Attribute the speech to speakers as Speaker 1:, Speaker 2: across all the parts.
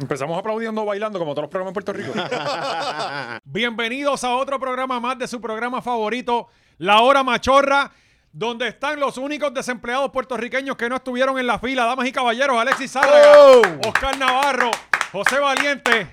Speaker 1: Empezamos aplaudiendo, bailando, como todos los programas en Puerto Rico. Bienvenidos a otro programa más de su programa favorito, La Hora Machorra, donde están los únicos desempleados puertorriqueños que no estuvieron en la fila. Damas y caballeros, Alexis Zárraga,
Speaker 2: ¡Oh!
Speaker 1: Oscar Navarro, José Valiente.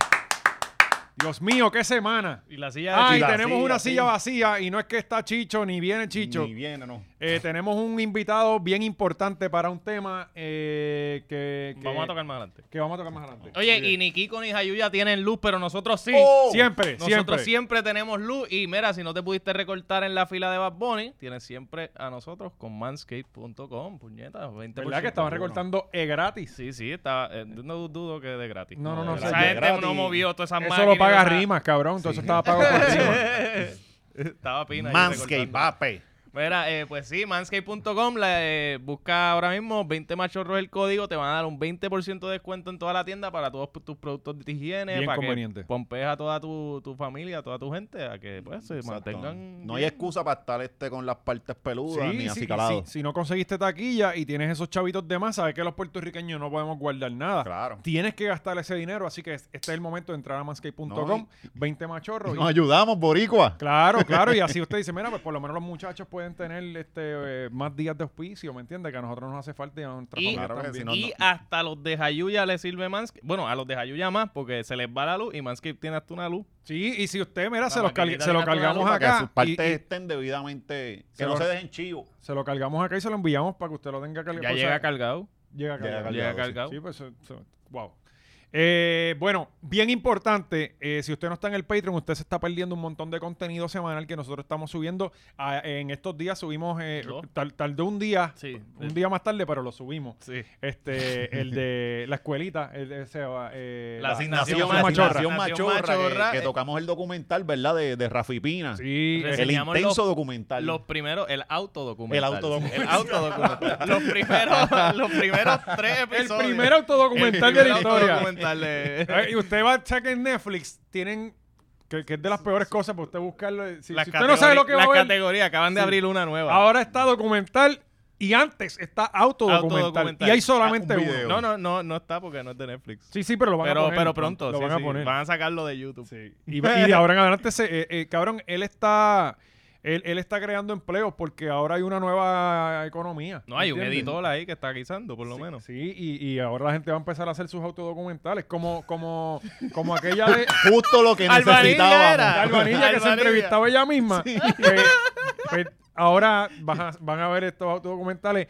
Speaker 1: Dios mío, qué semana.
Speaker 3: Y la silla de
Speaker 1: Ay,
Speaker 3: Chico.
Speaker 1: tenemos
Speaker 2: silla,
Speaker 1: una
Speaker 2: sí.
Speaker 1: silla vacía y no es que está Chicho ni viene Chicho.
Speaker 2: Ni viene, no.
Speaker 1: Eh, tenemos un invitado bien importante para un tema eh, que, que-
Speaker 3: Vamos a tocar más adelante.
Speaker 1: que vamos a tocar más adelante.
Speaker 3: Oye, y ni Kiko ni Jayuya tienen luz, pero nosotros sí.
Speaker 2: Oh.
Speaker 1: Siempre, siempre.
Speaker 3: Nosotros siempre. tenemos luz. Y mira, si no te pudiste recortar en la fila de Bad Bunny, tienes siempre a nosotros con manscape.com, puñetas. 20%.
Speaker 1: ¿Verdad que estaban recortando eh, gratis?
Speaker 3: Sí, sí, está, eh, no dudo que de gratis.
Speaker 1: No, no, no,
Speaker 3: Esa
Speaker 1: o sea,
Speaker 3: gente
Speaker 2: de gratis.
Speaker 3: no movió todas esas
Speaker 1: Eso
Speaker 3: máquinas
Speaker 1: lo paga
Speaker 3: y esa-
Speaker 1: Rimas, cabrón. Entonces estaba pago por Rimas.
Speaker 3: Estaba pina. ahí
Speaker 2: Manscape,
Speaker 3: recortando.
Speaker 2: papi.
Speaker 3: Mira, eh, pues sí, manscape.com, la, eh, busca ahora mismo 20 machorros el código, te van a dar un 20% de descuento en toda la tienda para todos tus productos de higiene,
Speaker 1: Bien
Speaker 3: para
Speaker 1: conveniente.
Speaker 3: que pompees a toda tu, tu familia, a toda tu gente, a que pues se
Speaker 2: Exacto.
Speaker 3: mantengan...
Speaker 2: No hay excusa para estar este con las partes peludas ni acicalado.
Speaker 1: si no conseguiste taquilla y tienes esos chavitos de más, sabes que los puertorriqueños no podemos guardar nada.
Speaker 2: Claro.
Speaker 1: Tienes que gastar ese dinero, así que es- este es el momento de entrar a manscape.com,
Speaker 2: No,
Speaker 1: 20 machorros. y-
Speaker 2: Nos ayudamos, boricua.
Speaker 1: Claro, claro, y así usted dice, mira, pues por lo menos los muchachos pueden tener este eh, más días de auspicio, ¿me entiende? Que a nosotros nos hace falta y a nuestra
Speaker 3: Y-
Speaker 1: familia
Speaker 2: Claro que sí,
Speaker 1: también.
Speaker 2: no,
Speaker 3: y hasta los de Hayuya les sirve Manscape. Bueno, a los de Hayuya más, porque se les va la luz y Manscape tiene hasta una luz.
Speaker 1: Sí, y si usted, mira,
Speaker 3: La
Speaker 1: se, los carg-
Speaker 3: maquinita
Speaker 1: se lo
Speaker 3: de gasolina
Speaker 1: cargamos
Speaker 2: Para que sus
Speaker 1: acá. y-
Speaker 2: partes
Speaker 1: y
Speaker 2: estén debidamente.
Speaker 1: Se
Speaker 2: Que no
Speaker 1: lo-
Speaker 2: se dejen chivo.
Speaker 1: se lo cargamos acá y se lo enviamos para que usted lo tenga cargado.
Speaker 3: Ya llega cargado.
Speaker 1: Llega
Speaker 2: Llega
Speaker 1: cargado.
Speaker 3: Llega
Speaker 2: Cargado,
Speaker 3: cargado.
Speaker 1: Sí, pues, eso- eso- wow. Eh, bueno, bien importante, eh, si usted no está en el Patreon, usted se está perdiendo un montón de contenido semanal que nosotros estamos subiendo. Ah, en estos días subimos, eh,
Speaker 3: Dos.
Speaker 1: tar- tardó un día,
Speaker 3: Sí.
Speaker 1: un día más tarde, pero lo subimos.
Speaker 3: Sí.
Speaker 1: Este, el de la escuelita, el de ese, eh,
Speaker 3: La asignación
Speaker 2: Nación
Speaker 1: machorra.
Speaker 2: Nación
Speaker 3: Nación
Speaker 2: machorra, que-
Speaker 3: machorra,
Speaker 2: Que,
Speaker 3: eh.
Speaker 2: tocamos el documental, ¿verdad? De, de Rafi Pina.
Speaker 1: Sí,
Speaker 3: Reci-
Speaker 2: El
Speaker 3: Reseñamos
Speaker 2: intenso
Speaker 3: los-
Speaker 2: documental.
Speaker 3: Los primeros, el autodocumental.
Speaker 2: El autodocumental.
Speaker 3: El autodocumental. los, primeros, los primeros tres
Speaker 1: el
Speaker 3: episodios.
Speaker 1: primer autodocumental
Speaker 3: El
Speaker 1: de la
Speaker 3: primer
Speaker 1: historia.
Speaker 3: autodocumental de-
Speaker 1: Eh, y usted va a checar en Netflix, tienen, que, que es de las peores cosas, para usted buscarlo. eh, Si, si
Speaker 3: Las
Speaker 1: usted no sabe lo que va
Speaker 3: categori-
Speaker 1: a
Speaker 3: las
Speaker 1: ver,
Speaker 3: categorías, acaban de
Speaker 1: Sí.
Speaker 3: abrir una nueva.
Speaker 1: ahora está documental y antes está autodocumental.
Speaker 3: Autodocumental.
Speaker 1: Y hay solamente
Speaker 2: Ah, un
Speaker 1: uno.
Speaker 2: video.
Speaker 3: no, no, no, no está porque no es de Netflix.
Speaker 1: Sí, sí, pero lo van a
Speaker 3: pero,
Speaker 1: poner.
Speaker 3: pero pronto,
Speaker 1: Lo
Speaker 3: sí,
Speaker 1: van
Speaker 3: sí,
Speaker 1: a poner.
Speaker 3: Van a sacarlo de YouTube.
Speaker 1: Y, va- y de ahora en adelante, se- eh, eh, cabrón, él está... Él, él está creando empleos porque ahora hay una nueva economía.
Speaker 3: No, hay un
Speaker 1: ¿entiendes?
Speaker 3: editor ahí que está guisando, por lo menos.
Speaker 1: Sí, y, y ahora la gente va a empezar a hacer sus autodocumentales, como, como, como aquella de
Speaker 2: Justo lo que
Speaker 3: Albanilla
Speaker 1: la
Speaker 3: era.
Speaker 2: necesitábamos.
Speaker 1: albanilla que se
Speaker 3: Albanilla.
Speaker 1: entrevistaba ella misma. que- que ahora van a, van a ver estos autodocumentales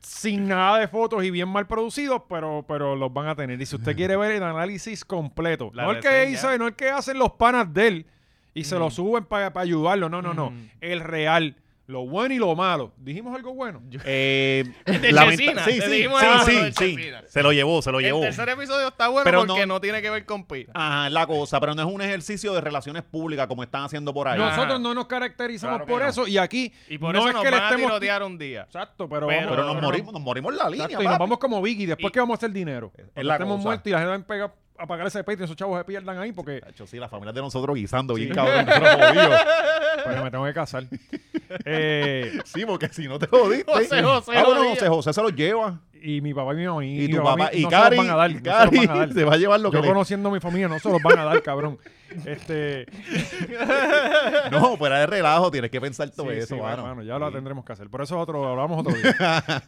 Speaker 1: sin nada de fotos y bien mal producidos, pero, pero los van a tener. Y si usted quiere ver el análisis completo,
Speaker 3: La
Speaker 1: no el, que
Speaker 3: reseña.
Speaker 1: hizo, no el que hacen los panas de él y se lo suben para ayudarlo, no, no, no,
Speaker 3: Mm.
Speaker 1: el real, lo bueno y lo malo. ¿Dijimos algo bueno.
Speaker 2: Eh,
Speaker 3: De
Speaker 2: lamenta-
Speaker 3: Chesina,
Speaker 2: sí,
Speaker 3: te
Speaker 2: sí,
Speaker 3: dijimos
Speaker 2: sí,
Speaker 3: algo
Speaker 2: sí, sí.
Speaker 3: de Chesina. Este,
Speaker 2: Se lo llevó, se lo
Speaker 3: El
Speaker 2: llevó.
Speaker 3: tercer episodio está bueno
Speaker 2: Pero
Speaker 3: porque
Speaker 2: no-
Speaker 3: no... tiene que ver con Pira.
Speaker 2: Ajá, es la cosa, pero no es un ejercicio de relaciones públicas como están haciendo por ahí.
Speaker 3: Ajá.
Speaker 1: Nosotros no nos caracterizamos
Speaker 2: Claro que
Speaker 1: por
Speaker 2: no.
Speaker 1: eso y aquí
Speaker 3: Y por
Speaker 1: no
Speaker 3: eso
Speaker 1: es
Speaker 3: nos
Speaker 1: que le
Speaker 3: van a
Speaker 1: estemos...
Speaker 3: tirotear un día.
Speaker 1: Exacto, pero,
Speaker 3: Pero-
Speaker 1: vamos-
Speaker 2: Pero nos
Speaker 3: no,
Speaker 2: morimos, nos morimos en la línea.
Speaker 1: Exacto, y nos
Speaker 2: papi.
Speaker 1: vamos como Biggie. Después,
Speaker 3: Y-
Speaker 1: que vamos a hacer dinero? Cuando
Speaker 2: la
Speaker 1: estemos
Speaker 2: cosa.
Speaker 1: muertos y la gente va a pegar- a pagar ese Patreon, esos chavos se pierdan ahí porque
Speaker 2: Tacho, sí, la familia de nosotros guisando
Speaker 1: Sí.
Speaker 2: bien cabrón. nosotros jodidos.
Speaker 1: pero me tengo que casar. Eh,
Speaker 2: Sí, porque si no te jodiste.
Speaker 3: José, José,
Speaker 2: Ah, bueno,
Speaker 3: jodía.
Speaker 2: José José se los lleva.
Speaker 1: y mi papá y mi mamá.
Speaker 2: Y,
Speaker 1: mi
Speaker 2: tu
Speaker 1: mamá
Speaker 2: papá.
Speaker 1: mí-
Speaker 2: Y
Speaker 1: no
Speaker 2: Cari.
Speaker 1: se los van a dar.
Speaker 2: y
Speaker 1: no se los
Speaker 2: Cari
Speaker 1: van a dar.
Speaker 2: se va a llevar lo que
Speaker 1: Yo
Speaker 2: le-
Speaker 1: conociendo a mi familia, no se los van a dar, cabrón. Este,
Speaker 2: No, fuera de relajo, tienes que pensar todo
Speaker 1: sí,
Speaker 2: eso,
Speaker 1: sí,
Speaker 2: mano.
Speaker 1: hermano, ya lo tendremos que hacer. Por eso otro, lo hablamos otro día.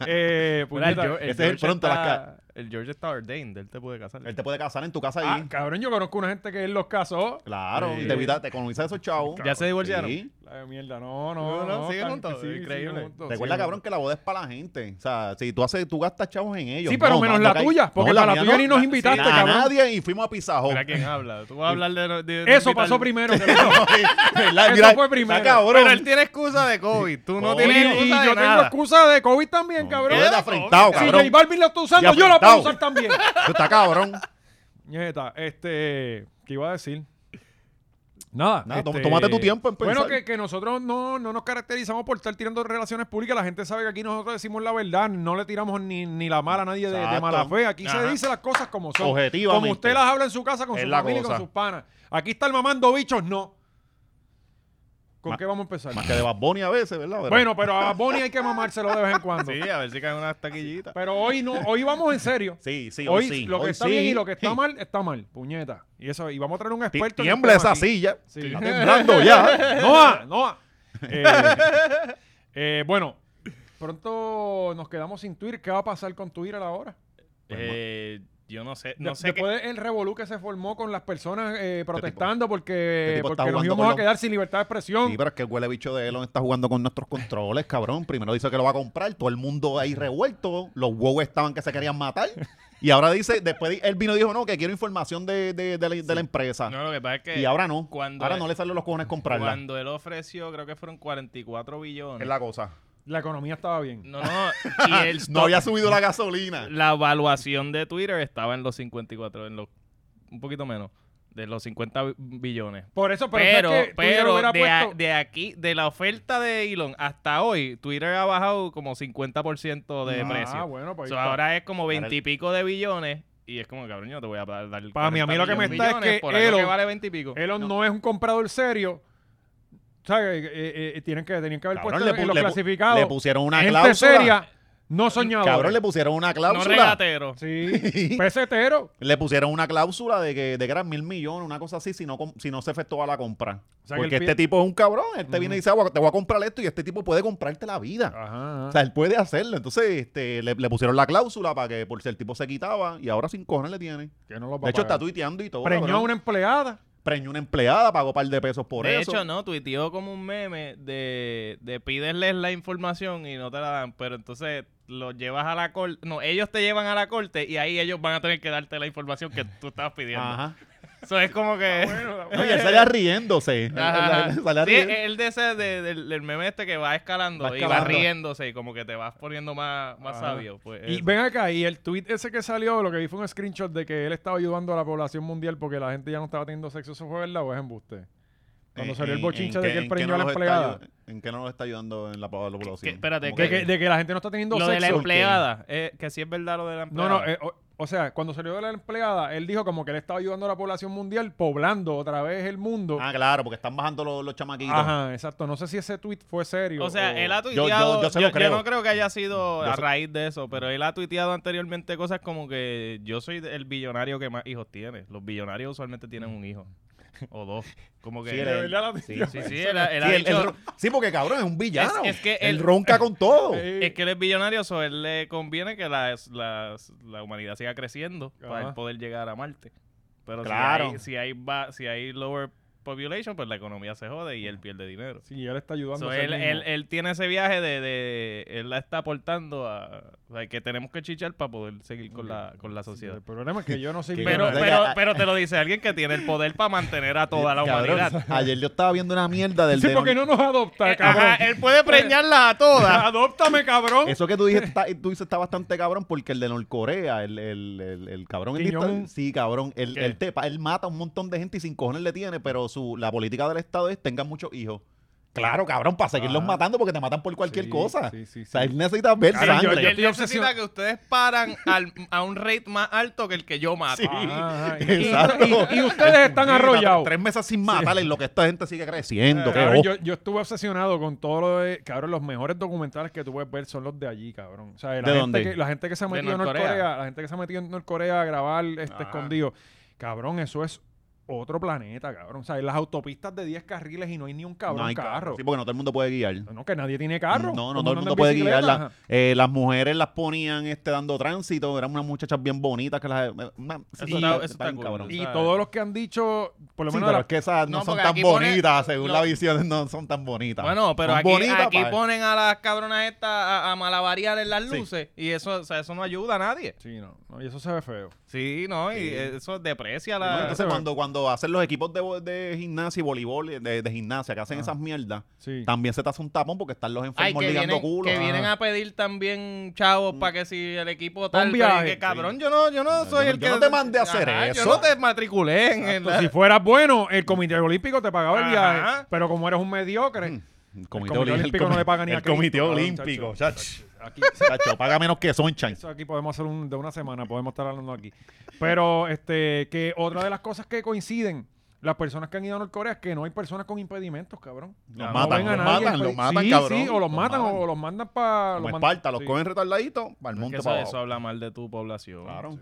Speaker 1: Eh,
Speaker 3: Mira, el
Speaker 1: puñeta,
Speaker 3: Geo-
Speaker 2: ese
Speaker 3: el
Speaker 2: es el
Speaker 3: George
Speaker 2: pronto,
Speaker 3: está-
Speaker 2: las
Speaker 3: El George está ordained, él te puede casar.
Speaker 2: Él te puede casar en tu casa
Speaker 1: ah,
Speaker 2: ahí.
Speaker 1: cabrón, yo conozco una gente que él los casó.
Speaker 2: Claro,
Speaker 1: Sí.
Speaker 2: y te, evita- te economiza esos chavos.
Speaker 3: ¿Ya se divorciaron?
Speaker 2: Sí.
Speaker 1: La de mierda, no, no.
Speaker 3: No, no,
Speaker 1: no,
Speaker 3: siguen
Speaker 1: tan-
Speaker 3: juntos,
Speaker 1: sí,
Speaker 3: increíble.
Speaker 1: siguen juntos,
Speaker 2: Recuerda,
Speaker 1: sí,
Speaker 2: cabrón, que la boda es para la gente. O sea, si tú, haces, tú gastas chavos en ellos.
Speaker 1: Sí, pero
Speaker 2: No,
Speaker 1: menos
Speaker 2: no,
Speaker 1: la
Speaker 2: no, que-
Speaker 1: tuya, porque
Speaker 2: no,
Speaker 1: para la
Speaker 2: mía
Speaker 1: tuya
Speaker 2: no.
Speaker 1: ni nos invitaste,
Speaker 2: a
Speaker 1: cabrón.
Speaker 2: nadie y fuimos a Pisajo.
Speaker 3: Mira quién habla. Tú vas a hablar de... de- de
Speaker 1: Eso
Speaker 3: invitar-
Speaker 1: pasó primero. te lo digo.
Speaker 2: ¿Verdad?
Speaker 1: Eso
Speaker 2: Mira,
Speaker 1: fue primero.
Speaker 2: está cabrón.
Speaker 3: Pero él tiene excusa de COVID. Tú no
Speaker 2: Oh,
Speaker 1: Y,
Speaker 3: tienes
Speaker 1: y
Speaker 3: excusa de
Speaker 1: yo tengo
Speaker 3: nada.
Speaker 1: excusa de COVID también,
Speaker 2: Tú
Speaker 1: cabrón.
Speaker 2: eres
Speaker 3: ¿Qué?
Speaker 2: afrentado,
Speaker 1: Si
Speaker 2: cabrón.
Speaker 1: J Balvin la está usando,
Speaker 2: Ya
Speaker 1: yo la puedo
Speaker 2: afectado.
Speaker 1: usar también.
Speaker 2: Tú estás cabrón.
Speaker 1: Nieta, este, ¿qué iba a decir? Nada.
Speaker 2: Nada,
Speaker 1: este,
Speaker 2: tómate tu tiempo en pensar.
Speaker 1: Bueno, que, que nosotros no, no nos caracterizamos por estar tirando relaciones públicas. La gente sabe que aquí nosotros decimos la verdad. No le tiramos ni, ni la mala a nadie de, de
Speaker 2: Exacto.
Speaker 1: mala fe. Aquí se
Speaker 3: Ajá.
Speaker 1: dice las cosas como son.
Speaker 2: Objetivamente.
Speaker 1: Como usted las habla en su casa con
Speaker 2: Es
Speaker 1: su
Speaker 2: la
Speaker 1: familia y con
Speaker 2: cosa.
Speaker 1: sus panas. Aquí estar mamando bichos, no. ¿Con
Speaker 2: Ma-
Speaker 1: qué vamos a empezar?
Speaker 2: Más que de Bad Bunny a veces, ¿verdad? Pero-
Speaker 1: Bueno, pero a Bonnie hay que mamárselo de vez en cuando.
Speaker 3: Sí, a ver si caen unas taquillitas.
Speaker 1: Pero hoy no, hoy vamos en serio.
Speaker 2: Sí, sí, hoy,
Speaker 1: hoy
Speaker 2: sí.
Speaker 1: lo que
Speaker 2: hoy
Speaker 1: está
Speaker 2: sí.
Speaker 1: bien y lo que está
Speaker 2: Sí.
Speaker 1: mal, está mal. Puñeta. Y eso, y vamos a traer un
Speaker 2: Ti-
Speaker 1: experto. en el
Speaker 2: Tiembla
Speaker 1: tema
Speaker 2: esa
Speaker 1: aquí.
Speaker 2: silla.
Speaker 1: Sí.
Speaker 2: Está temblando ya.
Speaker 1: Noah, Noah. Eh, eh, bueno, pronto nos quedamos sin Twitter. ¿Qué va a pasar con Twitter ahora?
Speaker 3: Eh, yo no sé,
Speaker 1: Pues, De-
Speaker 3: no sé qué.
Speaker 1: Después del revolú que se formó con las personas eh, protestando
Speaker 2: este
Speaker 1: porque,
Speaker 2: tipo está
Speaker 1: porque nos
Speaker 2: jugando
Speaker 1: íbamos
Speaker 2: con
Speaker 1: a
Speaker 2: los-
Speaker 1: quedar sin libertad de expresión.
Speaker 2: Sí, pero es que el huele bicho de Elon está jugando con nuestros controles, cabrón. Primero dice que lo va a comprar, todo el mundo ahí revuelto. Los wow estaban que se querían matar. Y ahora dice, después di- él vino y dijo, no, que quiero información de, de- de la, de la empresa.
Speaker 3: No, lo que pasa es que
Speaker 2: y ahora no.
Speaker 3: cuando-
Speaker 2: ahora no le salen los cojones comprarla.
Speaker 3: cuando él ofreció, creo que fueron 44 billones.
Speaker 2: Es la cosa.
Speaker 1: La economía estaba bien.
Speaker 3: No, no, y el
Speaker 2: No
Speaker 3: stock-
Speaker 2: había subido la gasolina.
Speaker 3: la evaluación de Twitter estaba en los 54, en los un poquito menos, de los 50 bi- billones.
Speaker 1: Por eso, pero,
Speaker 3: Pero,
Speaker 1: ¿sabes qué?
Speaker 3: pero,
Speaker 1: Twitter hubiera
Speaker 3: de, a-
Speaker 1: puesto-
Speaker 3: de aquí, de la oferta de Elon hasta hoy, Twitter ha bajado como 50% de
Speaker 1: Ah,
Speaker 3: precio.
Speaker 1: bueno, pues ahí
Speaker 3: So,
Speaker 1: está.
Speaker 3: ahora es como
Speaker 2: Ahora el-
Speaker 3: 20 y pico de billones. Y es como, cabrón, yo no te voy a dar. dar
Speaker 1: Pa' mí, a mí
Speaker 3: 40
Speaker 1: lo que me
Speaker 3: millones
Speaker 1: está es
Speaker 3: billones
Speaker 1: que
Speaker 3: por algo
Speaker 1: Elon-
Speaker 3: que vale 20 y pico.
Speaker 1: Elon no. es un comprador serio. O sea, eh, eh, eh, tienen que, tenían que haber
Speaker 2: Cabrón,
Speaker 1: puesto
Speaker 2: le
Speaker 1: en
Speaker 2: pu-
Speaker 1: los
Speaker 2: le pu-
Speaker 1: clasificados.
Speaker 2: le pusieron una
Speaker 1: gente
Speaker 2: cláusula.
Speaker 1: seria, no soñador.
Speaker 2: Cabrón, le pusieron una
Speaker 3: no
Speaker 2: cláusula.
Speaker 3: regatero.
Speaker 1: Sí, pesetero.
Speaker 2: le pusieron una cláusula de que, de que eran mil millones, una cosa así, si no, com- si no se efectuaba la compra.
Speaker 1: O sea, que
Speaker 2: Porque
Speaker 1: él pi-
Speaker 2: este tipo es un cabrón. Él te viene y dice, "Ah, te voy a comprar esto y este tipo puede comprarte la vida.
Speaker 1: Ajá.
Speaker 2: O sea, él puede hacerlo. Entonces, este, le, le pusieron la cláusula para que por si el tipo se quitaba y ahora sin cojones le tiene.
Speaker 1: que no lo va
Speaker 2: De hecho,
Speaker 1: a pagar.
Speaker 2: está tuiteando y todo.
Speaker 1: Pues, Preñó a
Speaker 2: cabrón.
Speaker 1: una empleada.
Speaker 2: Preñó una empleada, pagó un par de pesos por
Speaker 3: de
Speaker 2: eso.
Speaker 3: hecho, no, tuiteó como un meme de, de pídesles la información y no te la dan, pero entonces los llevas a la corte. No, ellos te llevan a la corte y ahí ellos van a tener que darte la información que tú estabas pidiendo.
Speaker 2: Ajá.
Speaker 3: Eso es como que.
Speaker 2: No, y él salía riéndose. Él-
Speaker 3: Ajá,
Speaker 2: él-
Speaker 3: ajá.
Speaker 2: él salía
Speaker 3: Sí, eh,
Speaker 2: riendo.
Speaker 3: el de ese, de- del, del meme este que va escalando,
Speaker 2: Va
Speaker 3: y va
Speaker 2: escalando.
Speaker 3: riéndose y como que te vas poniendo más, más
Speaker 1: Ajá.
Speaker 3: sabio. Pues,
Speaker 1: Y
Speaker 3: eso.
Speaker 1: ven acá, y el tweet ese que salió, lo que vi fue un screenshot de que él estaba ayudando a la población mundial porque la gente ya no estaba teniendo sexo. ¿Eso fue verdad o es embuste? Cuando
Speaker 2: Eh,
Speaker 1: salió el
Speaker 2: en-
Speaker 1: bochinche de
Speaker 2: en qué-
Speaker 1: que él
Speaker 2: en qué
Speaker 1: preñó a
Speaker 2: no
Speaker 1: la
Speaker 2: los está
Speaker 1: empleada.
Speaker 2: ayu- ¿En qué no nos está ayudando en la pa- la población?
Speaker 3: espérate,
Speaker 2: Como
Speaker 1: De
Speaker 3: ¿qué-
Speaker 1: que,
Speaker 2: que-
Speaker 1: de que la gente no está teniendo
Speaker 3: lo
Speaker 1: sexo.
Speaker 3: de la
Speaker 2: sexo,
Speaker 3: empleada, eh, que sí es verdad lo de la
Speaker 1: No,
Speaker 3: empleada.
Speaker 1: no, eh, o, o sea, cuando salió de la empleada, él dijo como que él estaba ayudando a la población mundial, poblando otra vez el mundo.
Speaker 2: Ah, claro, porque están bajando los, los chamaquitos.
Speaker 1: Ajá, exacto. No sé si ese tweet fue serio.
Speaker 3: O sea, él ha
Speaker 2: yo- yo
Speaker 3: tuiteado. Yo,
Speaker 2: se lo
Speaker 3: yo
Speaker 2: creo.
Speaker 3: no creo que haya sido
Speaker 2: Yo
Speaker 3: a
Speaker 2: se-
Speaker 3: raíz de eso, pero él ha tuiteado anteriormente cosas como que yo soy de- el billonario que más hijos tiene. Los billonarios usualmente tienen un hijo o dos. Como que.
Speaker 2: Sí,
Speaker 1: De
Speaker 2: él
Speaker 1: verdad la-
Speaker 2: Sí,
Speaker 3: Sí, sí, él, ha- él ha
Speaker 2: Sí, él-
Speaker 3: dicho-
Speaker 2: él ro- sí, porque cabrón, es un villano.
Speaker 3: Es- es que
Speaker 2: él
Speaker 3: él-
Speaker 2: ronca con todo.
Speaker 1: Eh,
Speaker 3: Es que él es billonario, o él le conviene que la, la, la humanidad siga creciendo para
Speaker 1: Ajá.
Speaker 3: él poder llegar a Marte. Pero
Speaker 2: Claro.
Speaker 3: si hay, si hay, va- si hay lower population, pues la economía se jode y él pierde dinero.
Speaker 1: Sí, él está ayudando.
Speaker 3: So,
Speaker 1: a
Speaker 3: él,
Speaker 1: él, mismo.
Speaker 3: él- él tiene ese viaje de, de- Él la está aportando a. O sea, que tenemos que chichar para poder seguir con, la, con la sociedad.
Speaker 1: El problema es que yo no soy
Speaker 2: Que no,
Speaker 3: Pero,
Speaker 1: millonario.
Speaker 3: pero,
Speaker 2: ya-
Speaker 3: pero te lo dice alguien que tiene el poder para mantener a toda
Speaker 2: Cabrón,
Speaker 3: la humanidad.
Speaker 2: Ayer yo estaba viendo una mierda del
Speaker 1: Sí,
Speaker 2: de-
Speaker 1: porque no nos adopta,
Speaker 3: Eh,
Speaker 1: cabrón.
Speaker 3: ajá, él puede preñarlas a todas.
Speaker 1: Adóptame, cabrón.
Speaker 2: Eso que tú, dijiste, está, tú dices está bastante cabrón porque el de Norcorea, el, el, el, el cabrón... en
Speaker 1: Kim
Speaker 2: lista-
Speaker 1: Jong-un.
Speaker 2: sí, cabrón. Él,
Speaker 3: ¿Qué?
Speaker 2: él te- pa- él mata a un montón de gente y sin cojones le tiene, pero su, la política del Estado es tengan muchos hijos. Claro, cabrón, para seguirlos
Speaker 1: Ajá.
Speaker 2: matando porque te matan por
Speaker 1: Ah.
Speaker 2: cualquier
Speaker 1: Sí,
Speaker 2: cosa.
Speaker 1: sí, sí,
Speaker 2: O sea,
Speaker 1: sí.
Speaker 2: él necesita ver
Speaker 1: Sí, yo-
Speaker 2: sangre.
Speaker 1: yo-
Speaker 3: Él
Speaker 1: estoy
Speaker 3: necesita
Speaker 1: obsesionado.
Speaker 3: que ustedes paran al- a un rate más alto que el que yo mato. Ah.
Speaker 2: Sí. Ah,
Speaker 1: Ajá, y-
Speaker 2: Exacto.
Speaker 1: y- y ustedes están
Speaker 2: Mira,
Speaker 1: arrollados.
Speaker 2: Tres meses sin matar en lo que esta gente sigue creciendo. qué
Speaker 1: Cabrón,
Speaker 2: ojo.
Speaker 1: yo, yo estuve obsesionado con todo lo de. Cabrón, los mejores documentales que tú puedes ver son los de allí, cabrón. O sea, la,
Speaker 2: ¿De
Speaker 1: gente,
Speaker 2: dónde?
Speaker 1: Que, la gente que se ha
Speaker 3: ¿De
Speaker 1: metido en
Speaker 3: Norcorea?
Speaker 1: Norcorea, la gente que se ha metido en Norcorea a grabar este
Speaker 3: Ah.
Speaker 1: escondido. Cabrón, eso es otro planeta, cabrón. O sea, las autopistas de 10 carriles y no hay ni un cabrón
Speaker 2: No hay
Speaker 1: carro.
Speaker 2: Sí, porque no todo el mundo puede guiar.
Speaker 1: No, que nadie tiene carro.
Speaker 2: No, no
Speaker 1: Todo
Speaker 2: todo el
Speaker 1: anda
Speaker 2: mundo
Speaker 1: en
Speaker 2: puede
Speaker 1: bicicleta,
Speaker 2: guiarla.
Speaker 1: ajá.
Speaker 2: Eh, las mujeres las ponían este, dando tránsito. Eran unas muchachas bien bonitas que las... eh, una-
Speaker 3: Eso
Speaker 2: sí,
Speaker 3: está- eso está
Speaker 2: bien
Speaker 3: cool.
Speaker 2: cabrón.
Speaker 1: Y
Speaker 3: O sea,
Speaker 1: todos los que han dicho, por lo
Speaker 2: Sí,
Speaker 1: menos.
Speaker 2: pero
Speaker 1: la-
Speaker 2: es que esas no, son
Speaker 3: No, porque
Speaker 2: tan
Speaker 3: aquí pone-
Speaker 2: bonitas, según
Speaker 3: no.
Speaker 2: la visión, no son tan bonitas.
Speaker 3: Bueno, pero
Speaker 2: Son
Speaker 3: aquí,
Speaker 2: bonitas,
Speaker 3: aquí
Speaker 2: pa-
Speaker 3: ponen a las cabronas estas a, a malabarear en las
Speaker 2: Sí.
Speaker 3: luces y eso, o sea, eso no ayuda a nadie.
Speaker 1: Sí, no, no, Y eso se ve feo.
Speaker 3: Sí, no, y eso deprecia
Speaker 2: Bueno,
Speaker 3: la...
Speaker 2: entonces cuando, cuando hacen los equipos de, bo- de gimnasia y voleibol, de, de gimnasia, que hacen
Speaker 1: Ajá.
Speaker 2: esas mierdas,
Speaker 1: Ah. Sí.
Speaker 2: también se te hace un tapón porque están los
Speaker 3: Ay,
Speaker 2: enfermos
Speaker 3: que,
Speaker 2: ligando
Speaker 3: vienen,
Speaker 2: culos.
Speaker 3: que
Speaker 2: Ah.
Speaker 3: vienen a pedir también chavos para que si el equipo tal...
Speaker 1: Un
Speaker 3: pero
Speaker 1: viaje,
Speaker 3: que, cabrón,
Speaker 2: sí.
Speaker 3: yo no, yo no
Speaker 2: yo
Speaker 3: soy
Speaker 2: no-
Speaker 3: el
Speaker 2: yo
Speaker 3: que...
Speaker 2: no te mandé a hacer
Speaker 3: Yo
Speaker 2: eso.
Speaker 3: no te matriculé en el...
Speaker 1: Pues, si fueras bueno, el Comité Olímpico te pagaba el viaje.
Speaker 3: Ajá.
Speaker 1: Pero como eres un mediocre,
Speaker 2: El
Speaker 1: comité olímpico no le paga ni a
Speaker 2: El comité
Speaker 1: Cristo, cabrón,
Speaker 2: olímpico,
Speaker 1: chacho.
Speaker 2: chacho.
Speaker 1: aquí,
Speaker 2: Chacho, paga menos que Sunshine.
Speaker 1: eso aquí podemos hacer un- de una semana, podemos estar hablando aquí. Pero este que otra de las cosas que coinciden las personas que han ido a Norcorea es que no hay personas con impedimentos, cabrón.
Speaker 2: Los
Speaker 1: No
Speaker 2: matan,
Speaker 1: ven a
Speaker 2: los
Speaker 1: nadie
Speaker 2: matan, los
Speaker 1: impedi-
Speaker 2: matan,
Speaker 1: Sí,
Speaker 2: cabrón.
Speaker 1: sí, o los matan o- o los mandan para...
Speaker 2: Como Esparta, los cogen retardaditos, para el
Speaker 3: Es que
Speaker 2: monte
Speaker 3: eso,
Speaker 2: para
Speaker 3: eso
Speaker 2: abajo.
Speaker 3: habla mal de tu población.
Speaker 2: Claro.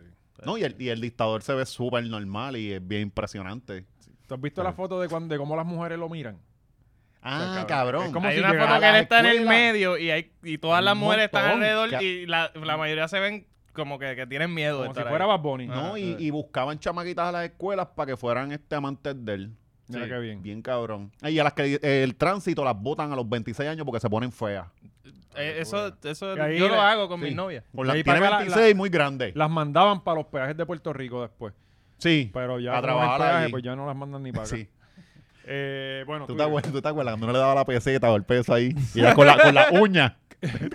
Speaker 2: No, y el, y el dictador se ve súper normal y es bien impresionante.
Speaker 1: ¿Tú has visto la foto de, cuando, de cómo las mujeres lo miran?
Speaker 2: Ah,
Speaker 1: cabrón.
Speaker 2: cabrón.
Speaker 1: Es como
Speaker 3: hay
Speaker 1: si
Speaker 3: una
Speaker 1: llegara
Speaker 3: foto que
Speaker 2: a
Speaker 3: él
Speaker 2: la
Speaker 3: está en el
Speaker 2: escuela.
Speaker 3: medio y, hay, y todas
Speaker 2: Un
Speaker 3: las mujeres están
Speaker 2: montón.
Speaker 3: alrededor
Speaker 2: Que-
Speaker 3: y la, la mayoría se ven como que, que tienen miedo de
Speaker 1: Como si
Speaker 3: estar
Speaker 1: fuera
Speaker 3: ahí.
Speaker 1: Bad Bunny.
Speaker 2: No,
Speaker 3: Ah,
Speaker 2: y,
Speaker 3: sí.
Speaker 2: y buscaban chamaquitas a las escuelas para que fueran este amantes de él.
Speaker 1: Mira
Speaker 3: sí,
Speaker 1: qué bien.
Speaker 2: Bien cabrón. Y a las que eh, el tránsito las botan a los 26 años porque se ponen feas.
Speaker 3: Eh, eso eso
Speaker 1: Y ahí
Speaker 3: yo lo
Speaker 1: la-
Speaker 3: hago con
Speaker 2: sí.
Speaker 3: mis novias.
Speaker 2: Por la,
Speaker 1: Ahí
Speaker 2: tiene
Speaker 1: para acá la-
Speaker 2: 26 muy grande.
Speaker 1: Las mandaban para los peajes de Puerto Rico después.
Speaker 2: sí.
Speaker 1: Pero ya
Speaker 2: A
Speaker 1: como no hay
Speaker 2: trabajar
Speaker 1: peaje,
Speaker 2: allí.
Speaker 1: pues ya no las mandan ni para acá.
Speaker 2: sí.
Speaker 1: Eh, bueno,
Speaker 2: ¿Tú te,
Speaker 1: Twitter.
Speaker 2: acuerdas, ¿Tú te acuerdas cuando no le daba la peseta o el peso ahí? Y era con la, con la uña.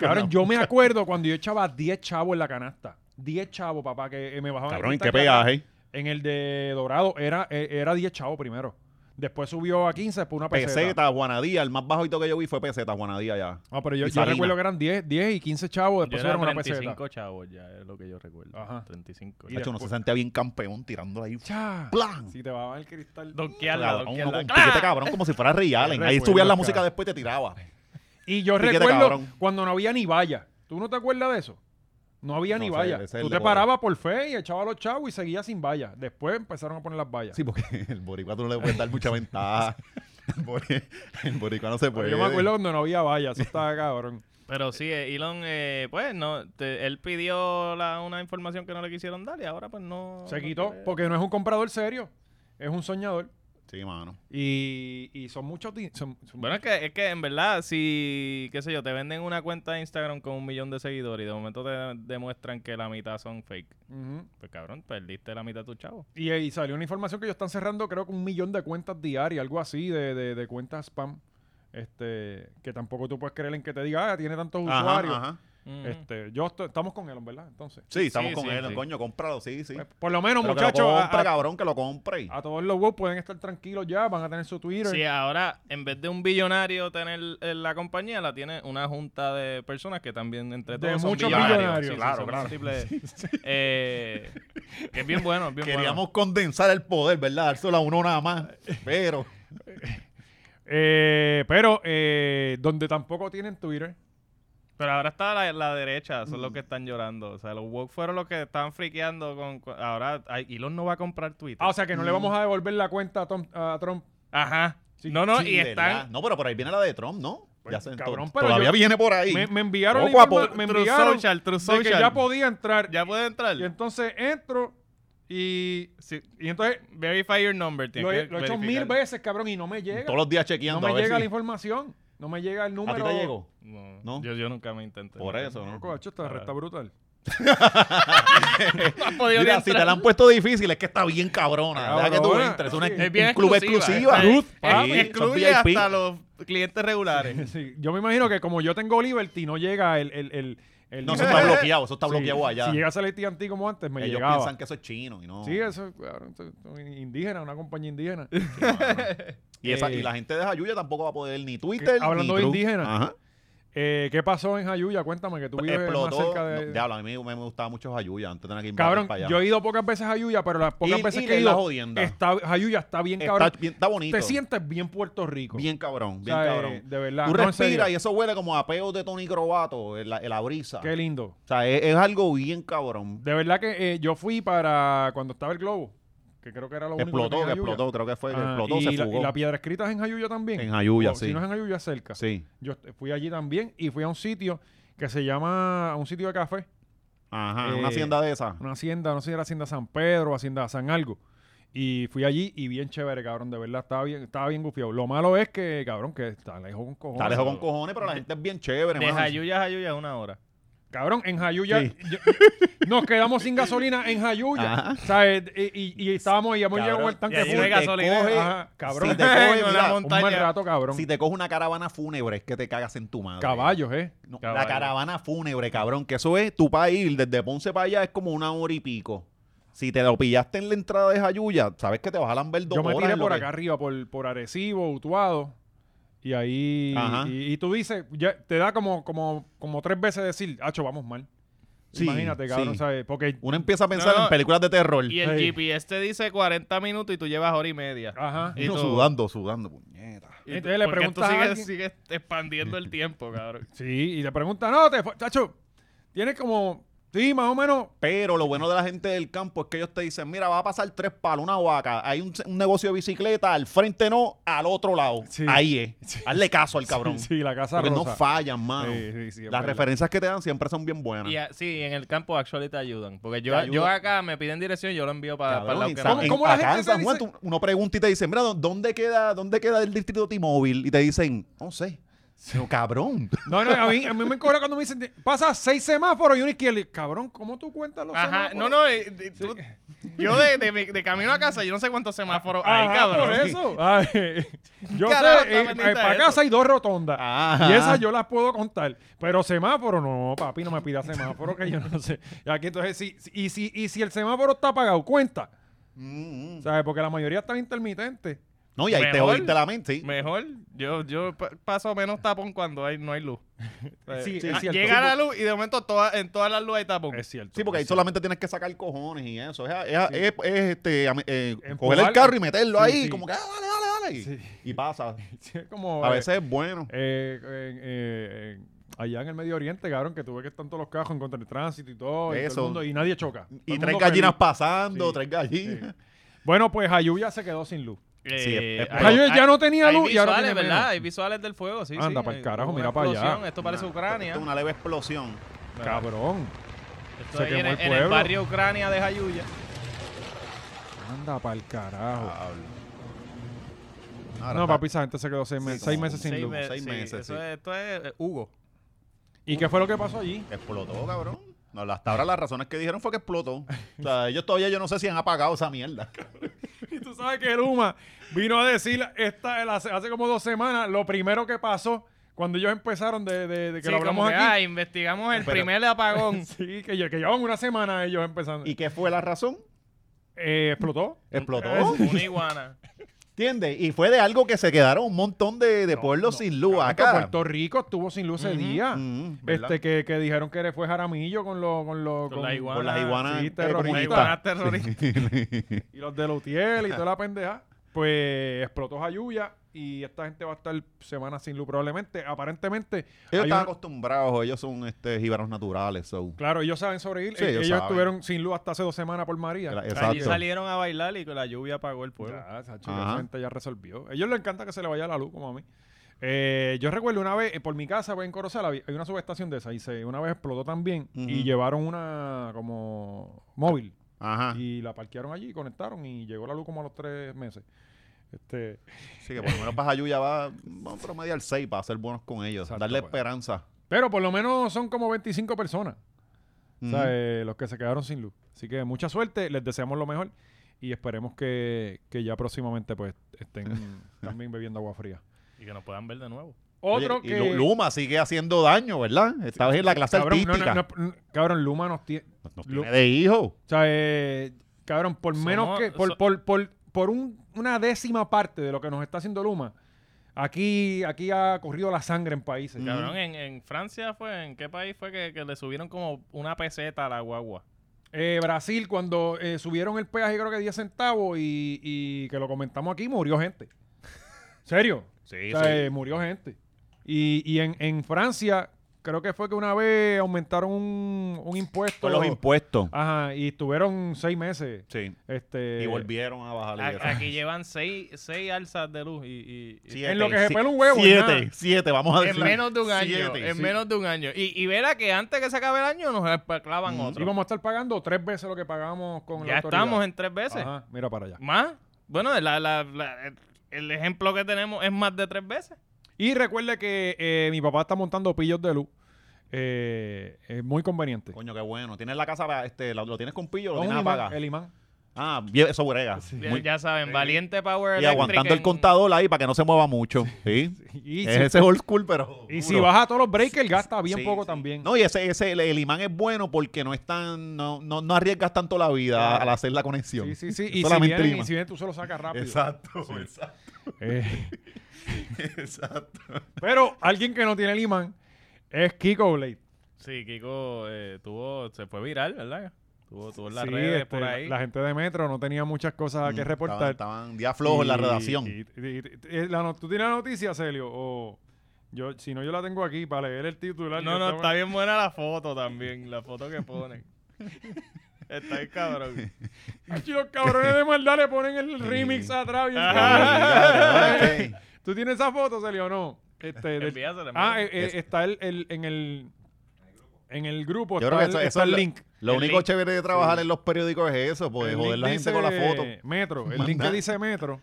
Speaker 1: Cabrón, yo me acuerdo cuando yo echaba 10 chavos en la canasta. 10 chavos, papá, que eh, me bajaban.
Speaker 2: Cabrón, ¿en
Speaker 1: aquí
Speaker 2: qué
Speaker 1: tan caro.
Speaker 2: peaje?
Speaker 1: En el de Dorado era, eh, era 10 chavos primero. Después subió a 15, después una peseta.
Speaker 2: Peseta, Juanadía. El más bajito que yo vi fue peseta, Juanadía ya.
Speaker 1: Ah, pero yo,
Speaker 2: Y
Speaker 1: yo
Speaker 2: Salina.
Speaker 1: recuerdo que eran 10, 10 y 15 chavos,
Speaker 3: Yo
Speaker 1: después
Speaker 3: era
Speaker 1: subieron una
Speaker 3: 35
Speaker 1: peseta.
Speaker 3: chavos ya, es lo que yo recuerdo.
Speaker 1: Ajá.
Speaker 3: 35.
Speaker 1: Y
Speaker 2: Hacho, uno
Speaker 1: después-
Speaker 2: se sentía bien campeón tirando ahí.
Speaker 1: Cha.
Speaker 2: ¡Plan!
Speaker 1: Si te bajaban el cristal.
Speaker 3: Donkearla,
Speaker 2: Cabrón, uno
Speaker 3: donkearla.
Speaker 2: con piquete cabrón como si fuera Ray Allen. Ahí
Speaker 1: Recuerdo,
Speaker 2: subías la
Speaker 1: cara.
Speaker 2: música después y te tiraba.
Speaker 1: Y yo
Speaker 2: Piquete,
Speaker 1: recuerdo
Speaker 2: cabrón.
Speaker 1: cuando no había ni valla. ¿Tú no te acuerdas de eso? No había
Speaker 2: No,
Speaker 1: ni
Speaker 2: ese-
Speaker 1: valla.
Speaker 2: ese es el
Speaker 1: Tú
Speaker 2: de
Speaker 1: te
Speaker 2: Bogotá.
Speaker 1: parabas por fe y echabas a los chavos y seguías sin valla. Después empezaron a poner las vallas.
Speaker 2: Sí, porque el boricua tú no le puedes dar mucha ventaja. El, bori- el boricua no se
Speaker 1: Pero
Speaker 2: puede.
Speaker 1: yo me acuerdo cuando no había valla. Eso estaba cabrón.
Speaker 3: Pero sí, eh, Elon, eh, pues no, te- él pidió la- una información que no le quisieron dar y ahora pues no.
Speaker 1: Se
Speaker 3: no
Speaker 1: quitó
Speaker 3: quiere.
Speaker 1: porque no es un comprador serio. Es un soñador.
Speaker 2: Sí, mano.
Speaker 1: Y, y son muchos... di- son- son-
Speaker 3: Bueno, es que, es que en verdad, si, qué sé yo, te venden una cuenta de Instagram con un millón de seguidores y de momento te demuestran que la mitad son fake,
Speaker 1: Ujú.
Speaker 3: pues cabrón, perdiste la mitad de tu chavo.
Speaker 1: y, y salió una información que ellos están cerrando creo que un millón de cuentas diarias, algo así, de, de- de cuentas spam. Este, que tampoco tú puedes creer en que te diga, ah, tiene tantos usuarios.
Speaker 2: Mm.
Speaker 1: Este, yo estoy- estamos con Elon, ¿verdad? Entonces.
Speaker 2: Sí, estamos
Speaker 3: Sí,
Speaker 2: con
Speaker 3: sí,
Speaker 2: él.
Speaker 3: sí.
Speaker 2: Coño, cómpralo, sí, sí.
Speaker 1: Pues, por lo menos,
Speaker 2: Pero que lo
Speaker 1: muchachos,
Speaker 2: compre,
Speaker 1: a, Ah, a-
Speaker 2: cabrón, que lo compre.
Speaker 1: a todos los woke pueden estar tranquilos ya, van a tener su Twitter.
Speaker 3: Sí, ahora en vez de un billonario tener eh, la compañía, la tiene una junta de personas que también entre
Speaker 1: De
Speaker 3: todos son
Speaker 1: muchos billonarios.
Speaker 3: Sí,
Speaker 2: Claro,
Speaker 3: son
Speaker 2: claro.
Speaker 3: múltiples, eh, que es bien bueno, es bien
Speaker 2: Queríamos condensar el poder, ¿verdad? Dárselo a uno nada más. Pero
Speaker 1: Eh, pero eh, donde tampoco tienen Twitter.
Speaker 3: bueno. Pero ahora está la, la derecha, son
Speaker 1: Mm.
Speaker 3: los que están llorando. O sea, los woke fueron los que estaban friqueando con... con- Ahora ay, Elon no va a comprar Twitter.
Speaker 1: Ah, o sea que no
Speaker 2: Mm.
Speaker 1: le vamos a devolver la cuenta a, Tom- a Trump.
Speaker 3: Ajá.
Speaker 1: Sí,
Speaker 3: no, no,
Speaker 2: Sí,
Speaker 3: y
Speaker 2: ¿verdad?
Speaker 3: están...
Speaker 2: No, pero por ahí viene la de Trump, ¿no?
Speaker 1: Pues,
Speaker 2: se-
Speaker 1: cabrón,
Speaker 2: to-
Speaker 1: pero
Speaker 2: todavía
Speaker 1: yo-
Speaker 2: viene por ahí.
Speaker 1: Me, me enviaron la
Speaker 2: Poco a
Speaker 1: informa-
Speaker 2: poco,
Speaker 1: me
Speaker 3: True
Speaker 1: enviaron
Speaker 3: social, true
Speaker 1: de que
Speaker 3: social.
Speaker 1: ya podía entrar.
Speaker 3: ¿Ya puede entrar.
Speaker 1: Y entonces entro y,
Speaker 3: Sí.
Speaker 1: y entonces
Speaker 3: Verify your number.
Speaker 1: lo,
Speaker 3: tienes
Speaker 1: he
Speaker 3: que
Speaker 1: lo he hecho mil
Speaker 3: verificar.
Speaker 1: veces, cabrón, y no me llega.
Speaker 2: Todos los días
Speaker 1: No
Speaker 2: chequeando
Speaker 1: me
Speaker 2: a ver
Speaker 1: llega
Speaker 2: si-
Speaker 1: la información. No me llega el
Speaker 2: ¿A ti
Speaker 1: número.
Speaker 2: te llegó?
Speaker 3: No,
Speaker 2: ¿No?
Speaker 3: Yo, yo nunca me intenté.
Speaker 2: Por eso, ¿no?
Speaker 1: Loco, hacho, esta
Speaker 3: Claro.
Speaker 1: resta brutal.
Speaker 3: No has podido ni
Speaker 2: Mira, si te
Speaker 3: entrar.
Speaker 2: la han puesto difícil, es que está bien cabrona. Deja que tú
Speaker 1: Cabrona.
Speaker 2: entres. Es, una,
Speaker 1: eh, Es eh,
Speaker 3: bien
Speaker 2: un club exclusivo.
Speaker 3: exclusiva,
Speaker 1: Ruth,
Speaker 2: Sí,
Speaker 1: papi,
Speaker 2: son
Speaker 3: Excluye
Speaker 2: VIP.
Speaker 3: hasta los clientes regulares.
Speaker 1: Sí, yo me imagino que como yo tengo Liberty, no llega el... el, el, el
Speaker 2: No, eso
Speaker 1: dinero.
Speaker 2: está bloqueado. Eso está
Speaker 1: Sí,
Speaker 2: bloqueado allá.
Speaker 1: Si llegas a AT&T como antes, me
Speaker 2: Ellos
Speaker 1: llegaba.
Speaker 2: piensan que eso es chino y no.
Speaker 1: Sí, eso es claro, esto- esto es indígena, una compañía indígena.
Speaker 2: Sí, mano. y, esa-
Speaker 1: Eh,
Speaker 2: y la gente de Jayuya tampoco va a poder ni Twitter.
Speaker 1: hablando
Speaker 2: ni
Speaker 1: de
Speaker 2: Tru-
Speaker 1: indígenas,
Speaker 2: Ajá.
Speaker 1: Eh, ¿Qué pasó en Jayuya? Cuéntame, que tú vives más
Speaker 2: Explotó.
Speaker 1: cerca de...
Speaker 2: no, diablo, a mí me, me gustaba mucho Jayuya. Antes tenía que ir
Speaker 1: Cabrón,
Speaker 2: para allá.
Speaker 1: yo he ido pocas veces a Jayuya, pero las pocas
Speaker 2: Y-
Speaker 1: veces
Speaker 2: y
Speaker 1: que he
Speaker 2: es la
Speaker 1: ido,
Speaker 2: jodienda.
Speaker 1: está, Jayuya está bien
Speaker 2: Está,
Speaker 1: cabrón.
Speaker 2: bien- está bonito.
Speaker 1: Te sientes bien Puerto Rico.
Speaker 2: Bien cabrón,
Speaker 1: O
Speaker 2: bien
Speaker 1: sea, eh,
Speaker 2: cabrón.
Speaker 1: de verdad.
Speaker 2: Tú
Speaker 1: no, en
Speaker 2: respiras y
Speaker 1: serio.
Speaker 2: eso huele como a peo de Tony Crobato, el, el abrisa.
Speaker 1: Qué lindo.
Speaker 2: O sea, es, es algo bien cabrón.
Speaker 1: De verdad que eh, yo fui para cuando estaba el globo, que creo que era lo único
Speaker 2: Explotó,
Speaker 1: tenía
Speaker 2: que
Speaker 1: Jayuya.
Speaker 2: explotó, creo que fue, que
Speaker 1: Ah,
Speaker 2: explotó,
Speaker 1: y la,
Speaker 2: se
Speaker 1: y
Speaker 2: fugó.
Speaker 1: la piedra escrita es en Jayuya también.
Speaker 2: En Jayuya,
Speaker 1: O,
Speaker 2: sí.
Speaker 1: Si no es en Jayuya, cerca.
Speaker 2: Sí.
Speaker 1: Yo est- fui allí también y fui a un sitio que se llama, a un sitio de café,
Speaker 2: Ajá,
Speaker 1: Eh,
Speaker 2: una hacienda de esa.
Speaker 1: una hacienda, no sé si era Hacienda San Pedro o Hacienda San algo. Y fui allí y bien chévere, cabrón, de verdad, estaba bien, estaba bien gufiado. Lo malo es que, cabrón, que está lejos con cojones.
Speaker 2: Está lejos con cojones, pero la gente es bien chévere,
Speaker 3: De
Speaker 2: mano.
Speaker 3: Jayuya a Jayuya es una hora.
Speaker 1: Cabrón, en Jayuya
Speaker 2: Sí.
Speaker 1: yo- nos quedamos sin gasolina en Jayuya.
Speaker 2: Ajá.
Speaker 1: O sea, eh, y, y- y estábamos y hemos
Speaker 2: Cabrón,
Speaker 1: llegado al tanque
Speaker 3: y allí
Speaker 1: full.
Speaker 3: no hay gasolina.
Speaker 2: coge-
Speaker 1: Ajá, cabrón.
Speaker 2: Si te coge,
Speaker 3: Con
Speaker 2: mira,
Speaker 3: la
Speaker 1: un mal
Speaker 3: montaña.
Speaker 1: rato, cabrón.
Speaker 2: Si te coge una caravana fúnebre, es que te cagas en tu madre.
Speaker 1: Caballos, eh.
Speaker 2: No,
Speaker 3: Caballo.
Speaker 2: La caravana fúnebre, cabrón, que eso es tu país, desde Ponce para allá es como una hora y pico. Si te lo pillaste en la entrada de Jayuya, sabes que te vas a lamber dos
Speaker 1: Yo me
Speaker 2: horas
Speaker 1: tiré
Speaker 2: en lo
Speaker 1: por
Speaker 2: que-
Speaker 1: acá arriba, por, por Arecibo, Utuado. Y ahí.
Speaker 2: Ajá.
Speaker 1: Y, y tú dices, ya, te da como, como, como tres veces decir, Hacho, vamos mal.
Speaker 2: Sí,
Speaker 1: Imagínate, cabrón,
Speaker 2: sí.
Speaker 1: ¿sabes? Porque.
Speaker 2: Uno empieza a pensar
Speaker 3: No, no.
Speaker 2: en películas de terror.
Speaker 3: Y el
Speaker 1: Ey.
Speaker 3: GPS te dice 40 minutos y tú llevas hora y media.
Speaker 1: Ajá.
Speaker 3: y
Speaker 2: Uno
Speaker 3: todo.
Speaker 2: sudando, sudando, puñeta.
Speaker 3: Y tú-
Speaker 1: Entonces le
Speaker 3: porque tú
Speaker 1: preguntas a
Speaker 3: sigues,
Speaker 1: alguien-
Speaker 3: sigues expandiendo el tiempo, cabrón.
Speaker 1: Sí, y le pregunta, no, te fue- chacho, tienes como. Sí, más o menos.
Speaker 2: Pero lo bueno de la gente del campo es que ellos te dicen, mira, va a pasar tres palos, una vaca, hay un, un negocio de bicicleta, al frente no, al otro lado.
Speaker 1: Sí.
Speaker 2: Ahí es. Hazle caso al cabrón.
Speaker 1: Sí, la casa
Speaker 2: porque
Speaker 1: rosa.
Speaker 2: no fallan, mano.
Speaker 1: Sí, sí, sí, es
Speaker 2: Las
Speaker 1: verdad.
Speaker 2: referencias que te dan siempre son bien buenas.
Speaker 3: Y a- sí, en el campo actually te ayudan. Porque yo,
Speaker 2: Te ayudan.
Speaker 3: yo acá me piden dirección y yo lo envío para,
Speaker 2: Cabrón,
Speaker 3: para el lado
Speaker 2: en
Speaker 3: que
Speaker 2: San-
Speaker 3: no
Speaker 2: en-
Speaker 3: es.
Speaker 1: ¿Cómo la
Speaker 2: acá
Speaker 1: gente
Speaker 2: en
Speaker 1: te
Speaker 2: San Juan
Speaker 1: dice?
Speaker 2: tú- uno pregunta y te dicen, mira, ¿dó- ¿dónde queda, dónde queda el distrito T-Mobile? Y te dicen, no sé. Pero, cabrón.
Speaker 1: No, no, a mí, a mí me encoge cuando me dicen, pasa seis semáforos y una izquierda. Y, Cabrón, ¿cómo tú cuentas los
Speaker 3: Ajá, no,
Speaker 1: semáforos?
Speaker 3: no, eh, eh, tú- yo de, de mi- de camino a casa, yo no sé cuántos semáforos hay,
Speaker 1: Ajá,
Speaker 3: cabrón.
Speaker 1: por eso. Ay, yo
Speaker 3: Carajo,
Speaker 1: sé, eh,
Speaker 3: está pendiente
Speaker 1: eh, para
Speaker 3: de eso.
Speaker 1: casa hay dos rotondas.
Speaker 2: Ajá.
Speaker 1: Y esas yo las puedo contar. Pero semáforo, no, papi, no me pida semáforo que yo no sé. Y aquí entonces, si, si- y, si, y si el semáforo está apagado, cuenta.
Speaker 2: Mm, mm.
Speaker 1: ¿Sabes? Porque la mayoría están intermitentes.
Speaker 2: No, y ahí te
Speaker 3: Mejor.
Speaker 2: jodiste la mente. sí.
Speaker 3: Mejor, yo, yo pa- paso menos tapón cuando hay, no hay luz. Eh,
Speaker 1: Sí,
Speaker 2: sí,
Speaker 3: ah,
Speaker 1: es cierto.
Speaker 3: llega la luz y de momento toda- en todas las luces hay tapón.
Speaker 1: Es cierto.
Speaker 2: Sí, porque ahí
Speaker 1: es cierto.
Speaker 2: solamente tienes que sacar cojones y eso. Es, es- es- es, este, am- eh,
Speaker 1: Empujar.
Speaker 2: coger el carro y meterlo
Speaker 1: Sí,
Speaker 2: ahí,
Speaker 1: sí.
Speaker 2: como que, ah, dale, dale, dale. Y,
Speaker 1: Sí.
Speaker 2: y pasa.
Speaker 1: Sí, es como,
Speaker 2: A
Speaker 1: eh,
Speaker 2: veces es bueno.
Speaker 1: eh, en- eh, en- allá en el Medio Oriente, cabrón, que tuve que estar en todos los cajos en contra del tránsito y todo. Y, todo el
Speaker 2: Eso.
Speaker 1: mundo- y nadie choca. Todo
Speaker 2: Y
Speaker 1: el
Speaker 2: tres
Speaker 1: mundo
Speaker 2: gallinas
Speaker 1: feliz.
Speaker 2: pasando,
Speaker 1: Sí.
Speaker 2: tres gallinas.
Speaker 1: Bueno, pues Ayub ya se quedó sin luz.
Speaker 2: Sí, es- es-
Speaker 3: hay-
Speaker 1: Ayer ya
Speaker 3: hay-
Speaker 1: no tenía
Speaker 3: hay
Speaker 1: luz y ahora
Speaker 3: visuales,
Speaker 1: tiene
Speaker 3: ¿verdad?
Speaker 1: menos.
Speaker 3: Hay visuales del fuego, sí, sí.
Speaker 1: Anda pa'l
Speaker 3: Hay
Speaker 1: carajo,
Speaker 3: una
Speaker 1: mira pa' allá.
Speaker 3: explosión, Esto parece
Speaker 2: Una-
Speaker 3: Ucrania.
Speaker 2: esto es una leve explosión.
Speaker 1: Cabrón.
Speaker 3: Esto
Speaker 1: Se
Speaker 3: ahí
Speaker 1: quemó
Speaker 3: en,
Speaker 1: el
Speaker 3: en el
Speaker 1: pueblo.
Speaker 3: barrio Ucrania de Jayuya.
Speaker 1: Anda pa'l carajo.
Speaker 2: Pablo. Ahora
Speaker 1: No,
Speaker 2: está-
Speaker 1: papi, esa gente se quedó seis, meses,
Speaker 2: como
Speaker 1: seis meses sin
Speaker 3: Seis
Speaker 1: luz.
Speaker 3: meses,
Speaker 2: seis
Speaker 3: sí,
Speaker 2: meses,
Speaker 3: eso
Speaker 2: sí.
Speaker 3: es- esto es eh, Hugo.
Speaker 1: ¿Y qué fue lo que pasó allí?
Speaker 2: Explotó, cabrón. No, hasta ahora las razones que dijeron fue que explotó. O sea, ellos todavía yo no sé si han apagado esa mierda.
Speaker 1: Y tú sabes que Luma vino a decir esta, el- hace, hace como dos semanas lo primero que pasó cuando ellos empezaron de, de- de que
Speaker 3: Sí,
Speaker 1: lo
Speaker 3: como
Speaker 1: hablamos
Speaker 3: que,
Speaker 1: aquí.
Speaker 3: ah, investigamos el
Speaker 2: Pero-
Speaker 3: primer apagón.
Speaker 1: Sí, que, lle- que llevaban una semana ellos empezando.
Speaker 2: ¿Y qué fue la razón?
Speaker 1: Eh, explotó. Eh,
Speaker 2: Explotó.
Speaker 3: Una iguana.
Speaker 2: ¿Entiendes? Y fue de algo que se quedaron un montón de, de pueblos sin luz
Speaker 1: Cabrón, que
Speaker 2: acá.
Speaker 1: Puerto Rico estuvo sin luz ese
Speaker 3: Ujú,
Speaker 1: día.
Speaker 2: Mm, ¿verdad?
Speaker 1: este que, que dijeron que fue Jaramillo con lo, con lo,
Speaker 3: Con la iguana.
Speaker 2: Por las iguanas
Speaker 1: Sí,
Speaker 2: eh,
Speaker 1: terrorista.
Speaker 3: Una
Speaker 1: Bonita.
Speaker 3: iguana terrorista.
Speaker 1: y los de Lutiel y toda la pendeja, pues explotó Jayuya y esta gente va a estar semanas sin luz probablemente. Aparentemente, hay
Speaker 2: Ellos
Speaker 1: una-
Speaker 2: están acostumbrados, ellos son este, jíbaros naturales. so.
Speaker 1: claro, ellos saben sobrevivir.
Speaker 2: Sí,
Speaker 1: Eh,
Speaker 2: ellos
Speaker 1: ellos
Speaker 2: saben.
Speaker 1: estuvieron sin luz hasta hace dos semanas por María.
Speaker 2: Cla-
Speaker 3: Allí
Speaker 2: Exacto.
Speaker 3: salieron a bailar y con la lluvia apagó el pueblo.
Speaker 1: Ya, esa chica,
Speaker 2: Ajá.
Speaker 1: esa gente ya resolvió. A ellos les encanta que se le vaya la luz, como a mí. Eh, yo recuerdo una vez, eh, por mi casa, pues, en Corozal, había- hay una subestación de esa y se, una vez explotó también
Speaker 2: Ujú.
Speaker 1: y llevaron una como móvil
Speaker 2: Ajá.
Speaker 1: y la parquearon allí, conectaron y llegó la luz como a los tres meses. Este,
Speaker 2: Sí, que por lo menos para Jayuya va, vamos a promediar 6 para ser buenos con ellos.
Speaker 1: Exacto,
Speaker 2: darle
Speaker 1: pues.
Speaker 2: esperanza.
Speaker 1: Pero por lo menos son como 25 personas,
Speaker 2: Ujú.
Speaker 1: ¿sabes? Los que se quedaron sin luz. Así que mucha suerte, les deseamos lo mejor y esperemos que, que ya próximamente pues estén también bebiendo agua fría.
Speaker 3: Y que nos puedan ver de nuevo.
Speaker 2: Oye,
Speaker 1: Otro
Speaker 2: y
Speaker 1: que...
Speaker 2: Lu- Luma sigue haciendo daño, ¿verdad? Esta vez en la clase
Speaker 1: cabrón, no, no,
Speaker 2: artística.
Speaker 1: no, no, cabrón, Luma nos tiene...
Speaker 2: Nos
Speaker 1: Lu-
Speaker 2: tiene de hijo.
Speaker 1: O sea, eh, cabrón, por menos
Speaker 3: Somos-
Speaker 1: que... Por,
Speaker 3: so-
Speaker 1: por, por, por un- una décima parte de lo que nos está haciendo Luma, aquí, aquí ha corrido la sangre en países.
Speaker 2: Mm.
Speaker 3: Cabrón, en, en Francia fue, ¿en qué país fue que, que le subieron como una peseta a la guagua?
Speaker 1: Eh, Brasil, cuando eh, subieron el peaje, creo que 10 centavos y, y que lo comentamos aquí, murió gente. ¿Serio?
Speaker 2: Sí,
Speaker 1: O sea, eh, murió gente. Y, y en, en Francia, creo que fue que una vez aumentaron un, un impuesto.
Speaker 2: Por los impuestos.
Speaker 1: Ajá, y estuvieron seis meses.
Speaker 2: Sí.
Speaker 1: Este,
Speaker 2: Y volvieron a bajar.
Speaker 3: A-
Speaker 2: y eso.
Speaker 3: aquí llevan seis, seis alzas de luz y... y- y-
Speaker 2: Siete,
Speaker 1: en lo que se
Speaker 2: si-
Speaker 1: pela un huevo, en
Speaker 2: Siete,
Speaker 1: nada.
Speaker 2: siete, vamos a
Speaker 3: en
Speaker 2: decir.
Speaker 3: menos de un año.
Speaker 2: Siete,
Speaker 3: en
Speaker 2: sí.
Speaker 3: menos de un año. Y, y verá que antes que se acabe el año nos clavan
Speaker 2: Mm.
Speaker 1: Y
Speaker 3: otro.
Speaker 1: vamos a estar pagando tres veces lo que pagamos con la
Speaker 3: Ya
Speaker 1: autoridad.
Speaker 3: estamos en tres veces.
Speaker 1: Ajá, mira para allá.
Speaker 3: ¿Más? Bueno, la- la- la- el- el ejemplo que tenemos es más de tres veces.
Speaker 1: Y recuerde que eh, mi papá está montando pillos de luz. Eh, es muy conveniente.
Speaker 2: Coño, qué bueno. Tienes la casa, este, lo, lo tienes con pillo, lo
Speaker 1: Un
Speaker 2: tienes
Speaker 1: imán,
Speaker 2: apagado.
Speaker 1: el imán.
Speaker 2: Ah, bien, eso brega.
Speaker 3: Ya,
Speaker 2: Muy-
Speaker 3: ya saben, valiente Power
Speaker 2: y
Speaker 3: Electric
Speaker 2: aguantando el
Speaker 3: en-
Speaker 2: contador ahí para que no se mueva mucho. Sí.
Speaker 1: Y
Speaker 2: Es
Speaker 1: si-
Speaker 2: ese old school, pero.
Speaker 1: Y si
Speaker 2: duro.
Speaker 1: baja todos los breakers, gasta bien
Speaker 2: Sí,
Speaker 1: poco
Speaker 2: sí.
Speaker 1: también.
Speaker 2: No, y ese, ese el, el imán es bueno porque no es tan, no, no, no arriesgas tanto la vida
Speaker 1: Claro.
Speaker 2: al hacer la conexión.
Speaker 1: sí, sí, sí.
Speaker 2: Es
Speaker 1: Y si,
Speaker 2: solamente el
Speaker 1: vienen, y
Speaker 2: imán.
Speaker 1: si vienen, tú se lo sacas rápido.
Speaker 2: Exacto, exacto,
Speaker 1: Eh,
Speaker 2: exacto.
Speaker 1: pero alguien que no tiene el imán es Kiko Blade.
Speaker 3: Sí, Kiko eh, tuvo, se fue viral, ¿verdad? Tuvo, tuvo en las
Speaker 1: Sí,
Speaker 3: redes
Speaker 1: este,
Speaker 3: por ahí.
Speaker 1: La gente de Metro no tenía muchas cosas que
Speaker 2: Mm,
Speaker 1: reportar.
Speaker 2: Estaban, estaban día flojos en la
Speaker 1: Y-
Speaker 2: redacción.
Speaker 1: y- y- y- y- la no- ¿Tú tienes la noticia, Celio? O yo, si no, yo la tengo aquí para leer el titular.
Speaker 3: No,
Speaker 1: Yo
Speaker 3: no,
Speaker 1: estaba-
Speaker 3: está bien buena la foto también, la foto que ponen. está bien cabrón.
Speaker 1: Ay, Los cabrones de maldad le ponen el remix atrás. bien
Speaker 2: Ajá.
Speaker 1: cabrón. ¿Tú tienes esa foto, Celio, o no? Este, del-
Speaker 3: Envíasela,
Speaker 1: ah, eh,
Speaker 3: envíasela.
Speaker 1: eh, está el, el- en el... En el grupo
Speaker 2: Yo
Speaker 1: está,
Speaker 2: creo que
Speaker 1: el,
Speaker 2: eso,
Speaker 1: está
Speaker 2: eso es
Speaker 1: Pues el
Speaker 2: lo-
Speaker 1: link.
Speaker 2: Lo
Speaker 3: El
Speaker 2: único
Speaker 3: link.
Speaker 2: chévere de trabajar en los periódicos es eso, pues
Speaker 1: El
Speaker 2: joder
Speaker 1: link
Speaker 2: la gente con la
Speaker 1: dice
Speaker 2: foto.
Speaker 1: Metro, el link que
Speaker 2: Manda.
Speaker 1: dice Metro.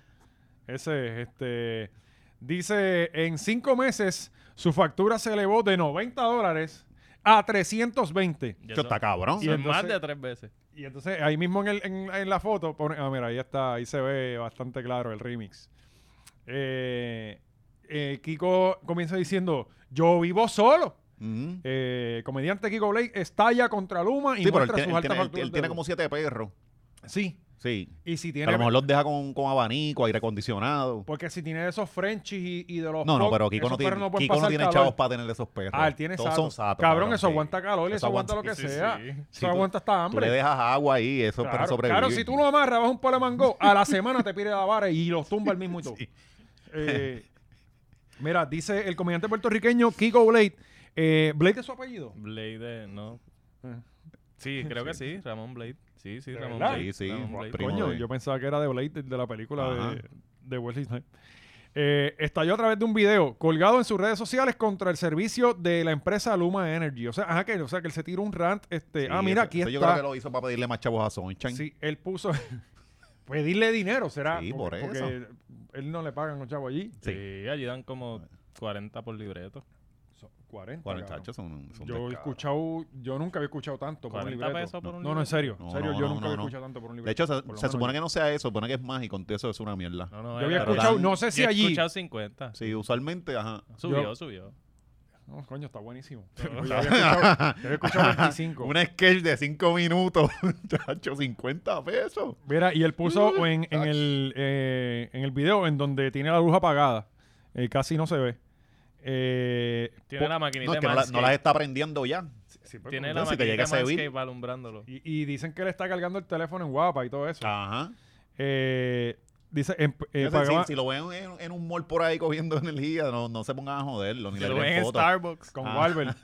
Speaker 1: Ese es, este. Dice: en cinco meses su factura se elevó de 90 dólares a 320.
Speaker 3: Ya
Speaker 2: Eso está cabrón.
Speaker 1: Y
Speaker 3: Son más
Speaker 1: entonces-
Speaker 3: de tres veces.
Speaker 1: Y entonces ahí mismo en, el- en- en la foto pone. Ah, mira, ahí está, ahí se ve bastante claro el remix. Eh, eh, Kiko comienza diciendo: Yo vivo solo.
Speaker 2: Ujú.
Speaker 1: Eh, comediante Kiko Blake estalla contra Luma y
Speaker 2: Sí, pero él
Speaker 1: muestra
Speaker 2: tiene,
Speaker 1: sus
Speaker 2: él
Speaker 1: altas
Speaker 2: tiene- él
Speaker 1: facturas de
Speaker 2: tiene
Speaker 1: luz.
Speaker 2: como siete perros.
Speaker 1: Sí.
Speaker 2: Sí.
Speaker 1: Y si
Speaker 2: A
Speaker 1: tiene.
Speaker 2: lo mejor los deja con, con abanico, aire acondicionado.
Speaker 1: Porque si tiene de esos Frenchies y, y de los.
Speaker 2: No, no,
Speaker 1: Fox,
Speaker 2: pero
Speaker 1: pues,
Speaker 2: Kiko no
Speaker 1: esos
Speaker 2: tiene,
Speaker 1: perros pueden
Speaker 2: Kiko no
Speaker 1: pasar
Speaker 2: tiene
Speaker 1: calor.
Speaker 2: chavos para tener esos perros.
Speaker 1: Ah, él tiene
Speaker 2: Todos
Speaker 1: sato.
Speaker 2: son satos.
Speaker 1: Cabrón, eso
Speaker 2: sí.
Speaker 1: aguanta calor y eso,
Speaker 2: Eso
Speaker 1: aguanta,
Speaker 2: aguanta-
Speaker 1: lo que
Speaker 3: sí, sí,
Speaker 1: sea.
Speaker 3: sí.
Speaker 1: Eso
Speaker 2: Sí, tú-
Speaker 1: aguanta hasta
Speaker 2: Tú
Speaker 1: hambre.
Speaker 2: le pues, dejas agua ahí, esos perros
Speaker 1: claro,
Speaker 2: sobreviven.
Speaker 1: claro, si tú lo amarras, vas a un palo de mango, a la semana te pide la vara y los tumba el mismo y todo. Eh, mira, dice el comediante puertorriqueño Kiko Blade. Eh, Blade es su apellido.
Speaker 3: Blade, eh, no.
Speaker 1: Eh.
Speaker 3: Sí, creo que sí, Ramón Blade. Sí, sí,
Speaker 1: ¿De
Speaker 3: Ramón
Speaker 1: verdad?
Speaker 3: Blade.
Speaker 2: Sí, sí,
Speaker 3: Ramón Blade.
Speaker 2: primo.
Speaker 1: Coño,
Speaker 2: de-
Speaker 1: yo pensaba que era de Blade, de la película
Speaker 2: Ajá.
Speaker 1: de, de Wesley Snipes. Eh, estalló a través de un video colgado en sus redes sociales contra el servicio de la empresa Luma Energy. O sea, ajá, que, o sea, que él se tiró un rant. Este,
Speaker 2: Sí,
Speaker 1: ah, mira,
Speaker 2: eso-
Speaker 1: aquí
Speaker 2: eso
Speaker 1: está.
Speaker 2: Yo creo que lo hizo para pedirle más chavos a Sunshine.
Speaker 1: Sí, él puso. pedirle dinero, será.
Speaker 2: Sí,
Speaker 1: porque,
Speaker 2: por
Speaker 1: porque él no le pagan un chavo allí.
Speaker 2: Sí.
Speaker 3: Sí, allí dan como 40 por libreto.
Speaker 1: Son 40.
Speaker 2: Bueno,
Speaker 1: cabrón.
Speaker 2: muchachos, son, son
Speaker 1: yo he
Speaker 2: descarados.
Speaker 1: escuchado. Yo nunca había escuchado tanto por un
Speaker 3: 40
Speaker 1: libreto.
Speaker 3: pesos por un
Speaker 1: No, no, en serio. En
Speaker 2: No,
Speaker 1: serio,
Speaker 2: no,
Speaker 1: yo
Speaker 2: no,
Speaker 1: nunca
Speaker 2: no,
Speaker 1: había
Speaker 2: no.
Speaker 1: escuchado tanto por un libreto.
Speaker 2: De hecho, se,
Speaker 1: por lo
Speaker 2: se
Speaker 1: menos
Speaker 2: supone
Speaker 1: yo.
Speaker 2: que no sea eso, se supone que es mágico, entonces eso es una mierda.
Speaker 3: No, no,
Speaker 1: Yo
Speaker 3: era-
Speaker 1: había
Speaker 3: era-
Speaker 1: escuchado,
Speaker 2: dan-
Speaker 1: no sé si
Speaker 3: yo he
Speaker 1: allí.
Speaker 3: escuchado 50.
Speaker 2: Sí, usualmente, ajá.
Speaker 3: Subió,
Speaker 1: Yo-
Speaker 3: subió.
Speaker 1: No, coño, está buenísimo. Yo había escuchado, yo había escuchado 25.
Speaker 2: Una sketch de 5 minutos, muchacho, 50 pesos.
Speaker 1: Mira, y él puso en, en el, eh, en el video en donde tiene la luz apagada. eh, casi no se ve. Eh,
Speaker 3: Tiene
Speaker 1: po-
Speaker 3: la
Speaker 2: No,
Speaker 3: maquinita
Speaker 2: es
Speaker 3: de
Speaker 2: que no, la- no las
Speaker 3: Manscaped.
Speaker 2: está prendiendo ya.
Speaker 1: sí, pues,
Speaker 3: Tiene
Speaker 2: Entonces, si te
Speaker 3: la maquinita de
Speaker 2: llega a servir-
Speaker 3: Manscaped alumbrándolo.
Speaker 1: Y, y dicen que le está cargando el teléfono en guapa y todo eso.
Speaker 3: Ah.
Speaker 2: Ajá.
Speaker 1: Eh, dice, em- eh,
Speaker 2: Entonces,
Speaker 1: pagaba
Speaker 2: si, si lo ven en, en un mall por ahí cogiendo energía, no, no se pongan a joderlo, ni
Speaker 3: Se
Speaker 2: le
Speaker 3: lo ven
Speaker 2: den
Speaker 3: en
Speaker 2: fotos.
Speaker 3: Starbucks.
Speaker 1: con
Speaker 2: Ah.
Speaker 1: Walbert.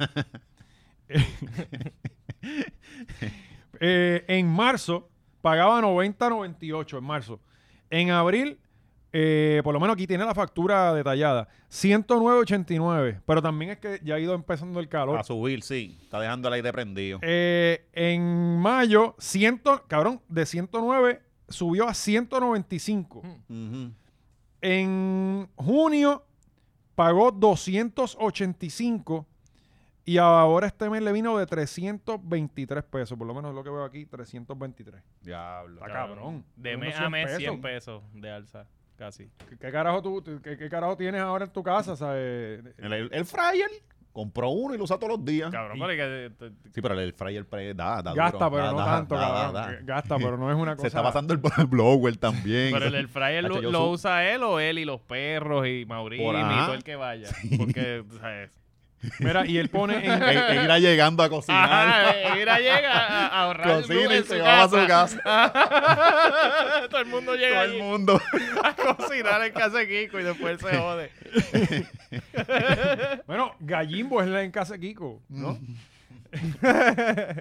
Speaker 1: Eh, en marzo pagaba 90.98 en marzo. En abril, eh, por lo menos aquí tiene la factura detallada, 109.89. Pero también es que ya ha ido empezando el calor.
Speaker 2: A subir, Ah, sí. Está dejando el aire prendido.
Speaker 1: Eh, en mayo, 100, cabrón, de 109 subió a 195.
Speaker 2: Ujú.
Speaker 1: En junio pagó 285 y ahora este mes le vino de 323 pesos, por lo menos lo que veo aquí, 323.
Speaker 2: Diablo.
Speaker 1: Está Ah, cabrón.
Speaker 3: De
Speaker 1: Unos
Speaker 3: mes
Speaker 1: 100
Speaker 3: a mes,
Speaker 1: pesos.
Speaker 3: 100 pesos de alza, casi.
Speaker 1: ¿Qué, qué carajo tú, tú- qué, qué carajo tienes ahora en tu casa? sabes?
Speaker 2: El, el, el fryer compró uno y lo usa todos los días.
Speaker 3: Cabrón,
Speaker 1: Ah, Y-
Speaker 3: pero es que... te- te-
Speaker 2: Sí, pero el fryer pre- da, da
Speaker 1: Gasta,
Speaker 2: duro,
Speaker 1: pero
Speaker 2: da-
Speaker 1: no
Speaker 2: da-
Speaker 1: tanto,
Speaker 2: da-
Speaker 1: cabrón.
Speaker 2: da- da.
Speaker 1: Gasta, pero no es una cosa.
Speaker 2: Se está pasando el, el blower también.
Speaker 3: Pero el, el fryer lo,
Speaker 2: Hacho, yo
Speaker 3: lo
Speaker 2: su-
Speaker 3: usa él o él y los perros y Mauricio
Speaker 2: Por
Speaker 3: y
Speaker 2: ajá.
Speaker 3: todo el que vaya. Porque, ¿sabes?
Speaker 1: Mira, y él pone en,
Speaker 2: El- el E, irá llegando a cocinar.
Speaker 3: Ajá, Ah, eh, mira, llega a- a ahorrar luz
Speaker 2: Cocina y
Speaker 3: en
Speaker 2: se
Speaker 3: su
Speaker 2: va a su
Speaker 3: casa.
Speaker 2: casa.
Speaker 3: Todo el mundo
Speaker 2: Todo
Speaker 3: llega
Speaker 2: el
Speaker 3: allí
Speaker 2: mundo.
Speaker 3: a cocinar en casa de Kiko y después se jode.
Speaker 1: Bueno, Gallimbo es la en casa de Kiko, ¿no?
Speaker 3: Mm.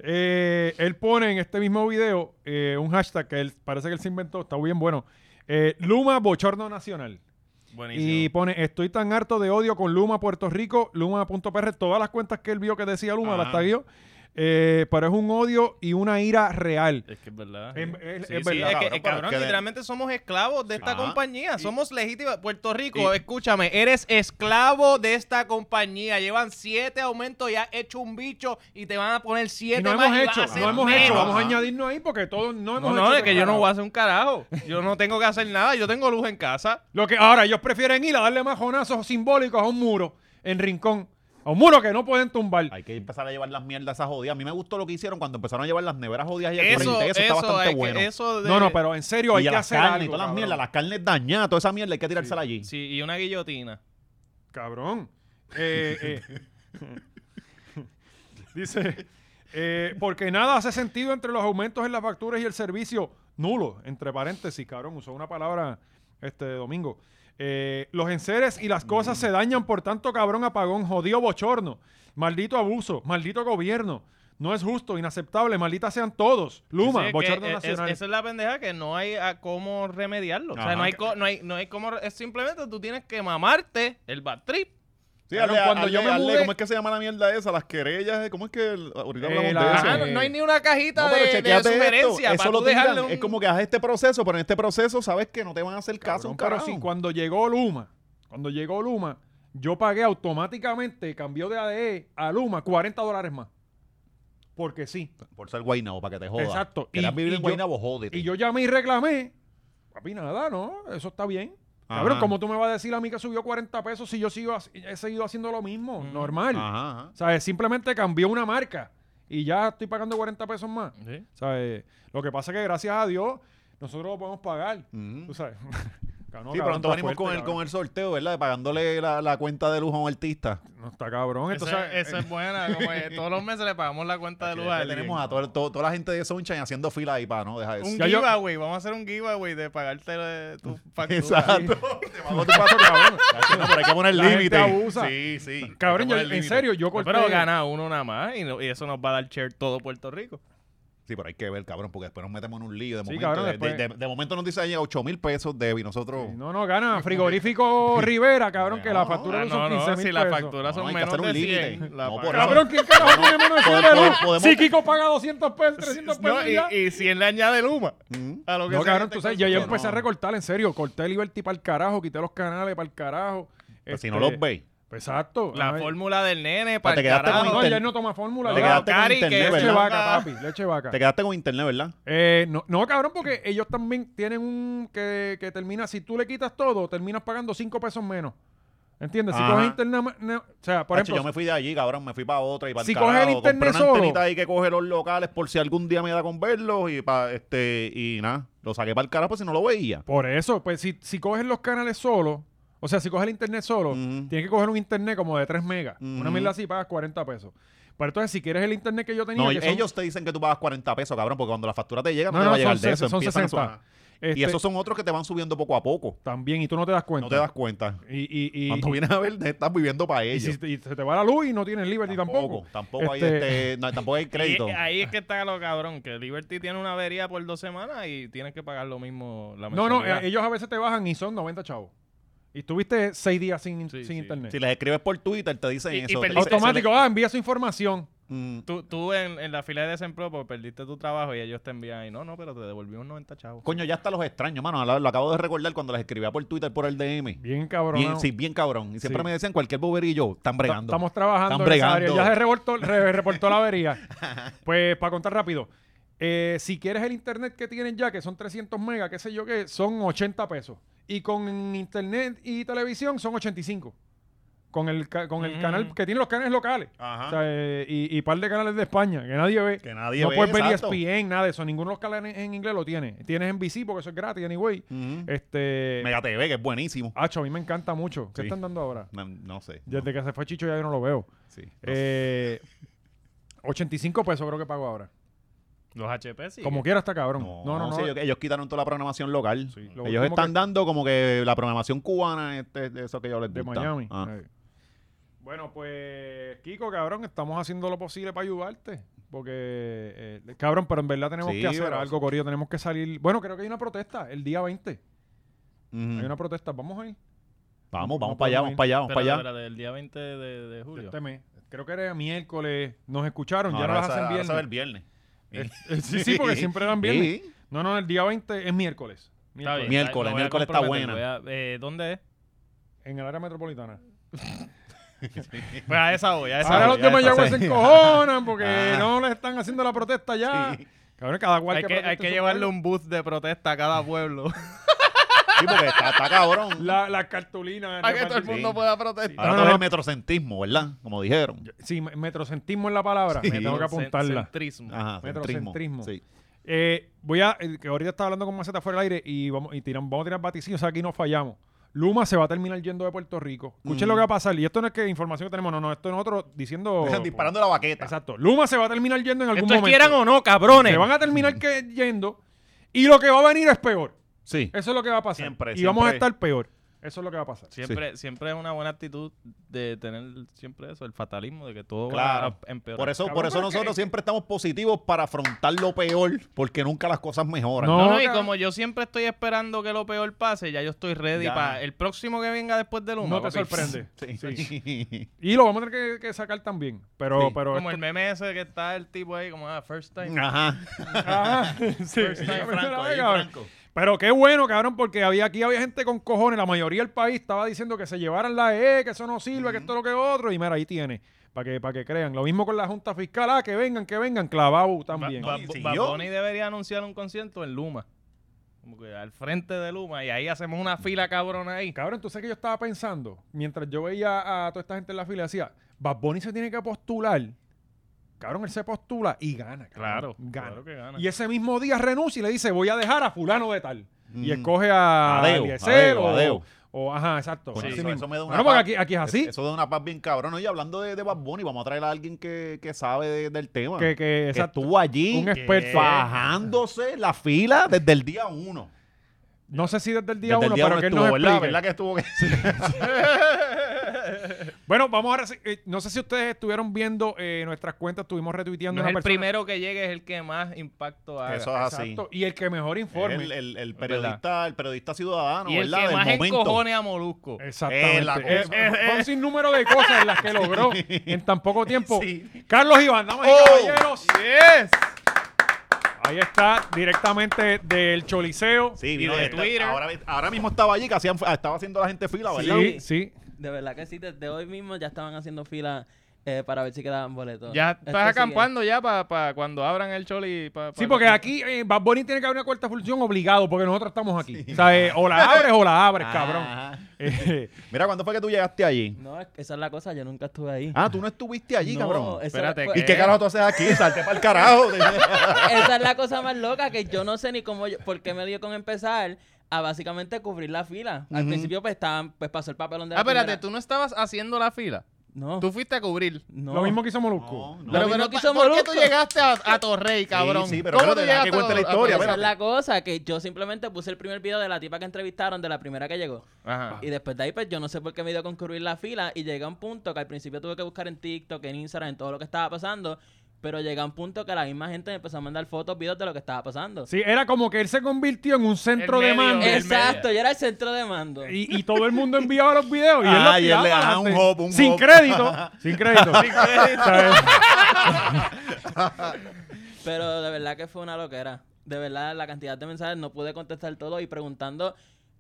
Speaker 1: Eh, él pone en este mismo video eh, un hashtag que él parece que él se inventó, está bien bueno. Eh, Luma Bochorno Nacional. Y
Speaker 3: Buenísimo.
Speaker 1: pone, estoy tan harto de odio con Luma Puerto Rico, Luma.pr, todas las cuentas que él vio que decía Luma,
Speaker 2: Ajá.
Speaker 1: las taguió. Eh, pero es un odio y una ira real.
Speaker 3: Es que es verdad.
Speaker 1: Em- es-
Speaker 3: Sí,
Speaker 1: es
Speaker 3: sí,
Speaker 1: verdad.
Speaker 3: es que,
Speaker 2: Cabrón,
Speaker 3: eh,
Speaker 2: pero es
Speaker 3: cabrón,
Speaker 2: que de-
Speaker 3: literalmente somos esclavos de esta
Speaker 2: Ajá.
Speaker 3: compañía. Somos legítimos. Puerto Rico,
Speaker 2: y-
Speaker 3: escúchame, eres esclavo de esta compañía. Llevan siete aumentos y has hecho un bicho y te van a poner
Speaker 1: Y
Speaker 3: siete
Speaker 1: no
Speaker 3: más
Speaker 1: hemos
Speaker 3: y vas
Speaker 1: hecho,
Speaker 3: a hacer
Speaker 1: no hemos
Speaker 3: menos.
Speaker 1: hecho,
Speaker 2: menos.
Speaker 1: vamos a
Speaker 2: Ajá.
Speaker 1: añadirnos ahí porque todos no hemos
Speaker 3: No,
Speaker 1: hecho
Speaker 3: no, es que yo no
Speaker 1: carajo.
Speaker 3: voy a hacer un carajo. Yo no tengo que hacer nada. Yo tengo luz en casa.
Speaker 1: Lo que ahora ellos prefieren ir a darle majonazos simbólicos a un muro en rincón, a un muro que no pueden tumbar.
Speaker 2: Hay que empezar a llevar las mierdas esas jodidas. A mí me gustó lo que hicieron cuando empezaron a llevar las neveras jodidas y al
Speaker 3: Eso,
Speaker 2: frente.
Speaker 3: eso,
Speaker 2: Eso está bastante
Speaker 3: hay que-
Speaker 2: bueno.
Speaker 3: eso de-
Speaker 1: No, no, pero en serio hay
Speaker 2: y a
Speaker 1: que
Speaker 2: las
Speaker 1: hacer
Speaker 2: carnes, y
Speaker 1: algo.
Speaker 2: todas las
Speaker 1: cabrón.
Speaker 2: mierdas, las carnes dañadas, toda esa mierda hay que tirársela allí.
Speaker 3: Sí, y una guillotina.
Speaker 1: Cabrón. Eh, eh. Dice, eh, porque nada hace sentido entre los aumentos en las facturas y el servicio nulo, entre paréntesis, cabrón, usó una palabra este domingo. Eh, los enseres y las
Speaker 3: Mm.
Speaker 1: cosas se dañan por tanto cabrón apagón, jodido bochorno, maldito abuso, maldito gobierno. No es justo, inaceptable, malditas sean todos. Luma,
Speaker 3: Sí, es que eh,
Speaker 1: bochorno
Speaker 3: es-
Speaker 1: nacional.
Speaker 3: es- esa es la pendeja que no hay a cómo remediarlo. O sea,
Speaker 1: Ajá.
Speaker 3: no hay, co- no, hay, no hay cómo. re- Es simplemente tú tienes que mamarte el bad trip.
Speaker 2: Sí,
Speaker 1: Cabrón,
Speaker 2: hazle-
Speaker 1: cuando yo
Speaker 2: hazle-
Speaker 1: me
Speaker 2: hazle-
Speaker 1: mudé-
Speaker 2: ¿Cómo es que se llama la mierda esa? Las querellas, eh, ¿cómo es que el- ahorita
Speaker 1: Eh,
Speaker 2: hablamos
Speaker 1: la-
Speaker 2: de eso?
Speaker 1: Ajá,
Speaker 3: Ah, no, no hay ni una cajita
Speaker 2: No, pero
Speaker 3: de, de
Speaker 2: chequéate
Speaker 3: sugerencia
Speaker 2: esto.
Speaker 3: para
Speaker 2: Eso lo
Speaker 3: tú dejarle
Speaker 2: tildan.
Speaker 3: un-
Speaker 2: Es como que haz este proceso, pero en este proceso sabes que no te van a hacer caso,
Speaker 1: Cabrón,
Speaker 2: un
Speaker 1: pero
Speaker 2: carajo.
Speaker 1: sí, cuando llegó Luma, cuando llegó Luma, yo pagué automáticamente, cambió de ADE a Luma 40 dólares más. Porque sí.
Speaker 2: Por ser guainabo, para que te jodas.
Speaker 1: Exacto.
Speaker 2: Querás
Speaker 1: Y-
Speaker 2: vivir
Speaker 1: y
Speaker 2: en
Speaker 1: yo-
Speaker 2: guainabo, jódete.
Speaker 1: Y yo llamé y reclamé. Papi, nada, ¿no? Eso está bien.
Speaker 2: Ajá.
Speaker 1: Cabrón, ¿cómo tú me vas a decir a mí que subió 40 pesos si yo sigo, ha- he seguido haciendo lo mismo?
Speaker 3: Mm.
Speaker 1: Normal.
Speaker 2: Ajá, ajá.
Speaker 1: O sea, simplemente cambió una marca y ya estoy pagando 40 pesos más.
Speaker 3: Sí.
Speaker 1: O sea, eh, lo que pasa es que gracias a Dios nosotros lo podemos pagar.
Speaker 2: Ujú.
Speaker 1: Tú sabes. Cabrón,
Speaker 2: Sí,
Speaker 1: cabrón,
Speaker 2: pronto
Speaker 1: está
Speaker 2: venimos con
Speaker 1: fuerte,
Speaker 2: el,
Speaker 1: cabrón.
Speaker 2: con el sorteo, ¿verdad? De Pagándole la, la cuenta de luz a un artista.
Speaker 1: No está cabrón. Entonces,
Speaker 3: esa, esa
Speaker 1: eh,
Speaker 3: es buena. Como que todos los meses le pagamos la cuenta de luz a
Speaker 2: Ahí tenemos a todo- todo- toda la gente de Sunshine haciendo fila ahí para no dejar eso.
Speaker 3: Un
Speaker 1: Ya yo-
Speaker 3: giveaway. Vamos a hacer un giveaway de pagarte eh, tu factura.
Speaker 2: Exacto. Te pago tu paso, cabrón. No, pero hay que poner
Speaker 1: La gente
Speaker 2: límite.
Speaker 1: abusa.
Speaker 2: Sí, sí. Hay que
Speaker 1: cabrón, yo-
Speaker 2: poner
Speaker 1: en
Speaker 2: límite.
Speaker 1: serio, yo corté.
Speaker 3: Pero gana uno nada más y, no- y eso nos va a dar share todo Puerto Rico.
Speaker 2: Sí, pero hay que ver, cabrón, porque después nos metemos en un lío. De,
Speaker 1: Sí,
Speaker 2: momento,
Speaker 1: cabrón,
Speaker 2: de-
Speaker 1: después-
Speaker 2: de- de- de momento nos dice ahí 8 mil pesos, Debbie. Nosotros.
Speaker 1: No, no, gana. Frigorífico Rivera, cabrón, que la
Speaker 2: No,
Speaker 1: factura
Speaker 3: Ah,
Speaker 1: no,
Speaker 3: no,
Speaker 1: son 15
Speaker 3: no,
Speaker 1: mil
Speaker 3: si las
Speaker 1: pesos.
Speaker 3: facturas
Speaker 2: No,
Speaker 3: son
Speaker 2: hay que
Speaker 3: menos
Speaker 2: hacer un
Speaker 3: de
Speaker 2: límite.
Speaker 3: 100. la
Speaker 2: No,
Speaker 3: pagas.
Speaker 2: por eso.
Speaker 1: Cabrón, ¿quién carajo tiene menos de
Speaker 2: Pod-
Speaker 1: 100 de luz?
Speaker 2: pod- podemos-
Speaker 1: Si Kiko paga 200 pesos,
Speaker 3: Sí,
Speaker 1: 300 pesos
Speaker 3: no, y,
Speaker 1: ya.
Speaker 3: y 100 le añade Luma.
Speaker 2: Mm.
Speaker 3: A lo que
Speaker 1: No,
Speaker 3: sea
Speaker 1: cabrón,
Speaker 3: que
Speaker 1: tú
Speaker 3: te
Speaker 1: sabes, yo, yo
Speaker 2: no.
Speaker 1: empecé a recortar, en serio. Corté Liberty para el carajo, quité los canales para el carajo.
Speaker 2: Pues si
Speaker 1: este,
Speaker 2: no los veis.
Speaker 1: pues Exacto.
Speaker 3: La
Speaker 1: Ay,
Speaker 3: fórmula del nene para
Speaker 2: te
Speaker 3: el
Speaker 2: quedaste
Speaker 3: carajo.
Speaker 2: con
Speaker 1: No,
Speaker 2: inter-
Speaker 1: ya él no toma fórmula.
Speaker 2: Te
Speaker 1: ya.
Speaker 2: quedaste con
Speaker 3: Cari, que
Speaker 2: internet,
Speaker 3: es
Speaker 1: Leche
Speaker 3: ¿verdad?
Speaker 1: vaca, papi, leche vaca.
Speaker 2: Te quedaste con internet, ¿verdad?
Speaker 1: Eh, no, no, cabrón, porque ellos también tienen un que, que termina, si tú le quitas todo, terminas pagando 5 pesos menos. ¿Entiendes? Si
Speaker 2: Ajá.
Speaker 1: coges internet, ma- ne- o sea, por
Speaker 2: Hacho,
Speaker 1: ejemplo,
Speaker 2: yo me fui de allí, cabrón, me fui para otra y para
Speaker 1: Si
Speaker 2: el carajo.
Speaker 1: coges el
Speaker 2: Compré
Speaker 1: internet
Speaker 2: una
Speaker 1: solo.
Speaker 2: antenita ahí que coge los locales por si algún día me da con verlos y pa, este y nada, lo saqué para el carajo pues si no lo veía.
Speaker 1: por eso, pues si, si coges los canales solo, o sea, si coges el internet solo,
Speaker 2: Ujú.
Speaker 1: tienes que coger un internet como de 3 megas. Una
Speaker 2: Ujú.
Speaker 1: mierda así pagas 40 pesos. Pero entonces, si quieres el internet que yo tenía,
Speaker 2: No,
Speaker 1: que son-
Speaker 2: ellos te dicen que tú pagas 40 pesos, cabrón, porque cuando la factura te llega no,
Speaker 1: No,
Speaker 2: te va
Speaker 1: no,
Speaker 2: a llegar
Speaker 1: son
Speaker 2: de eso.
Speaker 1: 60, son
Speaker 2: empiezan a
Speaker 1: 60.
Speaker 2: sonar.
Speaker 1: este,
Speaker 2: Y esos son otros que te van subiendo poco a poco.
Speaker 1: también, y tú no te das cuenta.
Speaker 2: No te das cuenta.
Speaker 1: Y, y, y,
Speaker 2: Cuando vienes a ver, te estás viviendo para
Speaker 1: y
Speaker 2: ellos.
Speaker 1: si- y se te va la luz y no tienes Liberty tampoco. eh,
Speaker 2: Tampoco hay,
Speaker 1: Este-
Speaker 2: este, no, tampoco hay crédito.
Speaker 3: Y ahí es que está lo cabrón, que Liberty tiene una avería por dos semanas y tienes que pagar lo mismo la
Speaker 1: No, no,
Speaker 3: mensualidad.
Speaker 1: eh, ellos a veces te bajan y son 90 chavos. Y estuviste 6 días sin,
Speaker 3: Sí,
Speaker 1: sin
Speaker 3: sí.
Speaker 1: internet.
Speaker 2: Si les escribes por Twitter, te dicen
Speaker 3: Y- y
Speaker 2: eso. te
Speaker 3: perdiste-
Speaker 2: dicen-
Speaker 1: Automático, ah, envía su información.
Speaker 2: Mm.
Speaker 3: Tú, tú en, en la fila de desempleo porque perdiste tu trabajo y ellos te envían y no, no, pero te devolvimos 90 chavos.
Speaker 2: Coño, ya hasta los extraños, mano. Lo, lo acabo de recordar cuando les escribía por Twitter por el DM.
Speaker 1: Bien cabrón.
Speaker 2: Bien, sí, bien cabrón. Y siempre
Speaker 1: Sí.
Speaker 2: me decían cualquier bobería y yo, están bregando.
Speaker 1: Estamos trabajando.
Speaker 2: Están
Speaker 1: en esa área.
Speaker 2: bregando.
Speaker 1: Ya se reportó, re- reportó la avería. Pues para contar rápido. eh, si quieres el internet que tienen ya, que son 300 megas, qué sé yo qué, son 80 pesos. Y con internet y televisión son 85. Con el, ca- con el
Speaker 3: Mm.
Speaker 1: canal, que tiene los canales locales.
Speaker 2: Ajá.
Speaker 1: O sea, eh, y, y par de canales de España, que nadie ve.
Speaker 2: que nadie
Speaker 1: no
Speaker 2: ve,
Speaker 1: puedes ver E
Speaker 2: exacto.
Speaker 1: ESPN, nada de eso. Ninguno de los canales en inglés lo tiene. Tienes NBC porque eso es gratis, anyway.
Speaker 2: Ujú.
Speaker 1: Este.
Speaker 2: Mega TV, que es buenísimo.
Speaker 1: Acho, a mí me encanta mucho. ¿Qué
Speaker 2: Sí.
Speaker 1: están dando ahora?
Speaker 2: No, no sé.
Speaker 1: Desde que se fue Chicho ya yo no lo veo.
Speaker 2: Sí.
Speaker 1: Eh, 85 pesos creo que pago ahora.
Speaker 3: Los HP sí.
Speaker 1: Como quiera está cabrón. No, no, no.
Speaker 2: sí, ellos, ellos quitaron toda la programación local.
Speaker 1: Sí, lo último
Speaker 2: ellos están
Speaker 1: que-
Speaker 2: dando como que la programación cubana, este, de eso que yo les
Speaker 1: de
Speaker 2: gusta.
Speaker 1: Miami.
Speaker 2: Ah.
Speaker 1: Eh. Bueno, pues, Kiko, cabrón, estamos haciendo lo posible para ayudarte. Porque, eh, cabrón, pero en verdad tenemos
Speaker 2: Sí,
Speaker 1: que hacer
Speaker 2: pero-
Speaker 1: algo, Corillo. Tenemos que salir. Bueno, creo que hay una protesta el día 20.
Speaker 2: Ujú.
Speaker 1: Hay una protesta. Vamos ahí.
Speaker 2: Vamos,
Speaker 1: No
Speaker 2: vamos para allá,
Speaker 1: podemos
Speaker 2: vamos para allá, vamos
Speaker 3: Espérate,
Speaker 2: para allá.
Speaker 3: espérate, el día 20 de, de julio.
Speaker 1: Este mes. Creo que era miércoles. Nos escucharon.
Speaker 2: No,
Speaker 1: ya no
Speaker 2: ahora
Speaker 1: las
Speaker 2: se-
Speaker 1: hacen
Speaker 2: ahora se ve
Speaker 1: viernes.
Speaker 2: el viernes.
Speaker 1: Eh, Sí, sí, porque siempre eran viernes.
Speaker 2: Sí.
Speaker 1: No, no, el día 20 es miércoles.
Speaker 3: Está
Speaker 1: Miércoles.
Speaker 3: bien,
Speaker 2: Miércoles,
Speaker 3: lo voy a
Speaker 2: miércoles está
Speaker 3: comprometer,
Speaker 2: buena.
Speaker 3: voy a- eh, ¿Dónde es?
Speaker 1: En el área metropolitana.
Speaker 3: Pues a esa voy, a esa
Speaker 1: Ahora los
Speaker 3: voy, a
Speaker 1: de
Speaker 3: esa voy.
Speaker 1: Mayagüez se encojonan porque
Speaker 2: Ah.
Speaker 1: no les están haciendo la protesta ya.
Speaker 2: Sí.
Speaker 1: Cabrón, cada cual
Speaker 3: Hay que,
Speaker 1: proteste
Speaker 3: hay
Speaker 1: en
Speaker 3: que
Speaker 1: su
Speaker 3: llevarle
Speaker 1: pueblo.
Speaker 3: un booth de protesta a cada pueblo.
Speaker 2: Sí, porque está, está cabrón.
Speaker 1: La, la cartulina.
Speaker 3: Para que todo el
Speaker 1: repartir-
Speaker 3: mundo pueda protestar.
Speaker 2: Ahora
Speaker 1: No,
Speaker 2: todo
Speaker 1: no,
Speaker 2: es
Speaker 1: no.
Speaker 2: el metrocentrismo, ¿verdad? Como dijeron.
Speaker 1: Sí, me- metrocentismo es la palabra.
Speaker 2: Sí.
Speaker 1: Me tengo que
Speaker 3: Cen-
Speaker 1: apuntarla. Ah,
Speaker 3: Centrismo.
Speaker 2: Ajá, centrismo.
Speaker 1: Metrocentrismo.
Speaker 2: Sí.
Speaker 1: Eh, voy a. eh, que ahorita estaba hablando con Maceta fuera del aire y vamos, y tiran, vamos a tirar vaticinios. O sea, aquí nos fallamos. Luma se va a terminar yendo de Puerto Rico. Escuchen lo que va a pasar. Y esto no es que información que tenemos, no, no, esto es otro diciendo.
Speaker 2: Disparando la baqueta.
Speaker 1: Exacto. Luma se va a terminar yendo en algún
Speaker 3: Esto es
Speaker 1: momento.
Speaker 3: quieran o no, cabrones.
Speaker 1: Se van a terminar que- yendo. Y lo que va a venir es peor.
Speaker 2: Sí.
Speaker 1: Eso es lo que va a pasar.
Speaker 2: Siempre,
Speaker 1: y vamos a
Speaker 2: siempre.
Speaker 1: estar peor. Eso es lo que va a pasar.
Speaker 3: Siempre, siempre es una buena actitud de tener siempre eso, el fatalismo de que todo
Speaker 2: Claro.
Speaker 3: va a empeorar.
Speaker 2: Por eso,
Speaker 1: Cabrón,
Speaker 2: por eso
Speaker 1: pero
Speaker 2: nosotros
Speaker 1: que-
Speaker 2: siempre estamos positivos para afrontar lo peor, porque nunca las cosas mejoran.
Speaker 1: No.
Speaker 3: No, no, y
Speaker 1: cabrón.
Speaker 3: como yo siempre estoy esperando que lo peor pase, ya yo estoy ready
Speaker 2: Ya.
Speaker 3: para el próximo que venga después de Luma.
Speaker 1: No te
Speaker 3: papi.
Speaker 1: sorprende. Sí.
Speaker 2: Sí.
Speaker 1: Y lo vamos a tener que, que sacar también. Pero,
Speaker 2: Sí.
Speaker 1: pero.
Speaker 3: Como el
Speaker 1: esto-
Speaker 3: meme ese que está el tipo ahí, como, ah, first time.
Speaker 2: Ajá.
Speaker 1: Ajá. Ah, Sí.
Speaker 3: First time,
Speaker 1: Primera
Speaker 3: Franco,
Speaker 1: vez,
Speaker 3: ahí,
Speaker 1: cabrón. Pero qué bueno, cabrón, porque había aquí había gente con cojones. La mayoría del país estaba diciendo que se llevaran la E, que eso no sirve, que esto es lo que otro. Y mira, ahí tiene. Para que, para que crean. Lo mismo con la Junta Fiscal. Ah, que vengan, que vengan. Clavado también.
Speaker 2: No,
Speaker 3: Ba-
Speaker 2: y
Speaker 3: Ba-
Speaker 2: siguió.
Speaker 3: Bad Bunny debería anunciar un concierto en Luma. Como que al frente de Luma. Y ahí hacemos una fila cabrona ahí.
Speaker 1: Cabrón, tú sabes que yo estaba pensando, mientras yo veía a toda esta gente en la fila, decía, Bad Bunny se tiene que postular. Cabrón, él se postula y gana. cabrón.
Speaker 3: Claro,
Speaker 1: gana.
Speaker 3: claro que gana.
Speaker 1: Y ese mismo día renuncia y le dice, voy a dejar a fulano de tal. Y
Speaker 2: Mm.
Speaker 1: escoge a
Speaker 2: Adeo,
Speaker 1: Eliezer
Speaker 2: adeo,
Speaker 1: o,
Speaker 2: adeo.
Speaker 1: o- ajá, exacto.
Speaker 2: Coño,
Speaker 1: Así
Speaker 2: eso-
Speaker 1: mismo.
Speaker 2: eso me da
Speaker 1: Bueno,
Speaker 2: una
Speaker 1: porque
Speaker 2: paz.
Speaker 1: aquí, aquí es así.
Speaker 2: Eso da una paz bien cabrón. Oye, hablando de, de Bad Bunny, vamos a traer a alguien que, que sabe de- del tema.
Speaker 1: que, que,
Speaker 2: que
Speaker 1: exacto.
Speaker 2: estuvo allí
Speaker 1: Un experto.
Speaker 2: fajándose la fila desde el día uno.
Speaker 1: No sé si desde el día
Speaker 2: desde
Speaker 1: uno,
Speaker 2: el día
Speaker 1: pero
Speaker 2: uno
Speaker 1: que él
Speaker 2: estuvo,
Speaker 1: nos
Speaker 2: ¿verdad?
Speaker 1: explique.
Speaker 2: ¿Verdad que estuvo?
Speaker 1: Bueno, vamos ahora. sí, eh, no sé si ustedes estuvieron viendo eh, nuestras cuentas, estuvimos retuiteando
Speaker 3: No es
Speaker 1: una
Speaker 3: el
Speaker 1: persona.
Speaker 3: primero que llegue, es el que más impacto haga.
Speaker 2: Eso es así.
Speaker 1: Exacto, Y el que mejor informe.
Speaker 2: Ah, El, el- el periodista, el periodista ciudadano,
Speaker 3: y el
Speaker 2: ¿verdad?
Speaker 3: que
Speaker 2: Del
Speaker 3: más
Speaker 2: momento.
Speaker 3: encojone a Molusco.
Speaker 1: Exactamente.
Speaker 2: Eh, la cosa.
Speaker 1: Eh, eh, fue un sinnúmero de cosas en las que logró en tan poco tiempo.
Speaker 2: Sí.
Speaker 1: Carlos Iván, damas y
Speaker 2: Oh,
Speaker 1: caballeros.
Speaker 3: ¡Yes!
Speaker 1: Ahí está, directamente del Choliseo.
Speaker 2: Sí,
Speaker 3: Y
Speaker 2: vino
Speaker 3: de
Speaker 2: esta-
Speaker 3: Twitter.
Speaker 2: Ahora, ahora mismo estaba allí, que hacían, estaba haciendo la gente fila, ¿verdad?
Speaker 1: sí, sí.
Speaker 4: De verdad que sí, desde hoy mismo ya estaban haciendo fila eh, para ver si quedaban boletos. Este,
Speaker 3: Ya
Speaker 4: Esto
Speaker 3: estás
Speaker 4: sigue.
Speaker 2: eh.
Speaker 3: acampando ya para cuando abran el choli. pa- pa-
Speaker 1: Sí, porque aquí eh, Bad Bunny tiene que haber una cuarta función obligado, porque nosotros estamos aquí. O sea, eh, o la abres o la abres,
Speaker 2: Ah.
Speaker 1: cabrón.
Speaker 2: Ajá.
Speaker 1: Eh,
Speaker 2: Mira, ¿cuándo fue que tú llegaste allí?
Speaker 4: No, es- esa es la cosa, yo nunca estuve ahí.
Speaker 2: Ah, tú no estuviste allí,
Speaker 4: No,
Speaker 2: cabrón.
Speaker 4: esa era-
Speaker 3: Espérate,
Speaker 4: fue-
Speaker 2: ¿Y qué carajo tú haces aquí? Salte para el carajo.
Speaker 4: Esa es la cosa más loca que yo no sé ni cómo, yo- por qué me dio con empezar a básicamente cubrir la fila. Al
Speaker 2: Ujú.
Speaker 4: principio pues estaban, pues pasó el papelón de la
Speaker 3: Ah, espérate,
Speaker 4: primera-
Speaker 3: tú no estabas haciendo la fila.
Speaker 4: No,
Speaker 3: Tú fuiste a cubrir.
Speaker 4: no.
Speaker 1: Lo mismo que hizo Molusco.
Speaker 2: No, no.
Speaker 4: Lo mismo que
Speaker 3: pa-
Speaker 4: hizo
Speaker 3: ¿por qué
Speaker 4: Molusco.
Speaker 3: tú llegaste a, a Torrey, cabrón?
Speaker 2: sí, pero
Speaker 3: ¿Cómo
Speaker 2: espérate,
Speaker 3: tú
Speaker 2: deja
Speaker 3: llegaste
Speaker 2: que cuente la
Speaker 3: a- a
Speaker 2: historia,
Speaker 4: Esa
Speaker 3: Torrey?
Speaker 4: es la cosa, que yo simplemente puse el primer video de la tipa que entrevistaron, de la primera que llegó.
Speaker 3: Ajá.
Speaker 4: Y después de ahí, pues yo no sé por qué me dio con cubrir la fila y llegué a un punto que al principio tuve que buscar en TikTok, en Instagram, en todo lo que estaba pasando, pero llegué a un punto que la misma gente me empezó a mandar fotos, videos de lo que estaba pasando.
Speaker 1: Sí, era como que él se convirtió en un centro de
Speaker 3: medio.
Speaker 1: mando.
Speaker 3: El
Speaker 4: Exacto, yo era el centro de mando.
Speaker 1: Y, y todo el mundo enviaba los videos y él
Speaker 2: Ah,
Speaker 1: los
Speaker 2: y él
Speaker 1: tiraba
Speaker 2: le- ajá,
Speaker 1: adelante.
Speaker 2: un hop, un
Speaker 1: sin
Speaker 2: hop. Ah,
Speaker 1: crédito, sin crédito. O sea,
Speaker 4: Pero de verdad que fue una loquera. De verdad, la cantidad de mensajes no pude contestar todo y preguntando.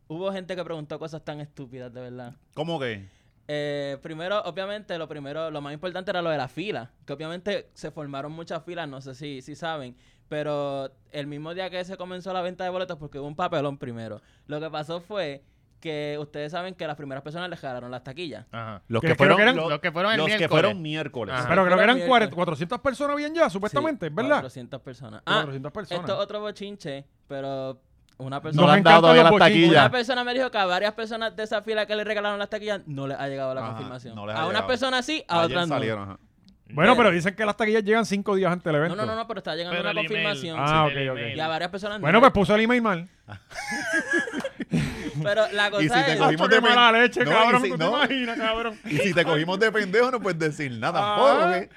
Speaker 4: Hubo gente que preguntó cosas tan estúpidas, de verdad.
Speaker 2: ¿Cómo que?
Speaker 4: Eh, primero, obviamente, lo primero, lo más importante era lo de la fila, que obviamente se formaron muchas filas, no sé si, si saben, pero el mismo día que se comenzó la venta de boletos, porque hubo un papelón primero, lo que pasó fue que ustedes saben que las primeras personas les jalaron las taquillas.
Speaker 3: Ajá.
Speaker 2: Los
Speaker 1: que fueron-
Speaker 3: los- los que fueron el
Speaker 2: los que
Speaker 3: miércoles.
Speaker 2: fueron miércoles.
Speaker 3: Ajá.
Speaker 1: Pero creo que eran
Speaker 4: Miércoles.
Speaker 1: 40 400 personas bien ya, supuestamente,
Speaker 4: eh. Sí,
Speaker 1: ¿verdad?
Speaker 4: 400 personas. Ah,
Speaker 1: 400 personas.
Speaker 4: esto es otro bochinche, pero una
Speaker 2: No,
Speaker 4: persona...
Speaker 2: le
Speaker 1: Nos
Speaker 2: han dado
Speaker 1: encantan
Speaker 2: todavía
Speaker 1: los
Speaker 2: las
Speaker 1: bochinches.
Speaker 2: taquillas.
Speaker 4: Una persona me dijo que a varias personas de esa fila que le regalaron las taquillas no les ha llegado la
Speaker 2: Ajá,
Speaker 4: confirmación.
Speaker 2: no les ha
Speaker 4: a unas
Speaker 2: llegado.
Speaker 4: personas sí, a
Speaker 2: Ayer
Speaker 4: otras no.
Speaker 2: salieron, ajá.
Speaker 1: Bueno, pero dicen que las taquillas llegan cinco días antes del
Speaker 4: No,
Speaker 1: evento.
Speaker 4: no, no, no, pero está llegando
Speaker 3: Pero
Speaker 4: una
Speaker 3: el email.
Speaker 4: confirmación.
Speaker 1: Ah,
Speaker 3: Sí, el
Speaker 1: ok, ok.
Speaker 3: email.
Speaker 4: Y a varias personas no.
Speaker 1: Bueno, pues puso el email mal.
Speaker 4: Pero la
Speaker 2: Y si
Speaker 4: cosa
Speaker 2: te cogí-
Speaker 4: es.
Speaker 1: Chacho,
Speaker 2: Cogimos
Speaker 1: qué
Speaker 2: de
Speaker 1: mala
Speaker 2: pen-
Speaker 1: leche,
Speaker 2: No,
Speaker 1: cabrón.
Speaker 2: y si-
Speaker 1: ¿Tú
Speaker 2: no.
Speaker 1: te imaginas, cabrón?
Speaker 2: Y si te cogimos de pendejo, no puedes decir nada
Speaker 1: Ah.
Speaker 2: tampoco. ¿ok?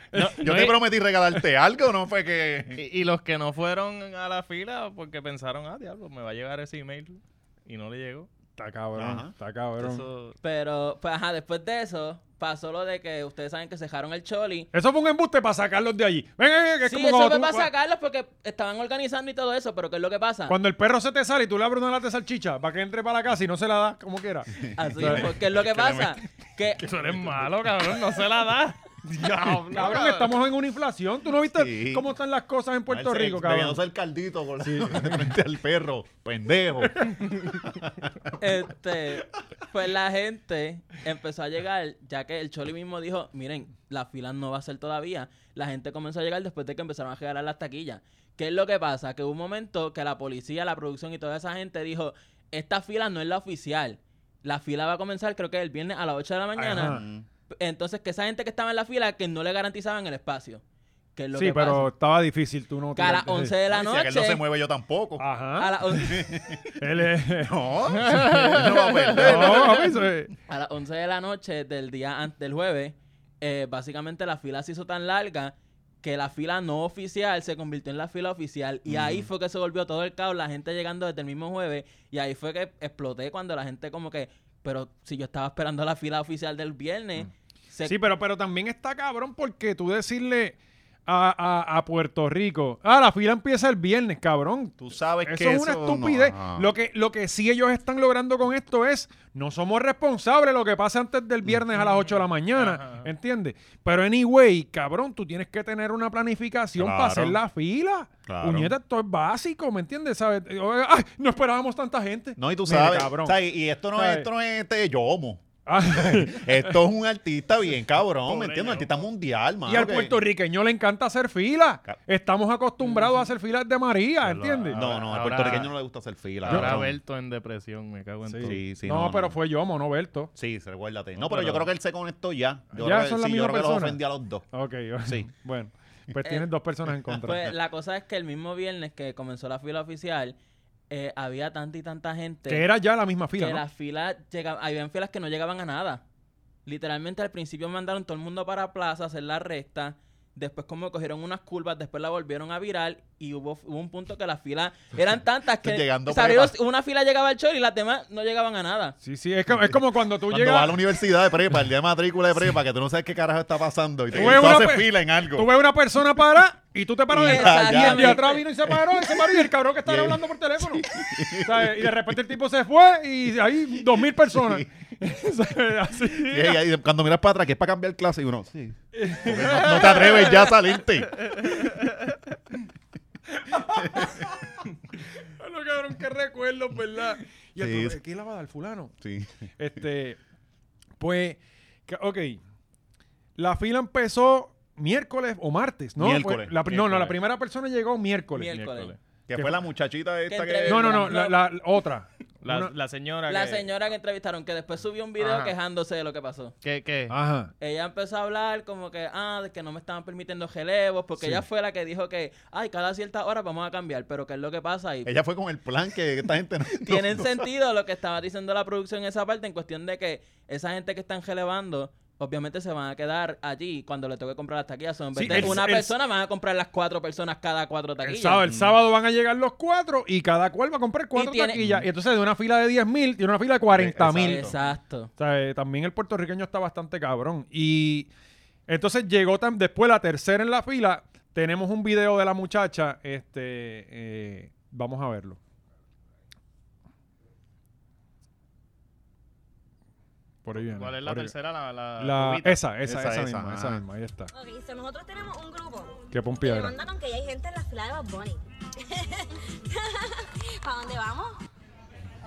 Speaker 2: Yo
Speaker 3: No, no
Speaker 2: te
Speaker 3: es-
Speaker 2: prometí regalarte algo, no fue que.
Speaker 3: Y, y los que no fueron a la fila porque pensaron, ah, diablo, me va a llegar ese email. Y no le llegó.
Speaker 1: Está cabrón,
Speaker 2: Ajá.
Speaker 1: está cabrón. Eso...
Speaker 3: Eso-
Speaker 4: Pero, pues, ajá, después de eso, pasó lo de que ustedes saben que cejaron el choli.
Speaker 1: fue un embuste para sacarlos de allí. Ven, ven, ven, que es
Speaker 4: Sí,
Speaker 1: como
Speaker 4: eso
Speaker 1: cuando,
Speaker 4: fue
Speaker 1: tú-
Speaker 4: para sacarlos porque estaban organizando y todo eso, pero ¿qué es lo que pasa?
Speaker 1: cuando el perro se te sale y tú le abres una lata de salchicha para que entre para la casa y no se la das como quiera.
Speaker 4: Así, pues, ¿qué es lo que pasa? Que
Speaker 3: Eso eres malo, cabrón. No se la da. Diablo,
Speaker 1: Cabrón, estamos en una inflación. ¿Tú no viste
Speaker 2: Sí.
Speaker 1: cómo están las cosas en Puerto
Speaker 2: Él se-
Speaker 1: Rico, cabrón?
Speaker 2: bebiéndose el caldito con frente al perro. Pendejo.
Speaker 4: este, pues la gente empezó a llegar, ya que el Choli mismo dijo, miren, la fila no va a ser todavía. La gente comenzó a llegar después de que empezaron a regalar las taquillas. ¿Qué es lo que pasa? Que hubo un momento que la policía, la producción y toda esa gente dijo, esta fila no es la oficial. la fila va a comenzar creo que el viernes a las 8 de la mañana.
Speaker 1: Ajá.
Speaker 4: Entonces, que esa gente que estaba en la fila, que no le garantizaban el espacio. Que es lo
Speaker 1: Sí,
Speaker 4: que
Speaker 1: pero
Speaker 4: pasa.
Speaker 1: estaba difícil tú no.
Speaker 4: Que a las
Speaker 1: tirarte-
Speaker 4: 11 de la
Speaker 2: Ay, Si aquel no
Speaker 4: noche...
Speaker 2: se mueve yo tampoco.
Speaker 1: Ajá.
Speaker 4: A las on-
Speaker 1: Él es-
Speaker 2: No, él no va a perder.
Speaker 1: No, papi, eso es-
Speaker 4: a las 11 de la noche del día antes del jueves, eh, básicamente la fila se hizo tan larga que la fila no oficial se convirtió en la fila oficial y ahí fue que se volvió todo el caos, la gente llegando desde el mismo jueves y ahí fue que exploté cuando la gente como que, pero si yo estaba esperando la fila oficial del viernes, se-
Speaker 1: Mm. Sí, pero, pero también está cabrón porque tú decirle a, a- a Puerto Rico, ah, la fila empieza el viernes, cabrón.
Speaker 2: Tú sabes
Speaker 1: Eso
Speaker 2: que
Speaker 1: es una
Speaker 2: eso no, Ah.
Speaker 1: estupidez.
Speaker 2: ajá.
Speaker 1: Lo, que, lo que sí ellos están logrando con esto es, no somos responsables lo que pasa antes del viernes a las 8 de la
Speaker 3: Ajá,
Speaker 1: mañana,
Speaker 3: ajá.
Speaker 1: ¿entiendes? Pero anyway, cabrón, tú tienes que tener una planificación para
Speaker 2: Claro.
Speaker 1: hacer la fila.
Speaker 2: Claro.
Speaker 1: Puñeta, esto es básico, ¿me entiendes? ¿Sabes? Eh, oh, Ay, no esperábamos tanta gente.
Speaker 2: No, y tú
Speaker 1: Mira,
Speaker 2: sabes.
Speaker 1: cabrón.
Speaker 2: ¿sabes? Y esto no,
Speaker 1: ¿Sabes?
Speaker 2: es, esto no es este yomo.
Speaker 1: Ah.
Speaker 2: Esto es un artista bien cabrón, ¿me
Speaker 3: Pobre
Speaker 2: entiendes? Un
Speaker 3: yomo.
Speaker 2: artista mundial, mano.
Speaker 1: Y al
Speaker 2: que-
Speaker 1: puertorriqueño le encanta hacer fila.
Speaker 2: Ca-
Speaker 1: Estamos acostumbrados a hacer filas de María, ¿entiendes?
Speaker 2: No, no, al
Speaker 3: Ahora-
Speaker 2: puertorriqueño no le gusta hacer fila.
Speaker 3: Ahora
Speaker 2: cabrón.
Speaker 3: Berto en depresión, me cago en todo.
Speaker 2: Sí, sí,
Speaker 1: no, pero fue yo, no Berto.
Speaker 2: Sí, recuérdate.
Speaker 3: No,
Speaker 2: No, pero yo
Speaker 3: pero-
Speaker 2: creo que él se conectó ya. Yo
Speaker 1: Ya
Speaker 2: creo que,
Speaker 1: son la
Speaker 2: sí,
Speaker 1: misma
Speaker 2: yo creo que
Speaker 1: persona.
Speaker 2: los ofendí a los dos.
Speaker 1: Ok,
Speaker 2: Sí.
Speaker 1: bueno. Pues
Speaker 4: Eh,
Speaker 1: tienes dos personas en contra.
Speaker 4: pues la cosa es que el mismo viernes que comenzó la fila oficial, eh, había tanta y tanta gente.
Speaker 1: que era ya la misma fila,
Speaker 4: que
Speaker 1: ¿no?
Speaker 4: las filas llegaban, habían filas que no llegaban a nada. Literalmente al principio mandaron todo el mundo para plaza a hacer la recta. Después como cogieron unas curvas, después la volvieron a virar y hubo, hubo un punto que las filas eran tantas que
Speaker 2: Llegando
Speaker 4: se abrieron-
Speaker 2: prepa.
Speaker 4: una fila llegaba al chor y las demás no llegaban a nada.
Speaker 1: Sí, sí, es, como- es como cuando tú
Speaker 2: Cuando vas a
Speaker 1: llegas...
Speaker 2: la universidad de prepa, el día de matrícula de prepa, que tú no sabes qué carajo está pasando y te
Speaker 1: Tú ves
Speaker 2: tú
Speaker 1: una
Speaker 2: haces
Speaker 1: pe-
Speaker 2: fila en algo.
Speaker 1: Tú ves una persona para y tú te paras
Speaker 2: Y
Speaker 1: de
Speaker 2: ya,
Speaker 1: y el de
Speaker 2: ya.
Speaker 1: atrás vino y se paró, y se paró y el cabrón que estaba
Speaker 2: Yeah.
Speaker 1: hablando por teléfono. ¿Sabes? Y de repente el tipo se fue y hay dos mil personas. ¿Sabes? Así.
Speaker 2: Sí, y- y cuando miras para atrás, que es para cambiar clase, y uno, sí. Porque No, no te atreves ya a salirte.
Speaker 1: Bueno, cabrón, qué recuerdos, ¿verdad? Y
Speaker 2: Sí.
Speaker 1: el otro, ¿qué la va a dar fulano?
Speaker 2: Sí.
Speaker 1: Este, pues, que- ok. La fila empezó miércoles o martes, ¿no?
Speaker 2: Miércoles,
Speaker 1: Pues, la pri- No, no, la
Speaker 3: miércoles.
Speaker 1: primera persona llegó miércoles.
Speaker 4: Miércoles.
Speaker 2: Que
Speaker 1: Que-
Speaker 2: fue la muchachita esta
Speaker 4: entre-
Speaker 2: que.
Speaker 1: No, no, no, la, la- la otra.
Speaker 3: La,
Speaker 1: Una-
Speaker 3: la señora
Speaker 4: La
Speaker 3: que-
Speaker 4: señora que entrevistaron, que después subió un video
Speaker 3: Ajá.
Speaker 4: quejándose de lo que pasó.
Speaker 3: ¿Qué, qué?
Speaker 1: Ajá.
Speaker 4: Ella empezó a hablar como que, ah, de que no me estaban permitiendo relevos, porque ella fue la que dijo que, ay, cada cierta hora vamos a cambiar, pero ¿qué es lo que pasa? Y
Speaker 2: Ella fue con el plan que esta gente no.
Speaker 4: tienen
Speaker 2: no-
Speaker 4: sentido lo que estaba diciendo la producción en esa parte en cuestión de que esa gente que están relevando obviamente se van a quedar allí cuando le toque comprar las taquillas So, en vez
Speaker 1: Sí,
Speaker 4: de
Speaker 1: el-
Speaker 4: una
Speaker 1: el-
Speaker 4: persona van a comprar las cuatro personas cada cuatro
Speaker 1: El
Speaker 4: taquillas
Speaker 1: sábado, el sábado van a llegar los cuatro y cada cual va a comprar cuatro
Speaker 4: tiene-
Speaker 1: taquillas. Y entonces de una fila de 10 mil, tiene una fila de 40 mil.
Speaker 4: exacto
Speaker 1: O sea, eh, también el puertorriqueño está bastante cabrón. Y entonces llegó tam- después la tercera en la fila. Tenemos un video de la muchacha. Este, eh, vamos a verlo. Por ahí viene.
Speaker 3: ¿Cuál es la
Speaker 1: por ahí-
Speaker 3: tercera? La, la,
Speaker 1: La-
Speaker 3: cubita.
Speaker 1: esa, esa, esa,
Speaker 2: Esa, esa,
Speaker 1: misma, esa
Speaker 2: ajá.
Speaker 1: misma. Ahí está.
Speaker 5: Ok, so nosotros tenemos un grupo
Speaker 1: Qué
Speaker 5: que me
Speaker 1: pompiedra.
Speaker 5: mandaron que ya hay gente en la fila de Bad Bunny. ¿Para dónde vamos?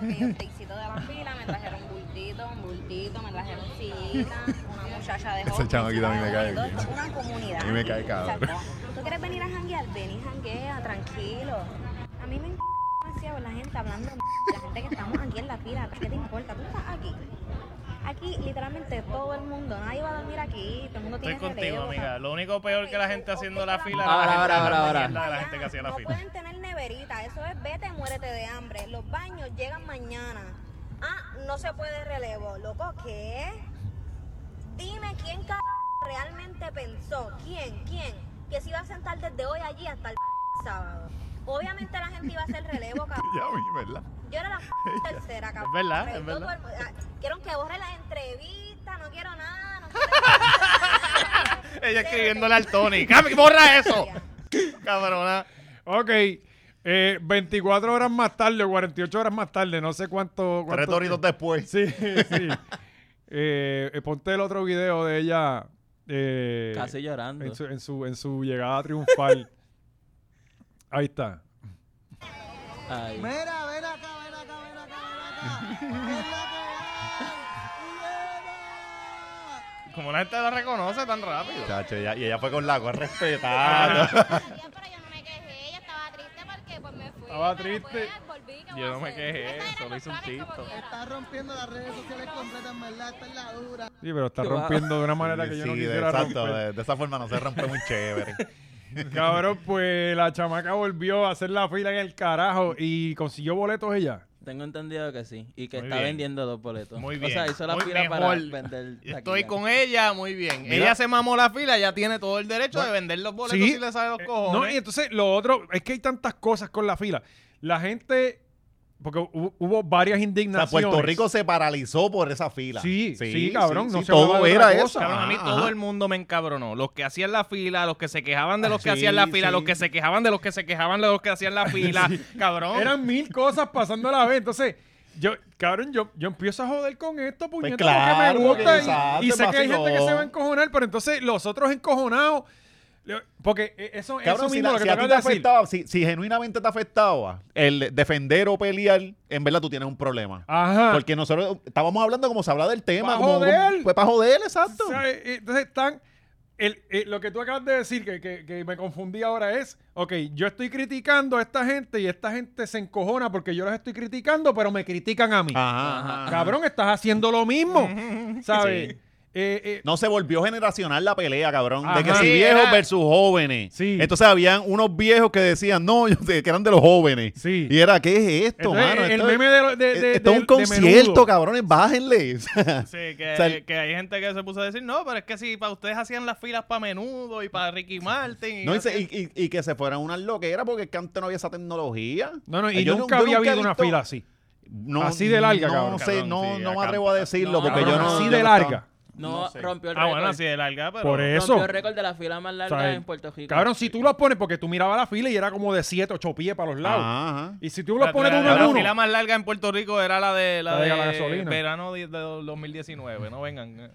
Speaker 5: Eh,
Speaker 6: un tricito de la fila, me trajeron un bultito, un bultito, me trajeron sillita, una muchacha de
Speaker 2: Ese chamaquito a mí me cae
Speaker 6: Todo esto
Speaker 2: bien.
Speaker 6: es Una comunidad.
Speaker 2: A mí me cae cabrón.
Speaker 6: O sea, ¿Tú quieres venir a janguear? Ven y janguea, tranquilo.
Speaker 5: A mí me encanta la gente hablando m- la gente que estamos aquí en la fila. ¿Qué te importa? Tú estás aquí. Aquí literalmente todo el mundo, nadie va a dormir aquí, todo el mundo
Speaker 3: Estoy
Speaker 5: tiene
Speaker 3: contigo,
Speaker 5: relevo, o sea,
Speaker 3: amiga. Lo único peor que la gente haciendo la fila era
Speaker 4: Ahora, ahora,
Speaker 3: la gente
Speaker 4: ahora,
Speaker 3: hablando
Speaker 4: ahora.
Speaker 3: mierda de la gente que hacía la
Speaker 5: no
Speaker 3: fila.
Speaker 5: pueden tener neverita, eso es vete, muérete de hambre. Los baños llegan mañana. Ah, no se puede relevo, loco, ¿qué? Dime quién c- realmente pensó, quién, quién, que se iba a sentar desde hoy allí hasta el sábado. Obviamente la gente iba a hacer relevo, cabrón.
Speaker 2: Ya vi, ¿verdad?
Speaker 5: Yo era la tercera, cabrón.
Speaker 3: Es verdad,
Speaker 5: Pero
Speaker 3: es
Speaker 5: yo
Speaker 3: verdad.
Speaker 5: duermo- ah, Quiero que borre la entrevista, no quiero nada, no quiero
Speaker 3: Ella escribiéndole al Tony. "Cami, ¡Borra eso!
Speaker 5: nada.
Speaker 3: Cabrona.
Speaker 1: Ok. eh, 24 horas más tarde, o 48 horas más tarde, no sé cuánto. cuánto
Speaker 2: Tres doritos después.
Speaker 1: Sí, sí. Eh, eh, ponte el otro video de ella. eh,
Speaker 4: casi llorando
Speaker 1: en su, en su, en su llegada triunfal. Ahí está.
Speaker 4: Ay.
Speaker 7: Mira, ven acá, ven acá, ven acá, ven acá. ¿Qué es la que hay?
Speaker 3: Como la gente la reconoce tan rápido.
Speaker 2: Chacho, ella- y ella fue con la gorra respetada.
Speaker 8: Pero yo no me quejé, ella estaba triste porque pues me fui.
Speaker 1: Estaba
Speaker 8: pero,
Speaker 1: triste.
Speaker 8: pues, volví, que
Speaker 3: Yo no me quejé,
Speaker 6: Esa era
Speaker 3: solo hice un
Speaker 6: Flores como
Speaker 3: tito.
Speaker 6: quiera.
Speaker 7: Está rompiendo las redes sociales completas, en verdad. Esta es la dura.
Speaker 1: Sí, pero está
Speaker 4: Qué va.
Speaker 1: rompiendo de una manera que yo no
Speaker 2: Sí, de-
Speaker 1: quisiera
Speaker 2: exacto,
Speaker 1: romper.
Speaker 2: de, de esa forma no se rompe muy chévere.
Speaker 1: Cabrón, pues la chamaca volvió a hacer la fila en el carajo y consiguió boletos ella.
Speaker 4: Tengo entendido que sí. Y que
Speaker 3: Muy
Speaker 4: está
Speaker 3: bien.
Speaker 4: vendiendo dos boletos.
Speaker 3: Muy bien.
Speaker 4: O sea, hizo la
Speaker 3: muy
Speaker 4: fila
Speaker 3: mejor.
Speaker 4: para vender.
Speaker 3: Estoy
Speaker 4: taquilla.
Speaker 3: con ella, muy bien.
Speaker 2: Mira.
Speaker 3: Ella se mamó la fila, ya tiene todo el derecho
Speaker 2: Bueno,
Speaker 3: de vender los boletos
Speaker 1: sí. Eh,
Speaker 3: si le sale los
Speaker 1: No, y
Speaker 3: cojones.
Speaker 1: entonces lo otro, es que hay tantas cosas con la fila. La gente, porque hubo, hubo varias
Speaker 2: O sea,
Speaker 1: indignaciones.
Speaker 2: Puerto Rico se paralizó por esa fila.
Speaker 1: Sí, sí, cabrón, no se hablaba
Speaker 2: todo
Speaker 1: de
Speaker 2: era
Speaker 1: otra
Speaker 2: eso.
Speaker 1: cosa.
Speaker 3: Cabrón, a mí
Speaker 2: Ajá,
Speaker 3: todo
Speaker 2: ajá.
Speaker 3: el mundo me encabronó. Los que hacían la fila, los que se quejaban de los que
Speaker 2: Ah, Sí,
Speaker 3: hacían la fila,
Speaker 2: sí.
Speaker 3: los que se quejaban de los que se quejaban de los que hacían la fila. Cabrón.
Speaker 1: Eran mil cosas pasando a la vez. Entonces, yo, cabrón, yo, yo empiezo a joder con esto, puñeta,
Speaker 2: Pues claro,
Speaker 1: porque me gusta.
Speaker 2: porque
Speaker 1: y- Y, sé que hay
Speaker 2: exacto,
Speaker 1: gente que se va a
Speaker 2: vacilón.
Speaker 1: encojonar, pero entonces los otros encojonados. le- Porque eh, eso,
Speaker 2: Cabrón,
Speaker 1: eso
Speaker 2: si,
Speaker 1: mismo
Speaker 2: la-
Speaker 1: lo que
Speaker 2: si
Speaker 1: te
Speaker 2: a ti
Speaker 1: acabas
Speaker 2: te
Speaker 1: de decir.
Speaker 2: afectaba, si, si genuinamente te afectaba el defender o pelear, en verdad tú tienes un problema.
Speaker 1: Ajá.
Speaker 2: Porque nosotros estábamos hablando como se habla del tema.
Speaker 1: Ah. Pa'
Speaker 2: como,
Speaker 1: joder.
Speaker 2: Pues para joder, exacto.
Speaker 1: ¿Sabes? Entonces están. el- eh, lo que tú acabas de decir, que, que- que me confundí ahora, es: ok, yo estoy criticando a esta gente y esta gente se encojona porque yo las estoy criticando, pero me critican a mí.
Speaker 2: Ajá, ajá, ajá.
Speaker 1: Cabrón, estás haciendo lo mismo. ¿Sabes?
Speaker 2: Sí.
Speaker 1: Eh, eh,
Speaker 2: No se volvió generacional la pelea, cabrón. De que
Speaker 1: Ajá.
Speaker 2: si
Speaker 1: Sí,
Speaker 2: viejos
Speaker 3: era-
Speaker 2: versus jóvenes.
Speaker 1: Sí.
Speaker 2: Entonces habían unos viejos que decían, no, yo sé que eran de los jóvenes.
Speaker 1: Sí.
Speaker 2: Y era, ¿qué es esto,
Speaker 1: entonces,
Speaker 2: mano?
Speaker 1: el
Speaker 2: Esto es-
Speaker 1: meme de, lo- de, de-
Speaker 2: Eh, esto es
Speaker 1: de-
Speaker 2: un
Speaker 1: de Menudo.
Speaker 2: concierto, cabrones, bájenle.
Speaker 3: Sí, que,
Speaker 2: O sea, el-
Speaker 3: que hay gente que se puso a decir, no, pero es que si para ustedes hacían las filas para menudo y para Ricky Martin. y Ah,
Speaker 2: No, y,
Speaker 3: hacían-
Speaker 2: se- y- y- y que se fueran unas loqueras porque es que antes no había esa tecnología.
Speaker 1: No, no, y
Speaker 2: Yo
Speaker 1: nunca
Speaker 2: yo
Speaker 1: había habido
Speaker 2: he
Speaker 1: una
Speaker 2: visto-
Speaker 1: fila así.
Speaker 2: No,
Speaker 1: Así de larga,
Speaker 2: no
Speaker 1: cabrón.
Speaker 2: sé,
Speaker 3: Cabrón,
Speaker 2: no,
Speaker 3: sí,
Speaker 2: no me
Speaker 3: acá-
Speaker 2: atrevo a decirlo
Speaker 4: No,
Speaker 2: porque yo
Speaker 1: Cabrón,
Speaker 2: no.
Speaker 1: así
Speaker 2: yo
Speaker 1: de
Speaker 2: no
Speaker 1: larga.
Speaker 4: No,
Speaker 2: No sé.
Speaker 4: rompió el
Speaker 3: Ah,
Speaker 4: récord.
Speaker 3: bueno, así de larga, pero...
Speaker 1: Por eso.
Speaker 4: Rompió el récord de la fila más larga
Speaker 1: O sea,
Speaker 4: en Puerto Rico.
Speaker 1: Cabrón, si tú los pones, porque tú mirabas la fila y era como de 7, 8 pies para los lados.
Speaker 2: Ajá, ajá.
Speaker 1: Y si tú los
Speaker 3: La-
Speaker 1: pones de
Speaker 3: la-
Speaker 1: uno en
Speaker 3: La
Speaker 1: uno.
Speaker 3: fila más larga en Puerto Rico era la de la,
Speaker 1: La de
Speaker 3: de,
Speaker 1: la gasolina.
Speaker 3: verano de, de 2019. No vengan.
Speaker 1: Eh,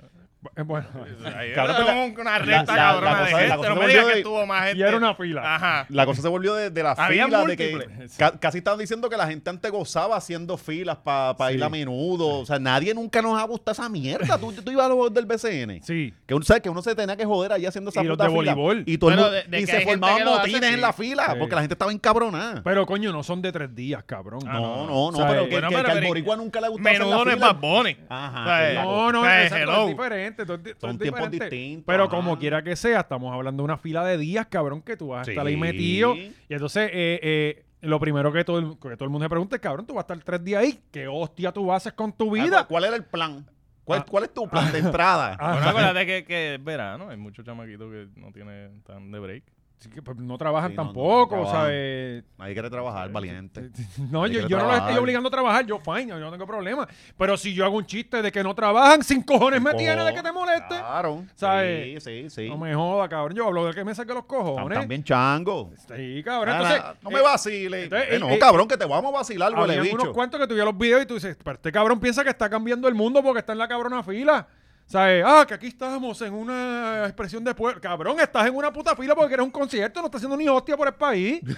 Speaker 1: Bueno,
Speaker 2: Cabrón,
Speaker 3: Era
Speaker 2: pero-
Speaker 3: como
Speaker 2: la-
Speaker 3: una recta
Speaker 2: la- la
Speaker 3: cabrona de
Speaker 2: cosa- la cosa
Speaker 3: gente. No
Speaker 2: se
Speaker 3: me
Speaker 2: volvió
Speaker 3: digas que
Speaker 2: de-
Speaker 3: estuvo más gente.
Speaker 1: y era una fila.
Speaker 3: Este, Ajá.
Speaker 2: La cosa se volvió de, de la
Speaker 3: Había
Speaker 2: fila, de que
Speaker 3: múltiples.
Speaker 2: ca- casi estaba diciendo que la gente antes gozaba haciendo filas para
Speaker 1: Sí.
Speaker 2: ir a menudo. O sea, nadie nunca nos ha gustado esa mierda. Tú, tú ibas a los del BCN.
Speaker 1: Sí.
Speaker 2: Que uno sabe que uno se tenía que joder allí haciendo esa
Speaker 1: Y los
Speaker 2: puta
Speaker 1: de
Speaker 2: fila.
Speaker 1: voleibol.
Speaker 2: Y, todo el
Speaker 3: Bueno,
Speaker 2: mundo-
Speaker 3: de- de
Speaker 2: y
Speaker 3: que
Speaker 2: se
Speaker 3: hay gente
Speaker 2: formaban
Speaker 3: que lo hace,
Speaker 2: motines en
Speaker 3: sí.
Speaker 2: la fila
Speaker 1: Sí.
Speaker 2: porque la gente estaba encabronada.
Speaker 1: Pero coño, no son de tres días, cabrón.
Speaker 3: Ah,
Speaker 2: no, no, no,
Speaker 1: O sea,
Speaker 2: pero que,
Speaker 3: bueno,
Speaker 2: que-
Speaker 3: pero
Speaker 2: que al
Speaker 3: que-
Speaker 2: boricua nunca le gustó hacer la
Speaker 3: Menudo no es
Speaker 2: fila.
Speaker 3: Bad Bunny.
Speaker 2: Ajá,
Speaker 3: O sea,
Speaker 2: claro.
Speaker 1: No, no,
Speaker 3: Eh,
Speaker 1: exacto,
Speaker 3: hello.
Speaker 1: es diferente. todo es di- todo
Speaker 2: Son
Speaker 1: es
Speaker 2: tiempos
Speaker 1: diferente.
Speaker 2: distintos,
Speaker 1: Pero
Speaker 2: ajá.
Speaker 1: como quiera que sea, estamos hablando de una fila de días, cabrón, que tú vas a estar ahí
Speaker 2: Sí.
Speaker 1: metido. Y entonces, eh, eh, lo primero que todo, el, que todo el mundo se pregunta es, cabrón, tú vas a estar tres días ahí. ¿Qué hostia tú haces con tu
Speaker 2: Ah,
Speaker 1: vida?
Speaker 2: ¿cuál- ¿Cuál era el plan? ¿Cuál,
Speaker 1: Ah.
Speaker 2: cuál es tu plan de entrada?
Speaker 3: Bueno, acuérdate que, que es verano. Hay muchos chamaquitos que no tienen tan de break.
Speaker 1: Así que, pues, no trabajan
Speaker 2: Sí, no, no, no
Speaker 1: tampoco, o sea,
Speaker 2: trabajan.
Speaker 1: eh,
Speaker 2: Nadie quiere trabajar, valiente.
Speaker 1: No,
Speaker 2: Hay
Speaker 1: yo,
Speaker 2: que
Speaker 1: yo no los estoy
Speaker 2: trabajar.
Speaker 1: obligando a trabajar, yo fine, yo no tengo problema. Pero si yo hago un chiste de que no trabajan, sin cojones me tiene de que te moleste.
Speaker 2: Claro.
Speaker 1: ¿Sabes?
Speaker 2: Sí, sí, sí.
Speaker 1: No me joda, cabrón. Yo hablo de que me saque los cojones.
Speaker 2: También chango.
Speaker 1: Sí, cabrón.
Speaker 2: Ah,
Speaker 1: Entonces,
Speaker 2: no
Speaker 1: eh,
Speaker 2: me vaciles.
Speaker 1: entonces,
Speaker 2: Eh, no,
Speaker 1: eh, eh,
Speaker 2: cabrón, que te vamos a vacilar, huele
Speaker 1: habían unos
Speaker 2: bicho.
Speaker 1: cuantos que tuvieron los videos y tú dices, pero este cabrón piensa que está cambiando el mundo porque está en la cabrona fila. ¿Sabes? Ah, que aquí estamos en una expresión de pueblo. Cabrón, estás en una puta fila porque eres un concierto, no estás haciendo ni hostia por el país. eh,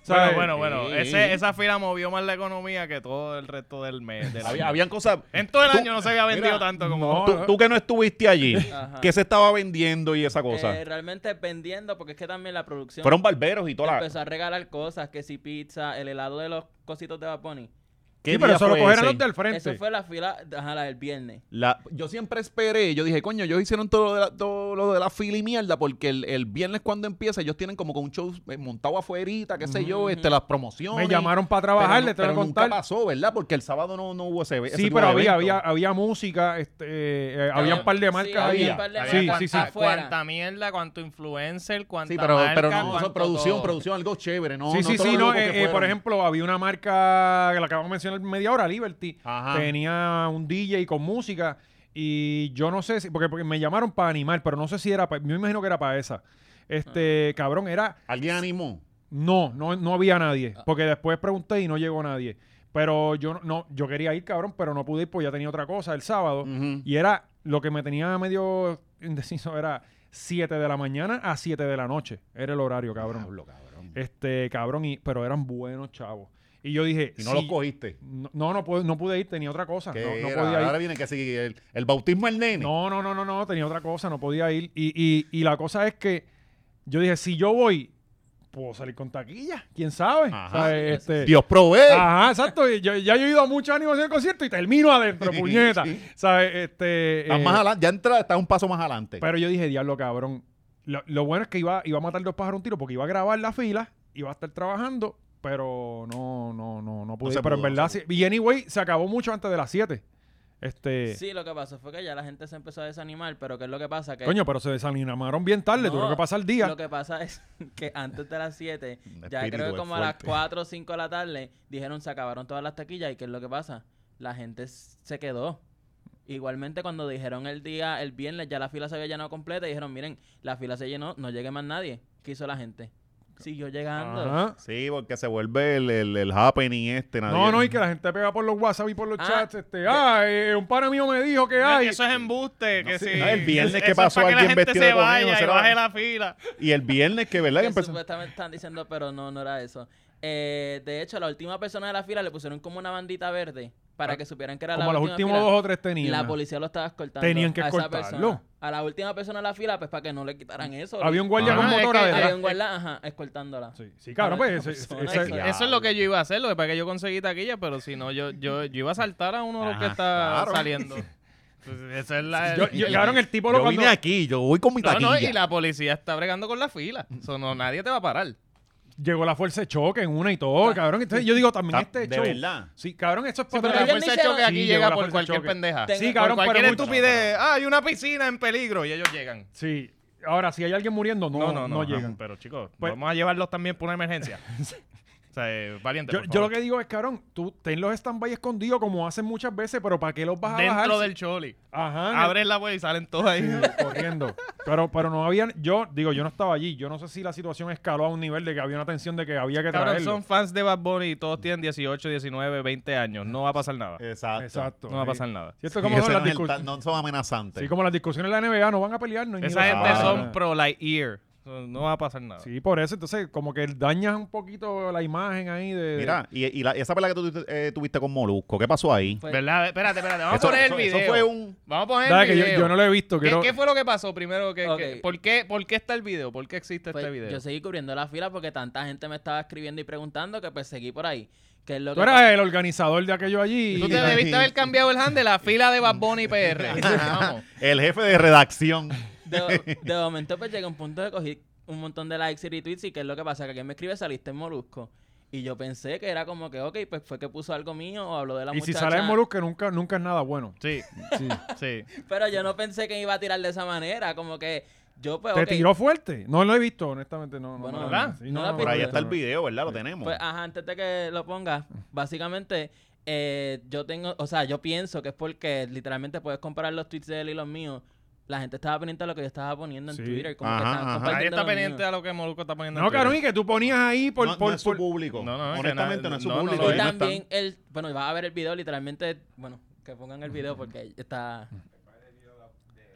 Speaker 1: ¿Sabes?
Speaker 3: Bueno, bueno, bueno.
Speaker 2: Sí.
Speaker 3: Ese, esa fila movió más la economía que todo el resto del mes. del
Speaker 2: Había-
Speaker 3: año.
Speaker 2: habían cosas.
Speaker 3: En todo el
Speaker 2: Tú-
Speaker 3: año no se había vendido
Speaker 2: mira,
Speaker 3: tanto como...
Speaker 1: no, eh,
Speaker 2: Tú, tú que no estuviste allí,
Speaker 4: Ajá.
Speaker 2: que se estaba vendiendo y esa cosa.
Speaker 4: Eh, realmente vendiendo, porque es que también la producción
Speaker 2: Fueron barberos y toda la.
Speaker 4: empezó a regalar cosas, que si pizza, el helado de los cositos de Vaponi.
Speaker 2: ¿Qué
Speaker 1: sí, pero
Speaker 2: día
Speaker 1: eso lo
Speaker 2: fue
Speaker 1: cogieron
Speaker 2: ese?
Speaker 1: los del frente.
Speaker 4: Eso fue la fila, ajá, la del viernes.
Speaker 2: La- yo siempre esperé, yo dije, coño, ellos hicieron todo lo de la, todo lo de la fila y mierda, porque el, el viernes cuando empieza, ellos tienen como que un show eh, montado afuerita, qué sé yo, este, las promociones.
Speaker 1: Me llamaron para trabajar,
Speaker 2: pero,
Speaker 1: les
Speaker 2: no-
Speaker 1: tengo que
Speaker 2: pero
Speaker 1: contar.
Speaker 2: nunca pasó, ¿verdad? Porque el sábado no, no hubo ese ese
Speaker 1: Sí,
Speaker 2: tipo
Speaker 1: pero
Speaker 2: de
Speaker 1: había,
Speaker 2: evento.
Speaker 1: había, había música, este, eh, eh, había un par de marcas
Speaker 4: sí,
Speaker 1: ahí.
Speaker 2: había.
Speaker 4: había un par de
Speaker 1: Había
Speaker 4: marcas Ah,
Speaker 1: sí, sí, sí.
Speaker 4: afuera.
Speaker 3: Cuánta mierda, cuánto influencer, cuánta
Speaker 2: Sí, pero,
Speaker 3: marca,
Speaker 2: pero no,
Speaker 3: cuánto
Speaker 2: eso producción,
Speaker 3: todo.
Speaker 2: producción, algo chévere, ¿no?
Speaker 1: sí,
Speaker 2: no
Speaker 1: sí,
Speaker 2: todos
Speaker 1: sí, no,
Speaker 2: los grupos
Speaker 1: eh,
Speaker 2: que
Speaker 1: eh, por
Speaker 2: fueron.
Speaker 1: ejemplo, había una marca que la acabamos de mencionar media hora, Liberty.
Speaker 2: Ajá.
Speaker 1: Tenía un DJ con música y yo no sé si, porque, porque me llamaron para animar, pero no sé si era, para, yo me imagino que era para esa. Este,
Speaker 2: Ah.
Speaker 1: cabrón, era,
Speaker 2: ¿Alguien animó?
Speaker 1: no, no, no había nadie,
Speaker 2: Ah.
Speaker 1: porque después pregunté y no llegó nadie. Pero yo no- no, yo quería ir, cabrón, pero no pude ir porque ya tenía otra cosa el sábado.
Speaker 2: Ujú.
Speaker 1: Y era lo que me tenía medio indeciso era 7 de la mañana a 7 de la noche. Era el horario, cabrón.
Speaker 2: Diablo, cabrón.
Speaker 1: Este, cabrón, y, pero eran buenos chavos. Y yo dije,
Speaker 2: Y no
Speaker 1: sí,
Speaker 2: los cogiste.
Speaker 1: No, no, no pude, no pude ir, tenía otra cosa. No,
Speaker 2: ¿Qué
Speaker 1: no
Speaker 2: era?
Speaker 1: podía
Speaker 2: Ahora
Speaker 1: ir.
Speaker 2: viene que sí, el, el bautismo del nene.
Speaker 1: No, no, no, no, no, tenía otra cosa, no podía ir. Y, y, y la cosa es que yo dije, si yo voy, puedo salir con taquilla. ¿Quién sabe?
Speaker 2: Ajá.
Speaker 1: ¿Sabe? Este,
Speaker 2: Dios provee.
Speaker 1: Ajá, exacto. Y yo- ya yo he ido a muchos animaciones de concierto y termino adentro, puñeta.
Speaker 2: Sí.
Speaker 1: ¿Sabes? Este,
Speaker 2: Estás
Speaker 1: eh,
Speaker 2: más adelante, ya entra, está un paso más adelante.
Speaker 1: pero yo dije, diablo, cabrón. Lo, lo bueno es que iba, iba a matar dos pájaros un tiro porque iba a grabar la fila, iba a estar trabajando, pero no, no, no, no pude.
Speaker 2: se
Speaker 1: pero
Speaker 2: pudo,
Speaker 1: en
Speaker 2: no
Speaker 1: verdad, sí.
Speaker 2: se
Speaker 1: Y anyway, se acabó mucho antes de las 7. Este.
Speaker 4: Sí, lo que pasó fue que ya la gente se empezó a desanimar, pero ¿qué es lo que pasa? Que
Speaker 1: Coño, pero se desanimaron bien tarde,
Speaker 4: No,
Speaker 1: tuvieron que pasar el día.
Speaker 4: Lo que pasa es que antes de las 7,
Speaker 2: Un
Speaker 4: ya
Speaker 2: espíritu
Speaker 4: creo
Speaker 2: de
Speaker 4: que como a las
Speaker 2: fuerte.
Speaker 4: 4 o 5 de la tarde, dijeron se acabaron todas las taquillas y ¿qué es lo que pasa? La gente s- se quedó. Igualmente cuando dijeron el día, el viernes, ya la fila se había llenado completa y dijeron, miren, la fila se llenó, no llegue más nadie. ¿Qué hizo la gente? Siguió llegando.
Speaker 1: Ajá.
Speaker 2: Sí, porque se vuelve el, el, el happening este. nadie-
Speaker 1: No, no, y que la gente pega por los WhatsApp y por los
Speaker 4: Ah,
Speaker 1: chats. Este, ah, eh, un pana mío me dijo que hay.
Speaker 3: Eso es embuste. Que
Speaker 1: No, sí.
Speaker 3: si-
Speaker 2: No, el viernes
Speaker 3: eso
Speaker 2: que
Speaker 3: es para
Speaker 2: pasó
Speaker 3: la
Speaker 2: alguien
Speaker 3: gente
Speaker 2: vestido
Speaker 3: se
Speaker 2: de conejo,
Speaker 3: vaya y
Speaker 2: será.
Speaker 3: baje la fila.
Speaker 2: Y el viernes que, ¿verdad?
Speaker 4: Que
Speaker 2: Que empezó-
Speaker 4: supuestamente están diciendo, pero no, no era eso. Eh, de hecho, la última persona de la fila le pusieron como una bandita verde para
Speaker 1: Ah,
Speaker 4: que supieran que era
Speaker 1: Como
Speaker 4: la
Speaker 1: los
Speaker 4: última
Speaker 1: últimos
Speaker 4: fila.
Speaker 1: dos o tres tenían.
Speaker 4: La policía lo estaba escoltando.
Speaker 1: Tenían que
Speaker 4: a esa
Speaker 1: escoltarlo. Mm,
Speaker 4: persona. A la última persona en la fila, pues para que no le quitaran eso.
Speaker 1: Había un guardia
Speaker 2: Ah,
Speaker 1: con
Speaker 3: es
Speaker 1: motora
Speaker 3: que-
Speaker 1: detrás.
Speaker 4: Había un guardia, ajá, escoltándola.
Speaker 1: Sí, sí, cabrón,
Speaker 4: Había
Speaker 1: pues.
Speaker 4: una
Speaker 1: ese-
Speaker 4: persona,
Speaker 1: ese-
Speaker 4: eso-
Speaker 3: Eso es lo que yo iba a hacer, lo que para que yo conseguí taquilla, pero si no, yo, yo, yo iba a saltar a uno de los que
Speaker 2: Ah,
Speaker 3: está
Speaker 2: claro.
Speaker 3: saliendo. Entonces, Pues, Esa es la...
Speaker 1: yo, yo- cabrón, el tipo lo
Speaker 2: Yo
Speaker 1: cuando-
Speaker 2: vine aquí, yo voy con mi
Speaker 3: No,
Speaker 2: taquilla.
Speaker 3: no, y la policía está bregando con la fila. Eso no, nadie te va a parar.
Speaker 1: llegó la fuerza de choque en una y todo, cabrón. Entonces yo digo también
Speaker 2: Está-
Speaker 1: este
Speaker 2: de
Speaker 1: show.
Speaker 2: verdad.
Speaker 1: Sí, cabrón, esto es
Speaker 3: Pero
Speaker 4: pero
Speaker 1: para
Speaker 3: la
Speaker 4: ellos
Speaker 3: fuerza
Speaker 4: me
Speaker 3: de choque
Speaker 4: hicieron-
Speaker 3: aquí
Speaker 1: Sí, llegó
Speaker 3: llega
Speaker 1: la
Speaker 3: por
Speaker 1: fuerza de
Speaker 3: cualquier
Speaker 1: choque.
Speaker 3: pendeja.
Speaker 4: Tengo-
Speaker 1: Sí,
Speaker 3: Por
Speaker 1: cabrón,
Speaker 3: cualquier
Speaker 1: pero mucho-
Speaker 3: estupidez. Ah, hay una piscina en peligro y ellos llegan.
Speaker 1: Sí. Ahora, si hay alguien muriendo, no,
Speaker 3: No, no, no, ajá,
Speaker 1: llegan.
Speaker 3: Pero chicos,
Speaker 1: Pues-
Speaker 3: vamos a llevarlos también por una emergencia. o sea, eh, valiente.
Speaker 1: Yo,
Speaker 3: por
Speaker 1: yo lo
Speaker 3: favor.
Speaker 1: que digo es, cabrón, tú ten los stand-by escondidos como hacen muchas veces, pero ¿para qué los vas a bajar?
Speaker 3: Dentro
Speaker 1: si-
Speaker 3: del choli.
Speaker 1: Ajá. en el-
Speaker 3: Abres la puerta y salen todos ahí.
Speaker 1: Sí, corriendo. Pero, pero no había, yo digo, yo no estaba allí. Yo no sé si la situación escaló a un nivel de que había una tensión de que había que
Speaker 3: Cabrón,
Speaker 1: traerlo.
Speaker 3: son fans de Bad Bunny y todos tienen 18, 19, 20 años. No va a pasar nada.
Speaker 1: Eh,
Speaker 2: Exacto.
Speaker 1: Exacto.
Speaker 3: No va a
Speaker 1: Sí.
Speaker 3: pasar nada.
Speaker 1: Sí, esto es
Speaker 2: Sí,
Speaker 1: como
Speaker 2: ese
Speaker 1: son las
Speaker 2: no, es el tal-
Speaker 1: discusiones.
Speaker 2: no son amenazantes.
Speaker 1: Sí, como las discusiones de la NBA no van a pelear. Ah, No hay ni
Speaker 3: Esa
Speaker 1: una
Speaker 3: gente
Speaker 1: palabra.
Speaker 3: son pro light ear. No va a pasar nada.
Speaker 1: Sí, por eso. Entonces, como que dañas un poquito la imagen ahí de...
Speaker 2: Mira, y, y la- esa pelea que tú eh, tuviste con Molusco, ¿qué pasó ahí?
Speaker 4: Fue-
Speaker 3: ¿Verdad? Espérate, espérate. Vamos
Speaker 2: Eso-
Speaker 3: a poner
Speaker 2: eso-
Speaker 3: el video.
Speaker 2: Eso fue un...
Speaker 3: Vamos a poner
Speaker 1: Dale,
Speaker 3: el
Speaker 1: que yo,
Speaker 3: video.
Speaker 1: yo no lo he visto.
Speaker 3: ¿Qué,
Speaker 1: quiero-
Speaker 3: qué fue lo que pasó primero? ¿Qué- qué-
Speaker 4: Ok.
Speaker 3: por, qué, por qué está el video? ¿Por qué existe
Speaker 4: Pues,
Speaker 3: este video?
Speaker 4: yo seguí cubriendo la fila porque tanta gente me estaba escribiendo y preguntando que pues seguí por ahí. ¿Qué es lo
Speaker 1: Tú
Speaker 4: que pasa?
Speaker 1: eras el organizador de aquello allí.
Speaker 3: Tú te debiste haber cambiado el handle a la fila de Bad Bunny PR. Vamos.
Speaker 2: El jefe de redacción.
Speaker 4: De, de momento pues llegué a un punto de cogí un montón de likes y retweets y qué es lo que pasa, que alguien me escribe saliste en Molusco. Y yo pensé que era como que, ok, pues fue que puso algo mío o habló de la
Speaker 1: Y si
Speaker 4: muchacha.
Speaker 1: sale en Molusco, nunca, nunca es nada bueno.
Speaker 3: Sí,
Speaker 1: Sí.
Speaker 3: sí.
Speaker 4: Pero yo no pensé que iba a tirar de esa manera, como que yo pues,
Speaker 1: ¿Te
Speaker 4: ok,
Speaker 1: tiró fuerte? No lo he visto, honestamente. No, no,
Speaker 4: Bueno,
Speaker 1: no, no,
Speaker 3: ¿verdad?
Speaker 1: sí,
Speaker 4: No la
Speaker 2: Por ahí
Speaker 4: Correcto.
Speaker 2: está el video, ¿verdad? Lo tenemos.
Speaker 4: Pues, ajá, antes de que lo pongas, básicamente, eh, yo tengo, o sea, yo pienso que es porque literalmente puedes comparar los tweets de él y los míos. La gente estaba pendiente de lo que yo estaba poniendo en
Speaker 1: Sí.
Speaker 4: Twitter, como que
Speaker 2: Ajá,
Speaker 4: estaban
Speaker 2: ajá.
Speaker 4: compartiendo
Speaker 3: Ahí está
Speaker 4: los
Speaker 3: pendiente
Speaker 4: míos.
Speaker 3: a lo que Molusco está poniendo.
Speaker 1: No,
Speaker 3: en Twitter.
Speaker 1: cabrón, y que tú ponías ahí por...
Speaker 2: no, no
Speaker 1: por-
Speaker 2: es su
Speaker 1: por-
Speaker 2: público.
Speaker 3: No, no, es que
Speaker 2: Honestamente,
Speaker 3: na-
Speaker 2: no es su
Speaker 3: no, no
Speaker 2: público.
Speaker 3: lo
Speaker 4: Y
Speaker 2: Ellos no
Speaker 3: es.
Speaker 2: están-
Speaker 4: también él, bueno, vas a ver el video, literalmente, bueno, que pongan el video porque está,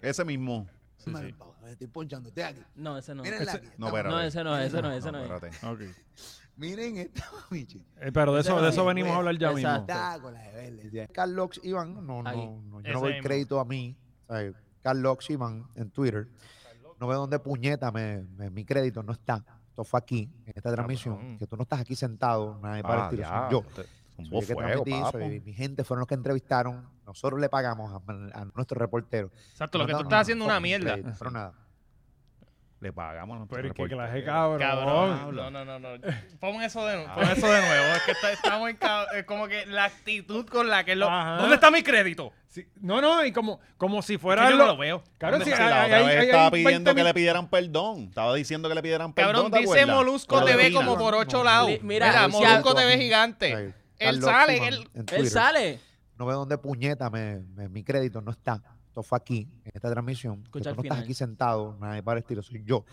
Speaker 2: Ese mismo.
Speaker 7: Me estoy ponchando. Estoy aquí.
Speaker 4: no, ese no.
Speaker 7: Miren la aquí,
Speaker 2: No,
Speaker 7: esta-
Speaker 2: espérate.
Speaker 4: No, ese no, ese no, ese no. es.
Speaker 2: espérate.
Speaker 1: Ok.
Speaker 7: Miren esta mamiche.
Speaker 1: Eh, pero de eso, de eso
Speaker 7: Exacto.
Speaker 1: venimos a hablar ya mismo.
Speaker 4: Exacto.
Speaker 7: Está con la de verde. decía. Carl Lux Iván, no, no,
Speaker 4: Ahí.
Speaker 7: no, yo
Speaker 3: Ese
Speaker 7: no doy
Speaker 3: mismo.
Speaker 7: crédito a mí. ¿sabes? Carl Lux Iván en Twitter. No veo dónde puñeta me, me- mi crédito no está. Esto fue aquí, en esta transmisión.
Speaker 3: Cabrón.
Speaker 7: Que tú no estás aquí sentado,
Speaker 2: Ah,
Speaker 7: nadie para el tiro, soy yo.
Speaker 2: Un
Speaker 7: Soy yo que eh.
Speaker 2: fuego,
Speaker 7: transmití,
Speaker 2: papo.
Speaker 7: soy- mi gente fueron los que entrevistaron. Nosotros le pagamos a, a nuestro reportero.
Speaker 3: Exacto, lo
Speaker 7: No
Speaker 3: que tú
Speaker 7: daban
Speaker 3: estás
Speaker 7: un
Speaker 3: haciendo es una
Speaker 7: fucking
Speaker 3: mierda.
Speaker 7: crédito, Pero nada.
Speaker 2: Le pagamos a nuestro
Speaker 1: Pero es que
Speaker 2: reportero.
Speaker 1: clase, cabrón.
Speaker 3: Cabrón. No, no, no, no. Pon eso de nuevo. Pon eso de nuevo. Es que está- estamos en ca- eh, como que la actitud con la que lo.
Speaker 1: Ajá.
Speaker 3: ¿Dónde está mi crédito?
Speaker 1: Sí, no, no, y como, como si
Speaker 3: Es
Speaker 1: fuera...
Speaker 3: que yo
Speaker 1: lo-
Speaker 3: no lo veo.
Speaker 1: Cabrón, sí,
Speaker 2: Sí, la
Speaker 1: hay-
Speaker 2: otra
Speaker 1: hay-
Speaker 2: vez
Speaker 1: hay-
Speaker 2: estaba
Speaker 1: hay
Speaker 2: pidiendo
Speaker 1: 20
Speaker 2: que
Speaker 1: mil-
Speaker 2: le pidieran perdón. Estaba diciendo que le pidieran perdón.
Speaker 3: Cabrón,
Speaker 2: ¿te
Speaker 3: dice
Speaker 2: acuerdas?
Speaker 3: Molusco
Speaker 2: Con lo de
Speaker 3: TV
Speaker 2: Pina.
Speaker 3: como por ocho lados.
Speaker 4: Li-
Speaker 3: Mira,
Speaker 4: mira, si
Speaker 3: Molusco
Speaker 7: hablo-
Speaker 3: TV
Speaker 7: ¿sabes?
Speaker 3: gigante.
Speaker 7: Carl
Speaker 3: Él
Speaker 7: Lux
Speaker 3: sale,
Speaker 7: Iván
Speaker 3: él-
Speaker 7: en
Speaker 4: Él
Speaker 7: Twitter.
Speaker 4: sale.
Speaker 7: no veo dónde puñeta me, me- mi crédito no está. Esto fue aquí, en esta transmisión. que
Speaker 4: Escucha
Speaker 7: tú
Speaker 4: al
Speaker 7: no estás
Speaker 4: final.
Speaker 7: aquí sentado, nadie para el estilo, soy yo.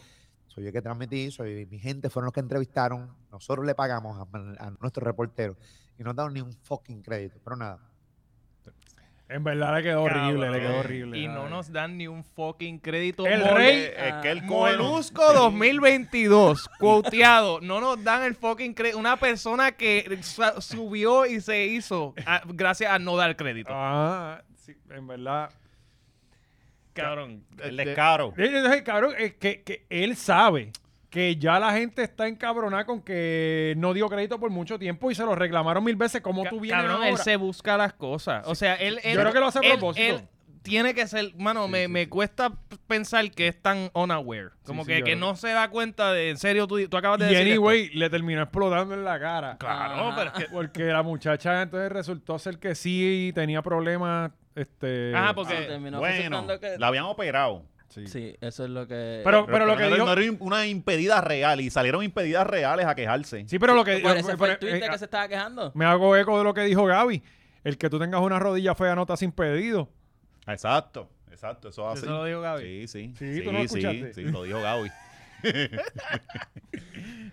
Speaker 7: Soy yo que transmití, soy mi gente, fueron los que entrevistaron. Nosotros le pagamos a, a nuestro reportero y no nos dieron ni un fucking crédito, pero nada.
Speaker 1: En verdad le quedó horrible, le
Speaker 3: Cabrón.
Speaker 1: quedó horrible.
Speaker 3: Y no
Speaker 1: Ay.
Speaker 3: nos dan ni un fucking crédito.
Speaker 1: El
Speaker 3: Mol-
Speaker 1: rey-
Speaker 2: Es que el
Speaker 3: Molusco 2022, cuoteado, no nos dan el fucking crédito. Una persona que sa- subió y se hizo a- gracias a no dar crédito.
Speaker 1: Ah, sí, en verdad.
Speaker 3: Cabrón.
Speaker 2: El descaro.
Speaker 1: Eh, eh, cabrón, eh, que, que él sabe que ya la gente está encabronada con que no dio crédito por mucho tiempo y se lo reclamaron mil veces. como
Speaker 3: Ca-
Speaker 1: tú vienes
Speaker 3: cabrón,
Speaker 1: ahora?
Speaker 3: él se busca las cosas. O sea, él, él-
Speaker 1: Yo creo que lo hace a
Speaker 3: él-
Speaker 1: propósito.
Speaker 3: él tiene que ser, mano, me, me cuesta p- pensar que es tan unaware. Como
Speaker 1: sí,
Speaker 3: que,
Speaker 1: yo
Speaker 3: que
Speaker 1: creo.
Speaker 3: no se da cuenta de, en serio, tú, tú acabas de
Speaker 1: Y
Speaker 3: decir esto.
Speaker 1: anyway, le terminó explotando en la cara.
Speaker 3: Claro,
Speaker 4: Ajá.
Speaker 3: pero es que
Speaker 1: Porque la muchacha entonces resultó ser que sí tenía problemas. Este,
Speaker 3: Ajá, porque-
Speaker 4: Ah, terminó
Speaker 2: bueno,
Speaker 4: resultando que-
Speaker 2: la habían operado.
Speaker 1: sí.
Speaker 4: Sí, eso es lo que...
Speaker 1: Pero, pero lo
Speaker 2: no
Speaker 1: que
Speaker 2: era-
Speaker 1: dijo-
Speaker 2: no era una impedida real y salieron impedidas reales a quejarse.
Speaker 1: Sí, pero lo que.
Speaker 4: ¿Cuál
Speaker 1: lo-
Speaker 4: ese fue
Speaker 1: pero-
Speaker 4: el tweet de
Speaker 1: eh,
Speaker 4: que se estaba quejando?
Speaker 1: Me hago eco de lo que dijo Gaby. El que tú tengas una rodilla fea no te has impedido.
Speaker 2: Exacto, exacto, eso es así.
Speaker 3: Eso lo dijo
Speaker 2: Sí,
Speaker 3: Gaby.
Speaker 2: sí.
Speaker 1: Sí, tú no lo escuchaste.
Speaker 2: sí, lo dijo Gaby.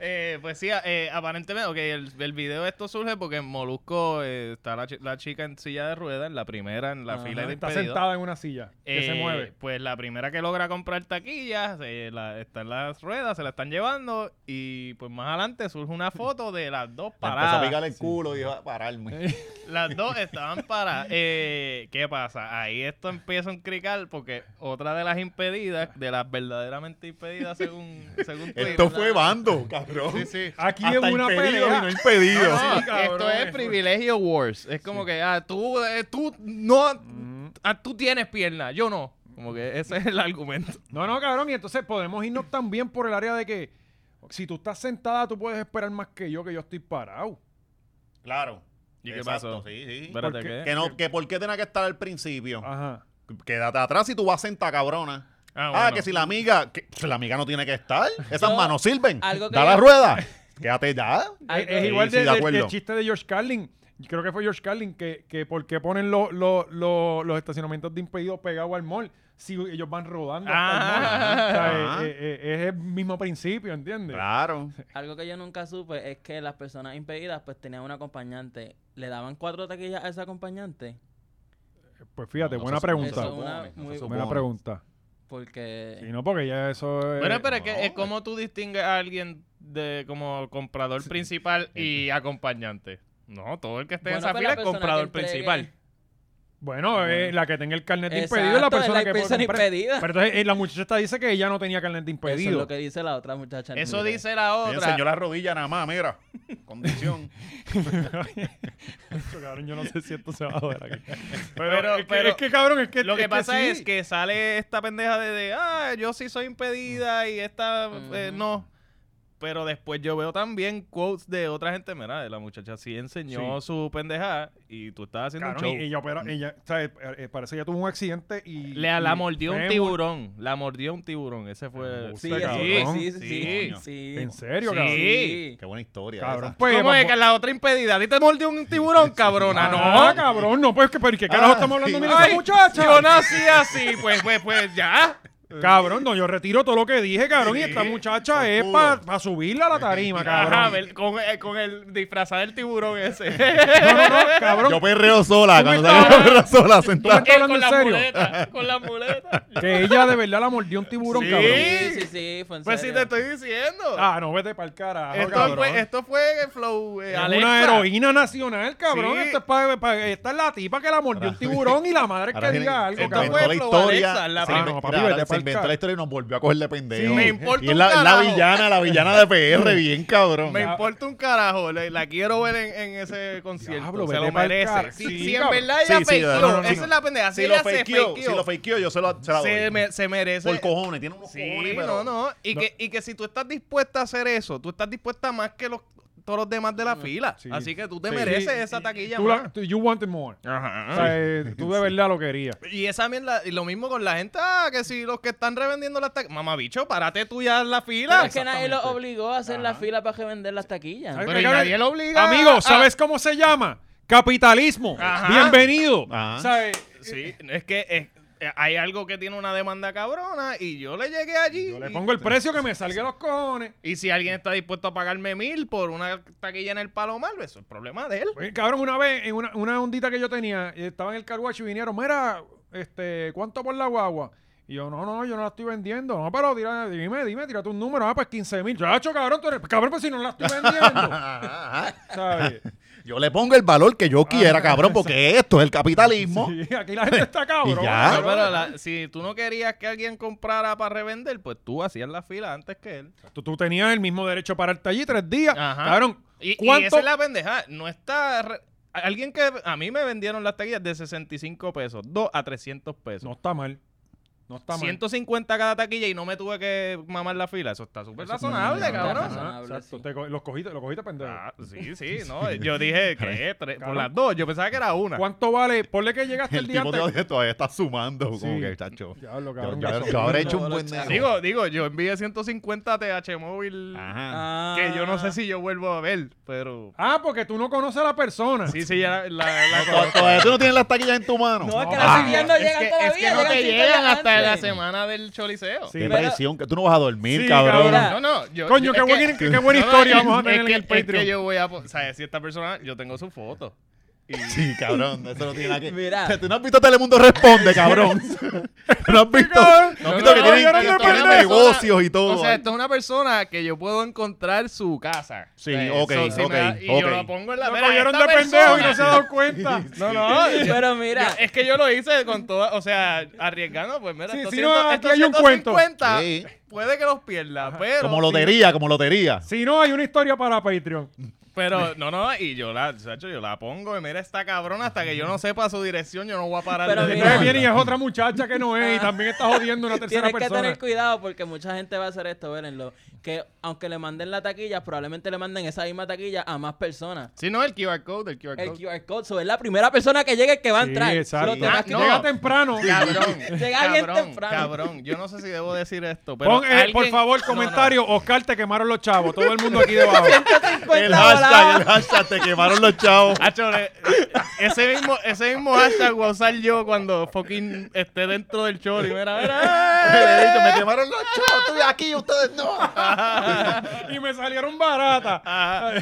Speaker 3: Eh, pues sí, eh, aparentemente, ok, el, el video de esto surge porque en Molusco eh, está la, chi- la chica en silla de ruedas, en la primera, en la
Speaker 4: Ajá.
Speaker 3: fila de
Speaker 1: Está
Speaker 3: impedidos.
Speaker 1: sentada en una silla que se
Speaker 3: Eh,
Speaker 1: mueve.
Speaker 3: Pues la primera que logra comprar taquillas, eh, la- está en las ruedas, se la están llevando y pues más adelante surge una foto de las dos
Speaker 2: Me Empezó a
Speaker 3: paradas.
Speaker 2: picarle el culo y iba a pararme.
Speaker 3: Las dos estaban paradas. Eh, ¿Qué pasa? Ahí esto empieza un crical porque otra de las impedidas, de las verdaderamente impedidas según, según
Speaker 2: Esto
Speaker 3: Twitter,
Speaker 2: fue bando, cabrón.
Speaker 3: Sí, sí.
Speaker 1: Aquí
Speaker 2: Hasta
Speaker 1: es una
Speaker 2: impedido y no
Speaker 1: pelea.
Speaker 2: impedido.
Speaker 1: No, no.
Speaker 3: Ah,
Speaker 1: Sí, cabrón,
Speaker 3: esto es
Speaker 1: es-
Speaker 3: privilegio wars. Es como que, ah, tú, eh, tú, no,
Speaker 1: Mm.
Speaker 3: ah, tú tienes pierna, yo no. Como que ese es el argumento.
Speaker 1: No, no, cabrón. Y entonces podemos irnos también por el área de que si tú estás sentada, tú puedes esperar más que yo, que yo estoy parado.
Speaker 2: Claro.
Speaker 3: ¿Y qué
Speaker 2: Exacto,
Speaker 3: pasó?
Speaker 2: Sí, sí.
Speaker 3: Espérate,
Speaker 1: Porque-
Speaker 3: ¿qué?
Speaker 2: Que, no, que por qué tenía que estar al principio.
Speaker 1: Ajá.
Speaker 2: Quédate atrás si tú vas sentada, cabrona. Ah,
Speaker 3: bueno.
Speaker 2: que si la amiga. que- pues, la amiga no tiene que estar. Esas
Speaker 4: Yo-
Speaker 2: manos sirven.
Speaker 4: algo que
Speaker 2: da
Speaker 4: yo-
Speaker 2: la rueda. Quédate ya.
Speaker 1: Es,
Speaker 4: Algo-
Speaker 1: es
Speaker 2: Sí,
Speaker 1: igual
Speaker 2: sí,
Speaker 1: de-
Speaker 2: de
Speaker 1: de-
Speaker 2: acuerdo.
Speaker 1: del chiste de George Carlin. Creo que fue George Carlin que, que por qué ponen lo- lo- lo- los estacionamientos de impedido pegados al mall si ellos van rodando hasta el mall.
Speaker 2: Ah.
Speaker 1: O sea, eh, eh, eh, es el mismo principio, ¿entiendes?
Speaker 2: Claro.
Speaker 4: Algo que yo nunca supe es que las personas impedidas pues tenían un acompañante. ¿Le daban cuatro taquillas a ese acompañante?
Speaker 1: Pues fíjate,
Speaker 2: No, no
Speaker 1: buena
Speaker 2: se-
Speaker 1: pregunta.
Speaker 4: Eso es una
Speaker 2: supone, no
Speaker 4: muy
Speaker 2: se supone.
Speaker 1: Buena pregunta.
Speaker 4: Porque...
Speaker 1: Y no, porque ya eso es.
Speaker 3: Bueno, pero es que
Speaker 2: no,
Speaker 3: es como tú distingues a alguien de como comprador principal y acompañante. No, todo el que esté
Speaker 4: Bueno,
Speaker 3: en esa
Speaker 4: pues,
Speaker 3: fila
Speaker 4: la
Speaker 3: es
Speaker 4: persona
Speaker 3: comprador
Speaker 4: que entregue-
Speaker 3: principal.
Speaker 1: Bueno, eh, la que tenga el carnet de
Speaker 4: Exacto,
Speaker 1: impedido es la persona
Speaker 4: es
Speaker 1: que puede
Speaker 4: persona
Speaker 1: comprar.
Speaker 4: impedida.
Speaker 1: Pero entonces eh, la muchacha está dice que ella no tenía carnet de
Speaker 4: Eso es
Speaker 1: impedido.
Speaker 4: lo que dice la otra muchacha. en
Speaker 3: Eso
Speaker 4: Twitter.
Speaker 3: dice la
Speaker 2: Me
Speaker 3: otra.
Speaker 2: enseñó la rodilla nada más, mira. Condición.
Speaker 1: Pero, cabrón, yo no sé si esto se va a joder aquí. Pero,
Speaker 3: Pero-
Speaker 1: es, que,
Speaker 3: pero-
Speaker 1: es que, cabrón, es que.
Speaker 3: Lo que
Speaker 1: es
Speaker 3: pasa
Speaker 1: sí.
Speaker 3: es que sale esta pendeja de, de, ah, yo sí soy impedida y esta eh,
Speaker 4: Ujú.
Speaker 3: no. Pero después yo veo también quotes de otra gente, mira, de la muchacha sí enseñó su pendeja y tú estabas haciendo
Speaker 1: Cabrón,
Speaker 3: un
Speaker 1: y
Speaker 3: show.
Speaker 1: ella, opera- ella, o sea, eh, eh, parece que ella tuvo un accidente y.
Speaker 3: Le, la
Speaker 1: y
Speaker 3: mordió un
Speaker 1: fémur.
Speaker 3: tiburón, la mordió un tiburón, ese fue...
Speaker 1: Embuste,
Speaker 4: Sí, eso-
Speaker 1: cabrón.
Speaker 4: sí, sí,
Speaker 3: Sí.
Speaker 4: sí, sí.
Speaker 1: ¿En serio,
Speaker 3: Sí.
Speaker 1: cabrón?
Speaker 4: Sí.
Speaker 2: Qué buena historia.
Speaker 1: Cabrón,
Speaker 2: esa.
Speaker 1: pues.
Speaker 3: ¿Cómo es
Speaker 1: vamos-
Speaker 3: que la otra impedida? ¿A ti te mordió un tiburón, cabrona?
Speaker 1: Ah,
Speaker 3: No,
Speaker 1: cabrón, no, pues, que, pero ¿y ¿qué carajo
Speaker 2: Ah,
Speaker 1: estamos hablando
Speaker 2: sí.
Speaker 1: mira esa
Speaker 3: Ay,
Speaker 1: muchacha?
Speaker 3: Yo nací así, pues, pues, pues, ya.
Speaker 1: Cabrón, no, yo retiro todo lo que dije, cabrón. Y
Speaker 2: Sí,
Speaker 1: esta muchacha
Speaker 2: son
Speaker 1: es
Speaker 2: puros.
Speaker 1: para subirla a la tarima, cabrón.
Speaker 3: Ajá, ver, con, eh, con el disfrazado del tiburón ese.
Speaker 1: No, no, no, cabrón.
Speaker 2: Yo perreo sola.
Speaker 1: Tú me
Speaker 2: Cuando salgo
Speaker 1: estabas-
Speaker 2: yo perreo sola
Speaker 1: me
Speaker 2: sentada.
Speaker 1: estás
Speaker 3: Eh,
Speaker 1: hablando
Speaker 3: con
Speaker 1: en
Speaker 3: la
Speaker 1: serio?
Speaker 3: muleta, con la muleta.
Speaker 1: Que ella de verdad la mordió un tiburón,
Speaker 3: Sí.
Speaker 1: cabrón.
Speaker 4: Sí, sí, sí, fue en
Speaker 3: Pues sí
Speaker 4: serio.
Speaker 3: te estoy diciendo.
Speaker 1: Ah, no, vete para el carajo,
Speaker 3: esto,
Speaker 1: cabrón.
Speaker 3: fue, esto fue el flow eh,
Speaker 1: Es
Speaker 3: Alexa.
Speaker 1: una heroína nacional, cabrón.
Speaker 3: Sí.
Speaker 1: Esto es pa- pa- esta es la tipa que la mordió un tiburón y la madre es
Speaker 2: Ahora
Speaker 1: que
Speaker 2: tienen-
Speaker 1: diga
Speaker 2: se
Speaker 1: algo,
Speaker 3: Esto
Speaker 1: cabrón.
Speaker 2: inventó la
Speaker 3: fue- Flow
Speaker 2: historia.
Speaker 3: Alexa, la-
Speaker 2: se
Speaker 1: Ah,
Speaker 2: inve-
Speaker 1: no, papi,
Speaker 2: mira,
Speaker 1: vete
Speaker 2: ahora se
Speaker 1: pa'l
Speaker 2: inventó
Speaker 1: carajo.
Speaker 2: la historia y nos volvió a coger de pendejo.
Speaker 3: Me importa
Speaker 2: y es
Speaker 3: un
Speaker 2: la, es la
Speaker 3: carajo.
Speaker 2: villana, la villana de PR, bien cabrón.
Speaker 3: Me importa un carajo, la, la quiero ver en, en ese concierto.
Speaker 1: Diablo,
Speaker 3: se lo
Speaker 1: vete pa'l
Speaker 3: merece.
Speaker 1: car-
Speaker 3: Si,
Speaker 1: sí,
Speaker 3: si en
Speaker 1: cabrón.
Speaker 3: verdad ella
Speaker 2: Sí, sí,
Speaker 3: fakeó,
Speaker 2: no, no, no,
Speaker 3: esa
Speaker 2: no.
Speaker 3: es la pendeja. Si,
Speaker 2: si lo
Speaker 3: ella se
Speaker 2: fakeó,
Speaker 3: fakeó,
Speaker 2: si lo fakeó, yo se lo, se la doy.
Speaker 3: se, me- se merece.
Speaker 2: Por cojones, tiene unos cojones,
Speaker 3: Sí,
Speaker 2: pero-
Speaker 3: no, no. Y,
Speaker 1: No.
Speaker 3: Que, y que si tú estás dispuesta a hacer eso, tú estás dispuesta más que los, todos los demás de la fila.
Speaker 1: Sí.
Speaker 3: Así que tú te
Speaker 2: Mm, Sí.
Speaker 3: mereces
Speaker 1: Sí.
Speaker 3: esa taquilla.
Speaker 1: Tú la-
Speaker 3: más.
Speaker 1: tú- you wanted more.
Speaker 2: Ah.
Speaker 1: O
Speaker 3: Ajá.
Speaker 1: sea, eh, tú de verdad lo querías.
Speaker 3: Y esa mierda, y lo mismo con la gente, ah, que si los que están revendiendo las taquillas, mamá bicho, párate tú ya en la
Speaker 4: Pero
Speaker 3: fila.
Speaker 4: es que nadie lo obligó a hacer la
Speaker 2: Ajá.
Speaker 4: fila para que vender las taquillas.
Speaker 1: Ay,
Speaker 3: Pero y
Speaker 1: cabrón.
Speaker 3: nadie lo obliga. a-
Speaker 1: Amigo, ¿sabes cómo se llama? Capitalismo.
Speaker 3: ah, Ajá.
Speaker 1: Bienvenido.
Speaker 2: Ajá.
Speaker 1: O sea, eh,
Speaker 3: Sí, es que es- eh, hay algo que tiene una demanda cabrona y yo le llegué allí.
Speaker 1: yo le
Speaker 3: y-
Speaker 1: pongo el precio que me salga de los cojones.
Speaker 3: Y si alguien está dispuesto a pagarme mil por una taquilla en el Palomar, eso es problema de él.
Speaker 1: Pues, cabrón, una vez, en una, una ondita que yo tenía, eh, estaba en el carwash y vinieron, mira, este, ¿cuánto por la guagua? Y yo, no, no, yo no la estoy vendiendo. No, pero tira, dime, dime, tira un número. Ah, pues 15 mil. Chacho, cabrón, tú eres- cabrón, pues si no la estoy vendiendo.
Speaker 2: Ajá, ajá.
Speaker 1: ¿Sabes?
Speaker 2: Yo le pongo el valor que yo quiera, cabrón, porque esto es el capitalismo.
Speaker 1: Sí, aquí la gente está cabrón.
Speaker 2: Y ya.
Speaker 3: No, pero la- si tú no querías que alguien comprara para revender, pues tú hacías la fila antes que él.
Speaker 1: Tú, tú tenías el mismo derecho a pararte allí tres días.
Speaker 3: Ajá.
Speaker 1: Cabrón,
Speaker 3: Y, y
Speaker 1: ¿Cuánto?
Speaker 3: esa es la pendeja. No está. re- Alguien que. A mí me vendieron las taquillas de 65 pesos, 2 a 300 pesos.
Speaker 1: no está mal. No está mal.
Speaker 3: 150 cada taquilla y no me tuve que mamar la fila. Eso está súper
Speaker 1: Eso está
Speaker 3: razonable,
Speaker 1: mal.
Speaker 3: cabrón.
Speaker 1: Ajá,
Speaker 4: Razonable,
Speaker 1: exacto.
Speaker 4: sí.
Speaker 1: Te co- los cogiste, los cogiste pendejo.
Speaker 3: Ah, sí, sí, no. Yo dije, ¿qué? Tres- por
Speaker 1: Cabrón.
Speaker 3: las dos. Yo pensaba que era una.
Speaker 1: ¿Cuánto vale? Ponle que llegaste el,
Speaker 2: El
Speaker 1: día
Speaker 2: tipo
Speaker 1: antes.
Speaker 2: todavía, todavía está sumando. Como
Speaker 1: Sí.
Speaker 2: que, chacho.
Speaker 1: Diablo,
Speaker 2: Yo,
Speaker 1: cabrón.
Speaker 2: yo-
Speaker 1: gasolina.
Speaker 2: yo habré hecho un
Speaker 4: Todos
Speaker 2: buen
Speaker 4: los
Speaker 2: negocio.
Speaker 3: Digo, digo, yo envié 150 TH móvil.
Speaker 2: Ajá.
Speaker 4: Ah.
Speaker 3: Que yo no sé si yo vuelvo a ver, pero.
Speaker 1: Ah, porque tú no conoces a la persona.
Speaker 3: Sí, sí, ya la, la, la
Speaker 2: Tod-
Speaker 1: Ah.
Speaker 2: Todavía tú no tienes las taquillas en tu mano.
Speaker 4: No, es que
Speaker 1: No,
Speaker 4: las
Speaker 1: ah,
Speaker 4: taquillas no
Speaker 3: Ah, es
Speaker 4: llegan
Speaker 3: que,
Speaker 4: todavía.
Speaker 3: es que no te
Speaker 4: cinco
Speaker 3: llegan
Speaker 4: días
Speaker 3: hasta la
Speaker 4: antes.
Speaker 3: semana del choliseo.
Speaker 1: Sí.
Speaker 2: Qué
Speaker 4: pero-
Speaker 2: presión. Que tú no vas a dormir,
Speaker 1: Sí,
Speaker 2: cabrón.
Speaker 1: cabrón.
Speaker 3: No, no, yo.
Speaker 1: Coño,
Speaker 3: yo-
Speaker 1: qué
Speaker 3: es que-
Speaker 1: buen- qué- qué buena
Speaker 3: No, no,
Speaker 1: historia
Speaker 3: es-
Speaker 1: vamos a tener
Speaker 3: es
Speaker 1: en
Speaker 3: que-
Speaker 1: el
Speaker 3: Es
Speaker 1: Patreon.
Speaker 3: que yo voy a. po- O sea, si esta persona, yo tengo su foto.
Speaker 2: Sí, cabrón. Eso no tiene nada que
Speaker 4: Mira.
Speaker 2: O sea, tú no has visto Telemundo Responde, cabrón. no has visto, no has visto
Speaker 3: No, no,
Speaker 2: que
Speaker 3: no,
Speaker 2: tienen,
Speaker 3: yo no
Speaker 2: que
Speaker 3: me
Speaker 2: tienen
Speaker 3: perdí.
Speaker 2: negocios y
Speaker 1: Oh,
Speaker 2: todo.
Speaker 3: O sea, esto es una persona que yo puedo encontrar su casa.
Speaker 2: Sí,
Speaker 3: O sea,
Speaker 2: ok,
Speaker 3: si me
Speaker 2: ok,
Speaker 3: da- y
Speaker 2: ok.
Speaker 3: yo la pongo en la
Speaker 1: Lo
Speaker 3: mira,
Speaker 1: cogieron de
Speaker 3: esta
Speaker 1: pendejo y no se ha
Speaker 3: persona-
Speaker 1: dado cuenta.
Speaker 3: No, no. yo-
Speaker 4: Pero mira,
Speaker 3: yo- es que yo lo hice con toda, o sea, arriesgando, pues mira,
Speaker 1: Sí,
Speaker 3: estos
Speaker 1: si no,
Speaker 3: 100,
Speaker 1: aquí
Speaker 3: estos
Speaker 1: hay un
Speaker 3: 150,
Speaker 2: Sí.
Speaker 3: puede que los pierda, pero
Speaker 2: como
Speaker 3: si-
Speaker 2: lotería, como lotería.
Speaker 1: Si no, hay una historia para Patreon.
Speaker 3: Pero no, no, y yo la, chacho, yo la pongo y mira esta cabrona hasta que yo no sepa su dirección, yo no voy a parar
Speaker 4: Pero
Speaker 3: de
Speaker 4: mira.
Speaker 1: Después viene y es otra muchacha que no es y también está jodiendo una tercera
Speaker 4: tienes que
Speaker 1: persona.
Speaker 4: tener cuidado porque mucha gente va a hacer esto, vérenlo. Que aunque le manden la taquilla, probablemente le manden esa misma taquilla a más personas.
Speaker 3: Si no, el QR code, el QR
Speaker 4: El
Speaker 3: code.
Speaker 4: QR code, so, es la primera persona que llegue que va a
Speaker 1: Sí,
Speaker 4: entrar.
Speaker 1: exacto.
Speaker 4: Lo tendrás
Speaker 3: Ah,
Speaker 4: que-
Speaker 3: no.
Speaker 1: Llega temprano.
Speaker 3: Cabrón,
Speaker 4: Llega bien
Speaker 3: cabrón,
Speaker 4: temprano.
Speaker 3: cabrón. Yo no sé si debo decir esto, pero
Speaker 1: Pon, eh, Por
Speaker 3: alguien-
Speaker 1: favor,
Speaker 3: No, no.
Speaker 1: comentario. Oscar, te quemaron los chavos. Todo el mundo aquí debajo.
Speaker 2: El
Speaker 4: 150
Speaker 2: hashtag, el
Speaker 4: dólares.
Speaker 2: hashtag, te quemaron los chavos.
Speaker 3: Hacho, le- ese mismo, ese mismo hashtag voy a usar yo cuando fucking esté dentro del chori. Mira, mira.
Speaker 2: Me quemaron los chavos. Estoy aquí, ustedes no.
Speaker 1: y me salieron baratas.
Speaker 3: Ajá.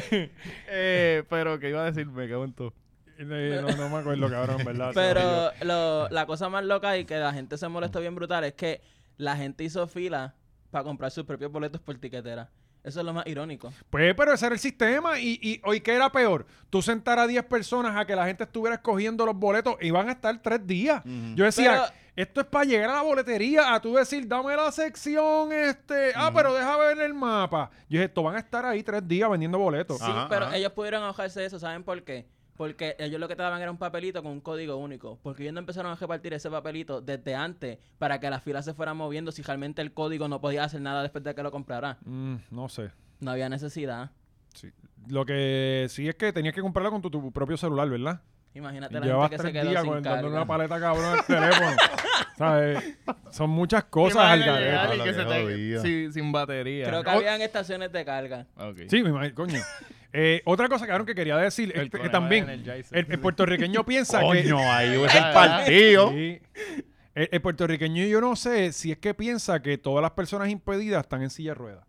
Speaker 3: Eh, pero que iba a decir, me cago en todo.
Speaker 1: Eh, No, no me acuerdo, cabrón, en ¿verdad?
Speaker 4: Pero lo- la cosa más loca y que la gente se molestó bien brutal es que la gente hizo fila para comprar sus propios boletos por tiquetera. Eso es lo más irónico.
Speaker 1: Pues, pero ese era el sistema. Y, y hoy, ¿qué era peor? Tú sentar a 10 personas a que la gente estuviera escogiendo los boletos y van a estar tres días. Yo decía, esto es para llegar a la boletería, a tú decir, dame la sección, este, ah, pero deja ver el mapa. Yo dije, esto van a estar ahí tres días vendiendo boletos.
Speaker 4: Sí,
Speaker 2: Ajá,
Speaker 4: pero
Speaker 2: ajá.
Speaker 4: ellos pudieron ahogarse eso, ¿saben por qué? Porque ellos lo que te daban era un papelito con un código único. Porque ellos no empezaron a repartir ese papelito desde antes para que las filas se fueran moviendo si realmente el código no podía hacer nada después de que lo comprara.
Speaker 1: Mm, no sé.
Speaker 4: No había necesidad.
Speaker 1: Sí. Lo que sí es que tenías que comprarlo con tu, tu propio celular, ¿verdad?
Speaker 4: Imagínate la
Speaker 1: Llevas
Speaker 4: gente que se
Speaker 1: tres
Speaker 4: quedó
Speaker 1: días
Speaker 4: sin
Speaker 1: con
Speaker 4: carga.
Speaker 1: dándole una paleta cabrón al teléfono. ¿Sabes? Son muchas cosas al
Speaker 3: Imagina
Speaker 1: garete.
Speaker 3: llegar y
Speaker 2: Pablo,
Speaker 3: que
Speaker 2: qué
Speaker 3: se te-
Speaker 2: jodido.
Speaker 3: sin, sin batería.
Speaker 4: Creo que habían estaciones de carga.
Speaker 3: Ok.
Speaker 1: Sí, me imagino, coño. Eh, otra cosa, cabrón, que quería decir este,
Speaker 3: El
Speaker 1: que
Speaker 3: problema
Speaker 1: también
Speaker 3: de
Speaker 1: el,
Speaker 3: Energizer.
Speaker 1: el puertorriqueño piensa que...
Speaker 2: Coño, ahí hubiese el partido.
Speaker 1: Sí. El, el puertorriqueño yo no sé si es que piensa que todas las personas impedidas están en silla de ruedas.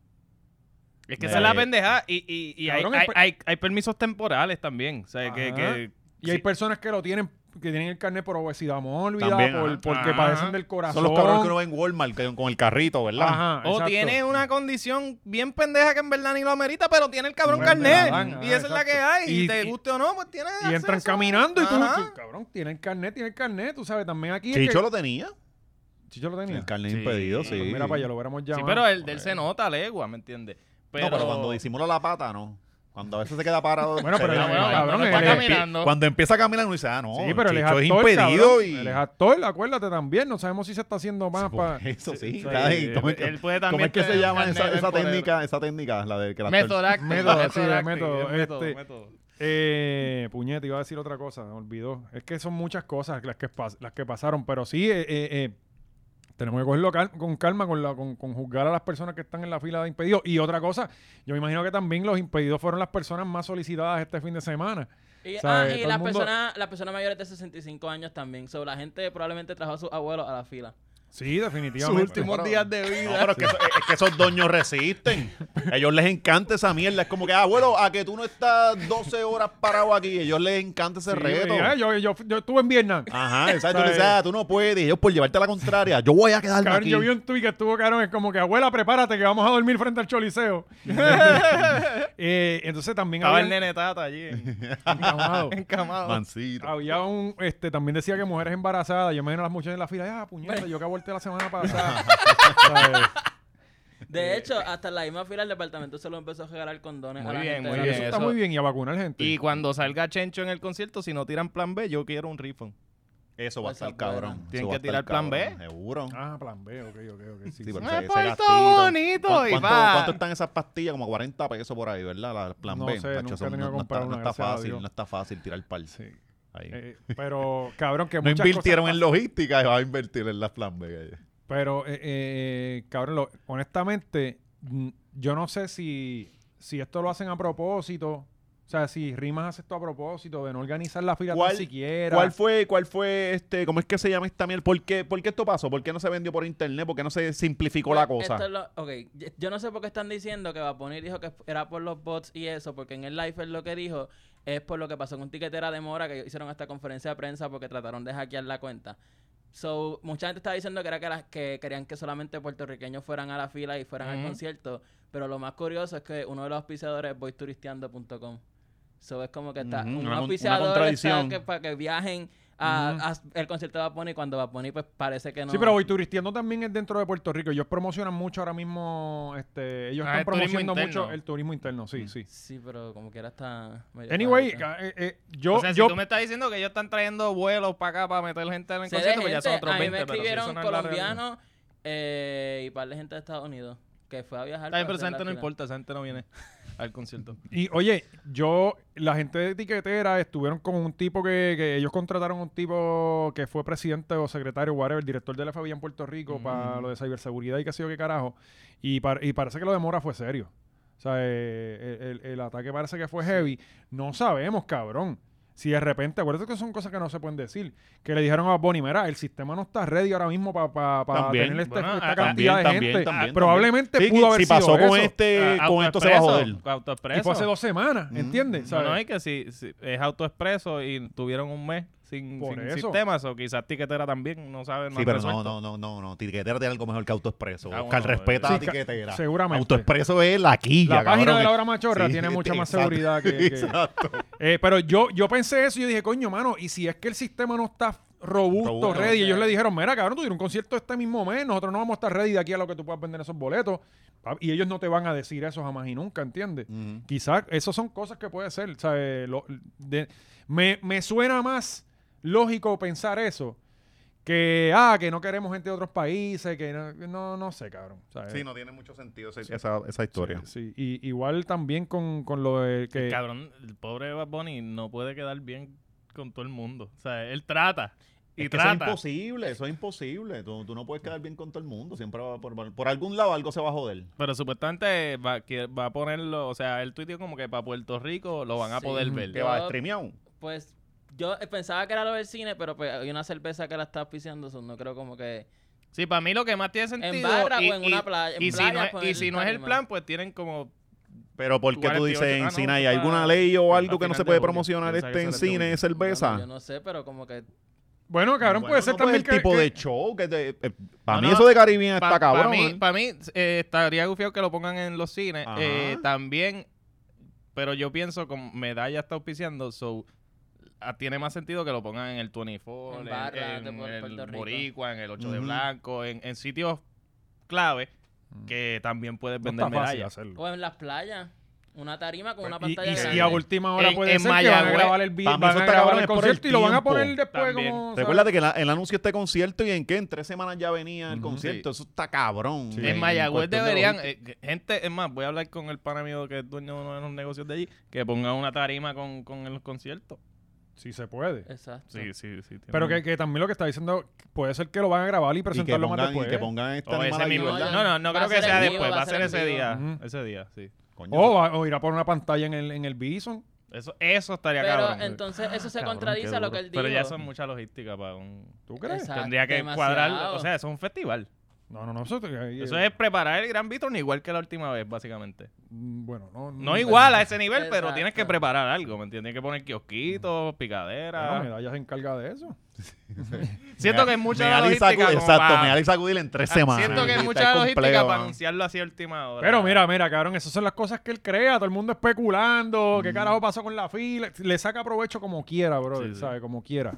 Speaker 3: Es que esa es la
Speaker 2: Eh.
Speaker 3: pendeja. Y, y, y hay,
Speaker 1: Cabrón,
Speaker 3: hay,
Speaker 1: el per-
Speaker 3: hay- hay permisos temporales también. O sea, que.
Speaker 1: Ajá.
Speaker 3: que
Speaker 1: Y hay
Speaker 3: sí.
Speaker 1: personas que lo tienen, que tienen el carnet por obesidad mórbida,
Speaker 2: También,
Speaker 1: por-
Speaker 2: ajá.
Speaker 1: porque
Speaker 3: Ajá.
Speaker 1: padecen del corazón.
Speaker 2: Son los cabrones que uno ve en Walmart que- con el carrito, ¿verdad?
Speaker 1: Ajá,
Speaker 3: o
Speaker 1: exacto.
Speaker 3: tiene una condición bien pendeja que en verdad ni lo amerita, pero tiene el cabrón
Speaker 1: Bueno,
Speaker 3: carnet.
Speaker 1: te la dan,
Speaker 3: y
Speaker 1: ajá,
Speaker 3: esa es la que
Speaker 1: exacto.
Speaker 3: hay. Y,
Speaker 1: Y-
Speaker 3: te guste o no, pues tiene.
Speaker 1: Y entran
Speaker 3: acceso.
Speaker 1: caminando y tú,
Speaker 3: Ajá.
Speaker 1: tú, cabrón, tiene el carnet, tiene el carnet, tú sabes, también aquí... es
Speaker 2: Chicho
Speaker 1: que-
Speaker 2: lo tenía.
Speaker 1: Chicho lo tenía.
Speaker 2: El carnet
Speaker 3: Sí.
Speaker 2: impedido, sí.
Speaker 1: Pues mira para allá, lo hubiéramos
Speaker 3: Sí,
Speaker 1: llamado.
Speaker 3: pero el del se nota legua, ¿me entiendes?
Speaker 2: No, pero cuando disimula la pata, no. Cuando a veces se queda parado.
Speaker 1: Bueno, pero
Speaker 2: se
Speaker 1: ya,
Speaker 2: ve-
Speaker 1: bueno, cabrón,
Speaker 3: no está
Speaker 1: él-
Speaker 3: caminando.
Speaker 2: Cuando empieza a caminar, uno dice, ah, no,
Speaker 1: Sí, pero el
Speaker 2: Chicho es
Speaker 1: actor,
Speaker 2: impedido
Speaker 1: cabrón.
Speaker 2: y...
Speaker 1: Él es actor, acuérdate también. No sabemos si se está haciendo más para...
Speaker 2: Eso sí,
Speaker 3: Sí,
Speaker 2: está ahí.
Speaker 3: él-
Speaker 2: ¿Cómo es
Speaker 3: él
Speaker 2: que,
Speaker 3: puede
Speaker 2: cómo
Speaker 3: también
Speaker 2: es que se
Speaker 3: tener
Speaker 2: llama
Speaker 3: carnet
Speaker 2: esa,
Speaker 3: de
Speaker 2: esa
Speaker 3: poder.
Speaker 2: técnica? Esa técnica, la de que la
Speaker 3: Método acting,
Speaker 1: Método, sí,
Speaker 3: método
Speaker 1: de
Speaker 3: acting,
Speaker 1: método,
Speaker 3: es método,
Speaker 1: este.
Speaker 3: método.
Speaker 1: Eh, puñete, iba a decir otra cosa, me olvidó. Es que son muchas cosas las que, pas- las que pasaron, pero sí, eh, eh, eh, tenemos que cogerlo cal- con calma, con, la, con, con juzgar a las personas que están en la fila de impedidos. Y otra cosa, yo me imagino que también los impedidos fueron las personas más solicitadas este fin de semana.
Speaker 4: Y,
Speaker 1: ¿Sabes?
Speaker 4: ah, y
Speaker 1: Todo el
Speaker 4: las
Speaker 1: mundo-
Speaker 4: personas las personas mayores de 65 años también. So, la gente probablemente trajo a sus abuelos a la fila.
Speaker 1: Sí,
Speaker 3: Sus
Speaker 1: definitivamente.
Speaker 3: últimos días de
Speaker 2: No,
Speaker 3: vida.
Speaker 2: pero es que, eso- es que esos doños resisten. A ellos les encanta esa mierda. Es como que, ah, bueno, a que tú no estás 12 horas parado aquí. A ellos les encanta ese
Speaker 1: Sí,
Speaker 2: este reto.
Speaker 1: eh, yo, yo, yo estuve en Vietnam.
Speaker 2: Ajá, exacto. Tú le
Speaker 1: ¿Sabes?
Speaker 2: dices, ah, tú no puedes. Y ellos por llevarte la contraria. Yo voy a quedarme
Speaker 1: Cabrón,
Speaker 2: aquí.
Speaker 1: yo vi un tuit que estuvo, cabrón, es como que, abuela, prepárate que vamos a dormir frente al choliseo. Eh, entonces también
Speaker 3: Estaba el
Speaker 1: había,
Speaker 3: nene tata allí. eh. en-
Speaker 1: encamado.
Speaker 3: Encamado.
Speaker 2: Mancito.
Speaker 1: había un, este, también decía que mujeres embarazadas, yo imagino a las muchachas en la fila, ah, puñeta, yo que aborté la semana pasada. ¿Sabes?
Speaker 4: De hecho, hasta en la misma fila del departamento se lo empezó a regalar condones.
Speaker 3: Eh, Muy
Speaker 4: a la
Speaker 3: bien,
Speaker 4: gente
Speaker 3: muy
Speaker 4: de la
Speaker 1: Pero
Speaker 3: bien,
Speaker 1: eso
Speaker 4: zona.
Speaker 1: está
Speaker 3: eso-
Speaker 1: muy bien y a vacunar gente.
Speaker 3: Y cuando salga Chencho en el concierto, si no tiran plan B, yo quiero un refund.
Speaker 2: Eso va a
Speaker 4: Esa
Speaker 2: estar
Speaker 4: buena.
Speaker 2: cabrón. Eso
Speaker 3: Tienen
Speaker 2: va a
Speaker 3: que
Speaker 2: estar
Speaker 3: tirar plan
Speaker 2: cabrón,
Speaker 3: B.
Speaker 2: Seguro.
Speaker 1: Ah, plan B, ok, ok, ok. Sí,
Speaker 2: Sí, pero
Speaker 1: sí.
Speaker 2: ese-
Speaker 3: Me
Speaker 2: ese
Speaker 3: porto
Speaker 2: gastito.
Speaker 3: bonito,
Speaker 2: ¿Cuán-
Speaker 3: y
Speaker 2: ¿Cuánto,
Speaker 3: va.
Speaker 2: cuánto están esas pastillas? Como 40 pesos por ahí, ¿verdad? La el plan
Speaker 1: No
Speaker 2: B.
Speaker 1: sé,
Speaker 2: Nacho,
Speaker 1: nunca
Speaker 2: eso
Speaker 1: he tenido que
Speaker 2: no, no
Speaker 1: comprar
Speaker 2: está, no
Speaker 1: una,
Speaker 2: está
Speaker 1: gracias a
Speaker 2: fácil,
Speaker 1: Dios.
Speaker 2: no está fácil tirar par.
Speaker 1: Sí.
Speaker 2: Ahí.
Speaker 1: Eh, pero, cabrón, que
Speaker 2: no
Speaker 1: muchas
Speaker 2: invirtieron
Speaker 1: cosas
Speaker 2: en logística y va a invertir en las plan B.
Speaker 1: Pero, eh, eh, cabrón, lo- honestamente, mm, yo no sé si, si esto lo hacen a propósito. O sea, si Rimas hace esto a propósito de no organizar la fila
Speaker 2: ¿Cuál-
Speaker 1: tan siquiera.
Speaker 2: ¿Cuál fue, cuál fue este, cómo es que se llama esta miel? ¿Por qué, ¿Por qué esto pasó? ¿Por qué no se vendió por internet? ¿Por qué no se simplificó la
Speaker 4: Pues,
Speaker 2: cosa?
Speaker 4: esto es lo- ok, yo- yo no sé por qué están diciendo que Vaponi dijo que era por los bots y eso, porque en el live él lo que dijo es por lo que pasó con Tiquetera de Mora, que hicieron esta conferencia de prensa porque trataron de hackear la cuenta. So, mucha gente estaba diciendo que era que, las, que querían que solamente puertorriqueños fueran a la fila y fueran al
Speaker 3: Ujú.
Speaker 4: concierto, pero lo más curioso es que uno de los auspiciadores es voyturisteando.com. So, es como que está
Speaker 2: Ujú,
Speaker 4: un
Speaker 2: una con- una
Speaker 4: auspiciador está
Speaker 2: contradicción.
Speaker 4: que, para que viajen a- a- al concierto de Vaponi cuando Vaponi pues parece que no...
Speaker 1: Sí, pero voy turisteando también es dentro de Puerto Rico. Ellos promocionan mucho ahora mismo, este, ellos están
Speaker 3: Ah, el turismo
Speaker 1: promocionando mucho
Speaker 3: interno. Mm.
Speaker 1: el turismo interno, sí, sí.
Speaker 4: Sí, pero como quiera está... medio
Speaker 1: Anyway,
Speaker 4: rarito.
Speaker 1: ca- eh, eh, yo,
Speaker 3: o sea,
Speaker 1: yo-
Speaker 3: si tú me estás diciendo que ellos están trayendo vuelos para acá para meter gente en el
Speaker 4: Sé de
Speaker 3: concierto, pues ya son
Speaker 4: gente,
Speaker 3: otros
Speaker 4: a mí
Speaker 3: 20.
Speaker 4: me
Speaker 3: pero si
Speaker 4: escribieron
Speaker 3: eso no es la realidad.
Speaker 4: colombianos eh, y par de gente de Estados Unidos que fue a viajar.
Speaker 3: Está bien,
Speaker 4: para
Speaker 3: pero esa
Speaker 4: hacer la
Speaker 3: gente no
Speaker 4: fila.
Speaker 3: importa, esa gente no viene al concierto.
Speaker 1: Y oye, yo, la gente de etiquetera estuvieron con un tipo que, que ellos contrataron un tipo que fue presidente o secretario, whatever, director de la FBI en Puerto Rico
Speaker 2: Mm.
Speaker 1: para lo de ciberseguridad y qué sé yo qué carajo. Y, par- y parece que lo de Mora fue serio. O sea, eh, el, el- el ataque parece que fue heavy. No sabemos, cabrón. Si de repente, acuérdate que son cosas que no se pueden decir. Que le dijeron a Bonnie, mira, el sistema no está ready ahora mismo para
Speaker 2: También,
Speaker 1: tener este-
Speaker 3: bueno,
Speaker 1: esta
Speaker 3: ah,
Speaker 1: cantidad de
Speaker 2: también, también,
Speaker 1: gente.
Speaker 2: también,
Speaker 1: Probablemente
Speaker 2: Sí,
Speaker 1: Este pudo haber
Speaker 2: si
Speaker 1: sido
Speaker 2: pasó con
Speaker 1: eso.
Speaker 2: este,
Speaker 3: Ah,
Speaker 2: con esto se va a
Speaker 3: autoexpreso,
Speaker 2: joder.
Speaker 3: Autoexpreso.
Speaker 1: Y fue hace dos semanas,
Speaker 2: Mm.
Speaker 1: ¿entiendes?
Speaker 3: No,
Speaker 1: ¿Sabes?
Speaker 3: no, es que si, si es autoexpreso y tuvieron un mes sin,
Speaker 1: Por
Speaker 3: sin
Speaker 1: eso.
Speaker 3: sistemas, o quizás tiquetera también, no saben.
Speaker 2: Sí, pero no, no, no, no, no. Tiquetera tiene algo mejor que Autoexpreso.
Speaker 3: Ah,
Speaker 2: Oscar,
Speaker 3: bueno,
Speaker 2: respeta
Speaker 1: sí,
Speaker 2: a
Speaker 1: ca-
Speaker 2: Tiquetera.
Speaker 1: seguramente.
Speaker 2: Autoexpreso es la quilla,
Speaker 1: La página
Speaker 2: cabrón.
Speaker 1: de la hora machorra
Speaker 2: Sí, este,
Speaker 1: tiene mucha más
Speaker 2: exacto,
Speaker 1: seguridad que... que-
Speaker 2: Exacto.
Speaker 1: Eh, pero yo, yo pensé eso y yo dije, coño, mano, y si es que el sistema no está robusto,
Speaker 2: Robusto,
Speaker 1: ready,
Speaker 3: sí.
Speaker 1: ellos le dijeron, mira, cabrón, tú tienes un concierto este mismo mes, nosotros no vamos a estar ready de aquí a lo que tú puedas vender esos boletos. pa- Y ellos no te van a decir eso jamás y nunca, ¿entiendes?
Speaker 2: Ujú.
Speaker 1: Quizás esas son cosas que puede ser. ¿sabes? Lo- de- me, me suena más lógico pensar eso que, ah, que no queremos gente de otros países, que no, no, no sé, cabrón. ¿sabes?
Speaker 2: Sí, no tiene mucho sentido ese- esa, esa historia.
Speaker 1: Sí, y, igual también con, con lo de que...
Speaker 3: Cabrón, el pobre Bad Bunny no puede quedar bien con todo el mundo. O sea, él trata. Y
Speaker 2: Es que eso es
Speaker 3: trata.
Speaker 2: imposible, eso es imposible. Tú, tú no puedes quedar bien con todo el mundo. Siempre va por, por- por algún lado algo se va a joder.
Speaker 3: Pero supuestamente va, que va a ponerlo, o sea, él tuiteó como que para Puerto Rico lo van a
Speaker 4: Sí.
Speaker 3: poder
Speaker 4: Ujú.
Speaker 3: ver.
Speaker 2: Que va a streamear.
Speaker 4: Pues yo eh, pensaba que era lo del cine, pero pues hay una cerveza que la está auspiciando, so no creo como que...
Speaker 3: Sí, para mí lo que más tiene sentido.
Speaker 4: barra o
Speaker 3: y-
Speaker 4: en
Speaker 3: y-
Speaker 4: una playa- en
Speaker 3: Y si
Speaker 4: playa,
Speaker 3: no es,
Speaker 4: pues,
Speaker 3: y
Speaker 4: el
Speaker 3: si no es el
Speaker 4: tarima.
Speaker 3: plan, pues tienen como.
Speaker 2: Pero ¿por qué tú
Speaker 3: 48?
Speaker 2: dices
Speaker 3: Ah,
Speaker 2: en
Speaker 3: no,
Speaker 2: cine? ¿Hay
Speaker 3: eso está-
Speaker 2: alguna ley o
Speaker 3: está
Speaker 2: algo que no
Speaker 3: final
Speaker 2: se
Speaker 3: de
Speaker 2: puede
Speaker 3: julio.
Speaker 2: promocionar
Speaker 3: Pensaba
Speaker 2: este
Speaker 3: que
Speaker 2: en
Speaker 3: eso era
Speaker 2: cine,
Speaker 3: de
Speaker 2: cerveza?
Speaker 4: Bueno, yo no sé, pero como que...
Speaker 1: Bueno, cabrón,
Speaker 2: Bueno,
Speaker 1: puede ser
Speaker 2: no, pues,
Speaker 1: también
Speaker 2: el
Speaker 1: que-
Speaker 2: tipo
Speaker 1: que-
Speaker 2: de show que te- eh, para
Speaker 3: No,
Speaker 2: mí
Speaker 3: no,
Speaker 2: eso de Caribbean
Speaker 3: Para
Speaker 2: está cabrón.
Speaker 3: mí,
Speaker 2: ¿eh?
Speaker 3: pa' mí, eh, estaría gufiado que lo pongan en los cines.
Speaker 2: Ajá.
Speaker 3: Eh, también. Pero yo pienso, como Medalla está auspiciando, so. ah, Tiene más sentido que lo pongan en el 24,
Speaker 4: En
Speaker 3: en,
Speaker 4: barra de
Speaker 3: en
Speaker 4: Pu- Puerto
Speaker 3: el
Speaker 4: Rico.
Speaker 3: Boricua, en el 8 de
Speaker 2: Ujú.
Speaker 3: Blanco, en, en sitios clave que también puedes
Speaker 1: No
Speaker 3: vender
Speaker 1: está fácil
Speaker 3: medallas.
Speaker 1: hacerlo.
Speaker 4: O en las playas, una tarima
Speaker 3: Eh,
Speaker 4: con una
Speaker 2: y-
Speaker 4: pantalla
Speaker 2: y-
Speaker 1: Y
Speaker 4: grande.
Speaker 1: si a última hora
Speaker 3: En-
Speaker 1: puede
Speaker 3: en
Speaker 1: ser que van a
Speaker 3: Mayagüez,
Speaker 1: grabar el, vi-
Speaker 2: para mí
Speaker 1: van
Speaker 2: eso
Speaker 1: a
Speaker 2: está
Speaker 1: grabar
Speaker 2: cabrón,
Speaker 1: el
Speaker 2: es por el
Speaker 1: concierto y lo van a
Speaker 2: tiempo.
Speaker 1: poner después
Speaker 3: También.
Speaker 1: como...
Speaker 2: Recuérdate que la- el anuncio está de concierto y en qué en tres semanas ya venía el
Speaker 1: Ujú.
Speaker 2: concierto. Eso está cabrón.
Speaker 1: Sí.
Speaker 3: En
Speaker 1: En
Speaker 3: Mayagüez
Speaker 2: cuestión de
Speaker 3: deberían,
Speaker 2: logística.
Speaker 3: eh, gente, es más, voy a hablar con el pana mío que es dueño de uno de los negocios de allí, que ponga una tarima con, con los conciertos.
Speaker 1: Si se puede.
Speaker 4: Exacto.
Speaker 3: Sí, sí, sí.
Speaker 1: Pero que, que también lo que está diciendo, puede ser que lo van a grabar y
Speaker 2: Y que
Speaker 1: presentarlo más
Speaker 2: pongan,
Speaker 1: después.
Speaker 2: y que pongan esta
Speaker 3: O ese
Speaker 2: mala
Speaker 3: mismo.
Speaker 2: libertad.
Speaker 3: No, no, no
Speaker 4: Va
Speaker 3: creo
Speaker 4: a
Speaker 3: que
Speaker 4: ser
Speaker 3: sea
Speaker 4: en vivo,
Speaker 3: después, va a ser ese
Speaker 4: en vivo.
Speaker 3: día.
Speaker 1: Ujú.
Speaker 3: Ese día, sí.
Speaker 2: Coño,
Speaker 1: O, va- o irá por una pantalla en el, en el Bison.
Speaker 3: Eso, eso estaría
Speaker 4: Pero
Speaker 3: cabrón.
Speaker 4: entonces eso se
Speaker 3: Ah, Cabrón,
Speaker 4: contradice
Speaker 3: qué
Speaker 4: a lo
Speaker 3: duro.
Speaker 4: que él dijo.
Speaker 3: Pero ya eso es mucha logística para un...
Speaker 1: ¿Tú crees?
Speaker 4: Exacto.
Speaker 3: Tendría que
Speaker 4: demasiado.
Speaker 3: cuadrar, o sea, eso es un festival.
Speaker 1: No, no, no. Eso, te- eh,
Speaker 3: Eso es preparar el gran Beatle igual que la última vez, básicamente.
Speaker 1: Mm, Bueno, no.
Speaker 3: No igual a ese nivel, pero
Speaker 4: Exacto.
Speaker 3: tienes que preparar algo, ¿me entiendes? Tienes que poner kiosquitos,
Speaker 1: Bueno,
Speaker 3: picaderas.
Speaker 1: medalla se encarga de eso.
Speaker 3: Siento que es mucha la logística
Speaker 2: Sacu-
Speaker 3: como
Speaker 2: Exacto,
Speaker 3: para-
Speaker 2: me y sacudir en tres
Speaker 3: Ah,
Speaker 2: semanas.
Speaker 3: Siento que es
Speaker 2: Está
Speaker 3: mucha logística
Speaker 2: complejo,
Speaker 3: para
Speaker 2: ¿no?
Speaker 3: anunciarlo así a última hora.
Speaker 1: Pero mira, mira, cabrón, esas son las cosas que él crea, todo el mundo especulando, qué carajo pasó con la fila, le saca provecho como quiera, bro,
Speaker 3: Sí, sí.
Speaker 1: ¿sabes? Como quiera.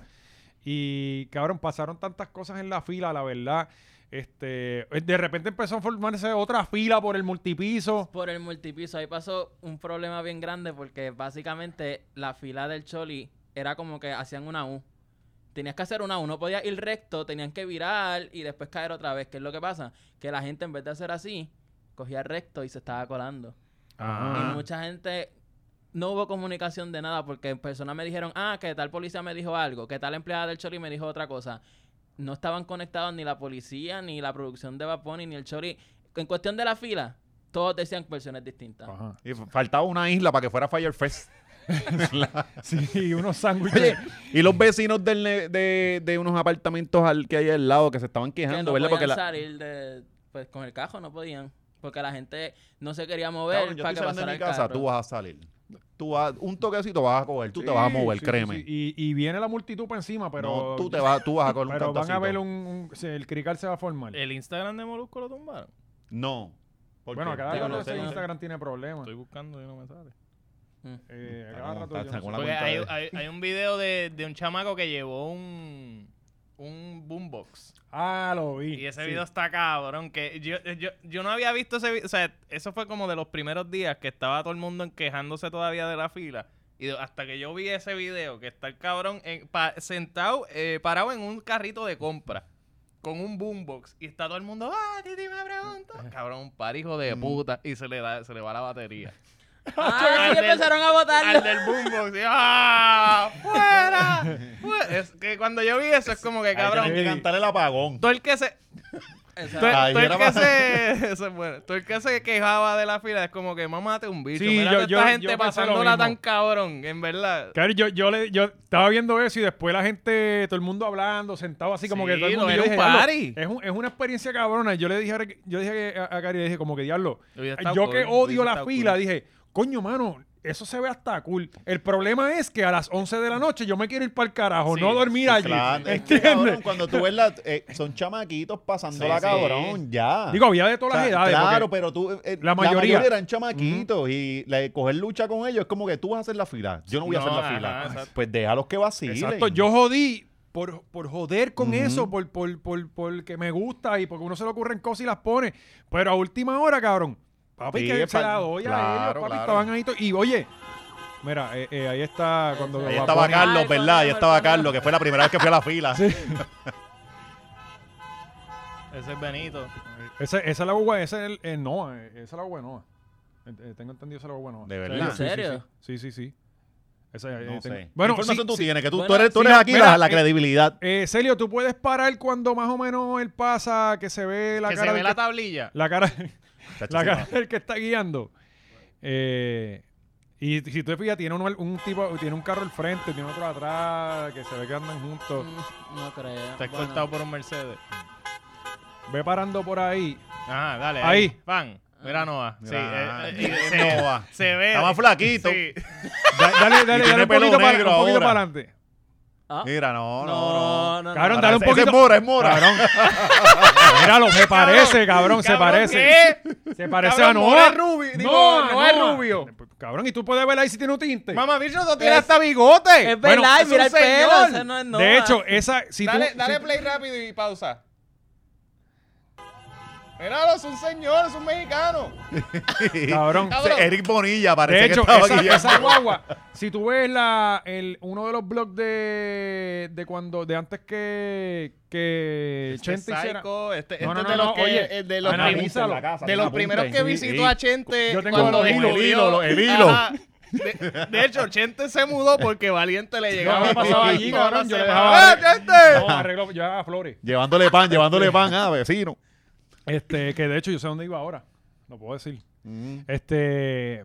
Speaker 1: Y cabrón, pasaron tantas cosas en la fila, la verdad. Este, de repente empezó a formarse otra fila por el multipiso.
Speaker 4: Por el multipiso, ahí pasó un problema bien grande porque básicamente la fila del Choli era como que hacían una U. Tenías que hacer una U, no podías ir recto, tenían que virar y después caer otra vez. ¿Qué es lo que pasa? Que la gente en vez de hacer así, cogía recto y se estaba colando. Y mucha gente no hubo comunicación de nada porque personas me dijeron, ah, que tal policía me dijo algo, que tal empleada del Chori me dijo otra cosa. No estaban conectados ni la policía, ni la producción de Vaponi, ni el Chori. En cuestión de la fila, todos decían versiones distintas.
Speaker 1: Ajá.
Speaker 2: Y faltaba una isla para que fuera Firefest.
Speaker 1: Sí, unos
Speaker 2: Oye,
Speaker 1: sándwiches.
Speaker 2: y los vecinos del ne- de, de unos apartamentos al, que hay al lado que se estaban
Speaker 4: Que
Speaker 2: quejando,
Speaker 4: no
Speaker 2: ¿verdad?
Speaker 4: podían
Speaker 2: Porque la-
Speaker 4: salir de, pues, con el cajo, no podían. Porque la gente no se quería mover
Speaker 2: Cabrón, yo
Speaker 4: para
Speaker 2: estoy
Speaker 4: que
Speaker 2: saliendo de mi
Speaker 4: pasara el
Speaker 2: casa,
Speaker 4: carro.
Speaker 2: tú vas a salir. Tú vas, un toquecito vas a coger, tú te vas a
Speaker 1: Sí,
Speaker 2: mover,
Speaker 1: sí,
Speaker 2: créeme.
Speaker 1: sí, sí. Y, y viene la multitud para encima, pero.
Speaker 2: No, tú, te vas, tú vas a coger
Speaker 1: Pero
Speaker 2: un
Speaker 1: van a
Speaker 2: cantacito.
Speaker 1: ver un, un- se- El crical se va a formar.
Speaker 3: El Instagram de Molusco lo tumbaron.
Speaker 2: No. ¿Por
Speaker 1: Bueno, a
Speaker 2: qué?
Speaker 1: cada
Speaker 4: Digo,
Speaker 1: rato
Speaker 4: no
Speaker 1: ese
Speaker 4: sé, no sé.
Speaker 1: Instagram tiene problemas.
Speaker 3: Estoy buscando y no me sale.
Speaker 1: Eh, a
Speaker 2: Está
Speaker 1: cada
Speaker 2: como-
Speaker 1: rato
Speaker 2: está-
Speaker 1: yo
Speaker 2: está
Speaker 1: no
Speaker 2: con
Speaker 1: sé.
Speaker 2: la
Speaker 3: Porque
Speaker 2: cuenta
Speaker 3: hay,
Speaker 2: de-
Speaker 3: hay- hay un video de, de un chamaco que llevó un, un boombox.
Speaker 1: Ah, lo vi.
Speaker 3: Y ese
Speaker 1: sí.
Speaker 3: video está cabrón. Que yo, yo, yo no había visto ese video. O sea, eso fue como de los primeros días que estaba todo el mundo en- quejándose todavía de la fila. Y de- hasta que yo vi ese video, que está el cabrón en- pa- sentado, eh, parado en un carrito de compra. Con un boombox. Y está todo el mundo, ah, Titi me pregunta. Cabrón, par hijo de puta. Y se le, da, se le va la batería.
Speaker 4: Ah,
Speaker 3: Al
Speaker 4: sí,
Speaker 3: del-
Speaker 4: empezaron a votarlo.
Speaker 3: Al del boombox. y, ¡Ah! ¡Fuera! Fuera. Es que cuando yo vi eso es como que,
Speaker 2: Ahí tienen
Speaker 3: cabrón,
Speaker 2: que cantar el apagón.
Speaker 3: todo el que se...
Speaker 4: Exacto.
Speaker 3: Tú,
Speaker 2: Ahí
Speaker 3: tú el
Speaker 2: era
Speaker 3: que
Speaker 2: más-
Speaker 3: se, se muere. Tú el que se quejaba de la fila es como que mamate un bicho.
Speaker 1: Sí, yo-
Speaker 3: Mira toda
Speaker 1: yo- yo
Speaker 3: esta gente
Speaker 1: pensé lo
Speaker 3: pasándola
Speaker 1: mismo.
Speaker 3: tan cabrón, en verdad.
Speaker 1: Claro, yo, yo, le, yo estaba viendo eso y después la gente, todo el mundo hablando, sentado así como
Speaker 3: Sí,
Speaker 1: que todo el
Speaker 3: no,
Speaker 1: mundo. y
Speaker 3: era
Speaker 1: yo
Speaker 3: un
Speaker 1: "Diablo,
Speaker 3: party".
Speaker 1: Es, un- es una experiencia cabrona. Yo le dije, a- yo dije a, a Cari, le dije como que diablo,
Speaker 3: Hubiera estado
Speaker 1: yo
Speaker 3: cool,
Speaker 1: que odio
Speaker 3: hubiese
Speaker 1: la
Speaker 3: estado
Speaker 1: fila,
Speaker 3: cool.
Speaker 1: dije, coño, mano, eso se ve hasta cool. El problema es que a las 11 de la noche yo me quiero ir para el carajo,
Speaker 3: Sí,
Speaker 1: no dormir
Speaker 3: sí,
Speaker 1: allí.
Speaker 2: Claro, es que,
Speaker 1: ¿Entiendes?
Speaker 2: cabrón, cuando tú ves la, eh, son chamaquitos pasándola,
Speaker 3: Sí, sí.
Speaker 2: cabrón, ya.
Speaker 1: Digo, había de todas
Speaker 2: O sea,
Speaker 1: las edades.
Speaker 2: Claro,
Speaker 1: porque-
Speaker 2: pero tú. eh, eh,
Speaker 1: La mayoría.
Speaker 2: eran chamaquitos y la de coger lucha con ellos es como que tú vas a hacer la fila. Yo no voy a
Speaker 3: No,
Speaker 2: hacer la
Speaker 3: ajá,
Speaker 2: fila.
Speaker 3: exacto.
Speaker 2: Pues déjalos que vacilen.
Speaker 1: Exacto, Pues yo jodí por, por joder con
Speaker 2: Ujú.
Speaker 1: eso, por, por, por, por que me gusta y porque uno se le ocurren cosas y las pone. Pero a última hora, cabrón. Papi,
Speaker 2: Sí,
Speaker 1: que
Speaker 2: es
Speaker 1: se
Speaker 2: pa-
Speaker 1: la doy a ellos,
Speaker 2: claro,
Speaker 1: papi,
Speaker 2: claro.
Speaker 1: estaban ahí. to- Y oye, mira, eh, eh, ahí está cuando
Speaker 2: Ahí
Speaker 1: Bad
Speaker 2: estaba
Speaker 1: Bunny-
Speaker 2: Carlos,
Speaker 4: Ay,
Speaker 2: ¿verdad? Ahí
Speaker 4: cuando-
Speaker 2: estaba Carlos, que fue la primera vez que fui a la fila.
Speaker 3: Ese es Benito.
Speaker 1: Esa, esa es la guagua, esa es el, eh, Noah, eh, esa es la guagua de Noah. Eh, eh, tengo entendido esa es la guagua de Noah. Sí,
Speaker 2: ¿De verdad?
Speaker 1: sí, sí,
Speaker 4: ¿En serio?
Speaker 1: Sí, sí, sí. sí. Esa, eh,
Speaker 2: No
Speaker 1: tengo-
Speaker 2: sé.
Speaker 1: Bueno,
Speaker 2: ¿Qué información
Speaker 1: sí,
Speaker 2: tú tienes? Que tú,
Speaker 4: Bueno,
Speaker 2: tú eres, tú
Speaker 1: sí,
Speaker 2: eres
Speaker 1: no,
Speaker 2: aquí
Speaker 1: mira,
Speaker 2: la, la
Speaker 1: eh,
Speaker 2: credibilidad.
Speaker 1: Eh, Celio, tú puedes parar cuando más o menos él pasa, que se ve la
Speaker 3: que
Speaker 1: cara
Speaker 3: se ve
Speaker 1: del
Speaker 3: la
Speaker 1: que-
Speaker 3: tablilla.
Speaker 1: la cara.
Speaker 2: Chacho,
Speaker 1: La
Speaker 2: Este sí,
Speaker 1: cara del que está guiando. Eh, y si tú te fijas, tiene uno, al- un tipo, tiene un carro al frente, tiene otro atrás, que se ve que andan juntos.
Speaker 4: Mm, No creo.
Speaker 3: Está
Speaker 4: Bueno,
Speaker 3: cortado por un Mercedes.
Speaker 1: Ve parando por ahí.
Speaker 3: Ajá, dale.
Speaker 1: Ahí.
Speaker 3: Van. Mira Noah. Sí,
Speaker 2: Mira,
Speaker 3: eh, eh, y
Speaker 2: no
Speaker 3: se,
Speaker 2: va.
Speaker 3: se ve.
Speaker 2: Está más flaquito.
Speaker 3: Sí.
Speaker 1: Da- Dale, dale,
Speaker 2: tiene
Speaker 1: dale un
Speaker 2: pelo
Speaker 1: poquito, para,
Speaker 2: negro
Speaker 1: un poquito
Speaker 2: ahora.
Speaker 1: para adelante.
Speaker 4: ah,
Speaker 2: Mira, no, no,
Speaker 4: No,
Speaker 2: no.
Speaker 4: no, no.
Speaker 1: Cabrón,
Speaker 2: Ahora,
Speaker 1: dale un
Speaker 2: ese- ese
Speaker 1: poquito.
Speaker 2: es mora, es mora.
Speaker 1: Míralo, se parece, cabrón, se
Speaker 3: Cabrón,
Speaker 1: parece.
Speaker 3: ¿qué?
Speaker 1: Se parece
Speaker 3: Cabrón,
Speaker 1: a
Speaker 3: no
Speaker 1: Noah.
Speaker 3: es rubio, digo,
Speaker 1: Noah,
Speaker 3: no es
Speaker 1: Noah.
Speaker 3: rubio.
Speaker 1: Cabrón, y tú puedes ver ahí si tiene un tinte.
Speaker 3: Mamá, bicho, no tiene
Speaker 4: Es-
Speaker 3: hasta bigote.
Speaker 4: Es verdad,
Speaker 3: es un
Speaker 4: mira el pelo.
Speaker 3: señor.
Speaker 4: ese no es
Speaker 1: de
Speaker 4: Noah.
Speaker 1: hecho, esa. Si tú-
Speaker 3: dale
Speaker 1: si-
Speaker 3: dale play rápido y pausa. Míralo, es un señor, es un mexicano.
Speaker 1: Cabrón.
Speaker 3: Cabrón.
Speaker 2: Eric Bonilla parece
Speaker 1: De hecho,
Speaker 2: que estaba
Speaker 1: esa,
Speaker 2: guiando.
Speaker 1: esa guagua, si tú ves la, el, uno de los blogs de, de cuando, de antes que, que
Speaker 3: Este es
Speaker 1: Chente hiciera-
Speaker 3: psycho, este, este
Speaker 1: No, no,
Speaker 3: es
Speaker 1: no,
Speaker 3: de los
Speaker 1: no,
Speaker 3: que-
Speaker 1: oye,
Speaker 3: eh, de los,
Speaker 1: Ana,
Speaker 3: prim-
Speaker 1: analízalo.
Speaker 2: En la casa,
Speaker 3: de
Speaker 2: sí,
Speaker 3: los
Speaker 2: apunten.
Speaker 3: primeros que
Speaker 2: Sí,
Speaker 3: visitó
Speaker 2: sí.
Speaker 3: a Chente
Speaker 1: Yo tengo
Speaker 3: cuando
Speaker 1: el hilo,
Speaker 3: descubrió-
Speaker 2: el hilo, el hilo.
Speaker 3: Ajá. De, de hecho, Chente se mudó porque Valiente le llegaba.
Speaker 1: me pasaba allí,
Speaker 3: todas
Speaker 1: cabrón,
Speaker 3: las
Speaker 1: yo le
Speaker 3: semanas.
Speaker 1: dejaba-
Speaker 3: ¡Ah, Chente!
Speaker 1: No, arreglo, yo a Flores.
Speaker 2: Llevándole pan, llevándole pan a vecino.
Speaker 1: Este, que de hecho yo sé dónde iba ahora. Lo puedo decir. Este,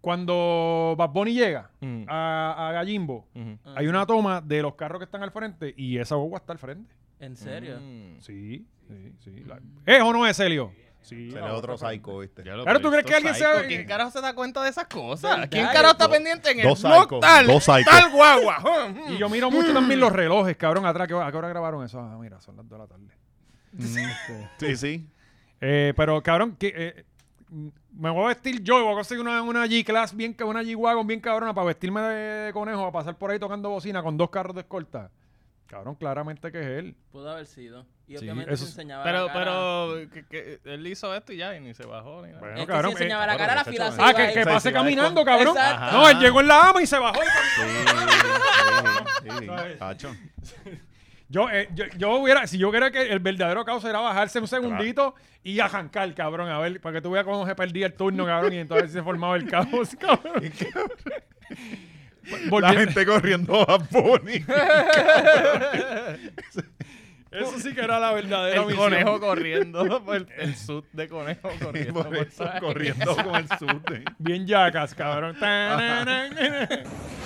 Speaker 1: cuando Bad Bunny llega
Speaker 3: Mm.
Speaker 1: a, a Gallimbo, hay una toma de los carros que están al frente y esa guagua está al frente.
Speaker 4: ¿En serio?
Speaker 3: Mm.
Speaker 1: Sí, sí, sí. La- ¿Es o no es Helio? Sí.
Speaker 2: Se le
Speaker 1: la
Speaker 2: da otro
Speaker 1: otra-
Speaker 2: psycho, ¿viste?
Speaker 1: Claro, ¿tú crees que alguien
Speaker 3: Psycho,
Speaker 1: sabe?
Speaker 3: ¿Quién carajo se da cuenta de esas cosas?
Speaker 4: ¿Verdad?
Speaker 3: ¿Quién carajo está
Speaker 2: Dos-
Speaker 3: pendiente en el
Speaker 2: dos
Speaker 3: blog
Speaker 2: psychos,
Speaker 3: tal?
Speaker 2: dos psychos.
Speaker 3: Tal guagua. Ah, mm.
Speaker 1: Y yo miro mucho también los relojes, cabrón, atrás. ¿qué hora- ¿A qué hora grabaron eso? Ah, mira, son las 2 de la tarde. Este,
Speaker 2: Sí, sí.
Speaker 1: eh, pero, cabrón, que, eh, me voy a vestir yo y voy a conseguir una, una G-Class, bien, ca- una G-Wagon bien cabrona para vestirme de, de conejo, para pasar por ahí tocando bocina con dos carros de escolta. Cabrón, claramente que es él.
Speaker 4: Pudo haber sido. Y
Speaker 1: Sí,
Speaker 4: obviamente
Speaker 1: eso
Speaker 4: se
Speaker 1: es-
Speaker 4: enseñaba
Speaker 3: Pero,
Speaker 4: la cara.
Speaker 3: pero, que- que él hizo esto y ya, y ni se bajó ni nada.
Speaker 1: Bueno,
Speaker 4: Es que
Speaker 1: cabrón,
Speaker 4: si enseñaba
Speaker 1: eh,
Speaker 4: la cara a la
Speaker 2: muchacho,
Speaker 4: fila. se
Speaker 1: Ah,
Speaker 4: iba
Speaker 1: que, que
Speaker 4: a ir.
Speaker 2: Sí,
Speaker 1: pase
Speaker 2: sí,
Speaker 1: caminando,
Speaker 2: va
Speaker 1: cabrón.
Speaker 4: Exacto.
Speaker 1: No, él llegó en la ama y se bajó.
Speaker 2: Sí, sí, sí,
Speaker 1: ¿Sabes?
Speaker 2: Tacho.
Speaker 1: Yo, eh, yo, yo hubiera, si yo hubiera que el verdadero caos era bajarse un segundito y arrancar, cabrón, a ver, para que tú veas cómo se perdía el turno, cabrón, y entonces se formaba el caos, cabrón.
Speaker 2: La
Speaker 1: Volviendo-
Speaker 2: gente corriendo a Bunny.
Speaker 1: Eso sí que era la verdadera
Speaker 3: El
Speaker 1: misión.
Speaker 3: conejo corriendo, por el, el sud de conejo corriendo.
Speaker 2: Por
Speaker 3: por
Speaker 2: eso,
Speaker 3: ahí.
Speaker 2: corriendo con el sute.
Speaker 1: Bien yacas, cabrón.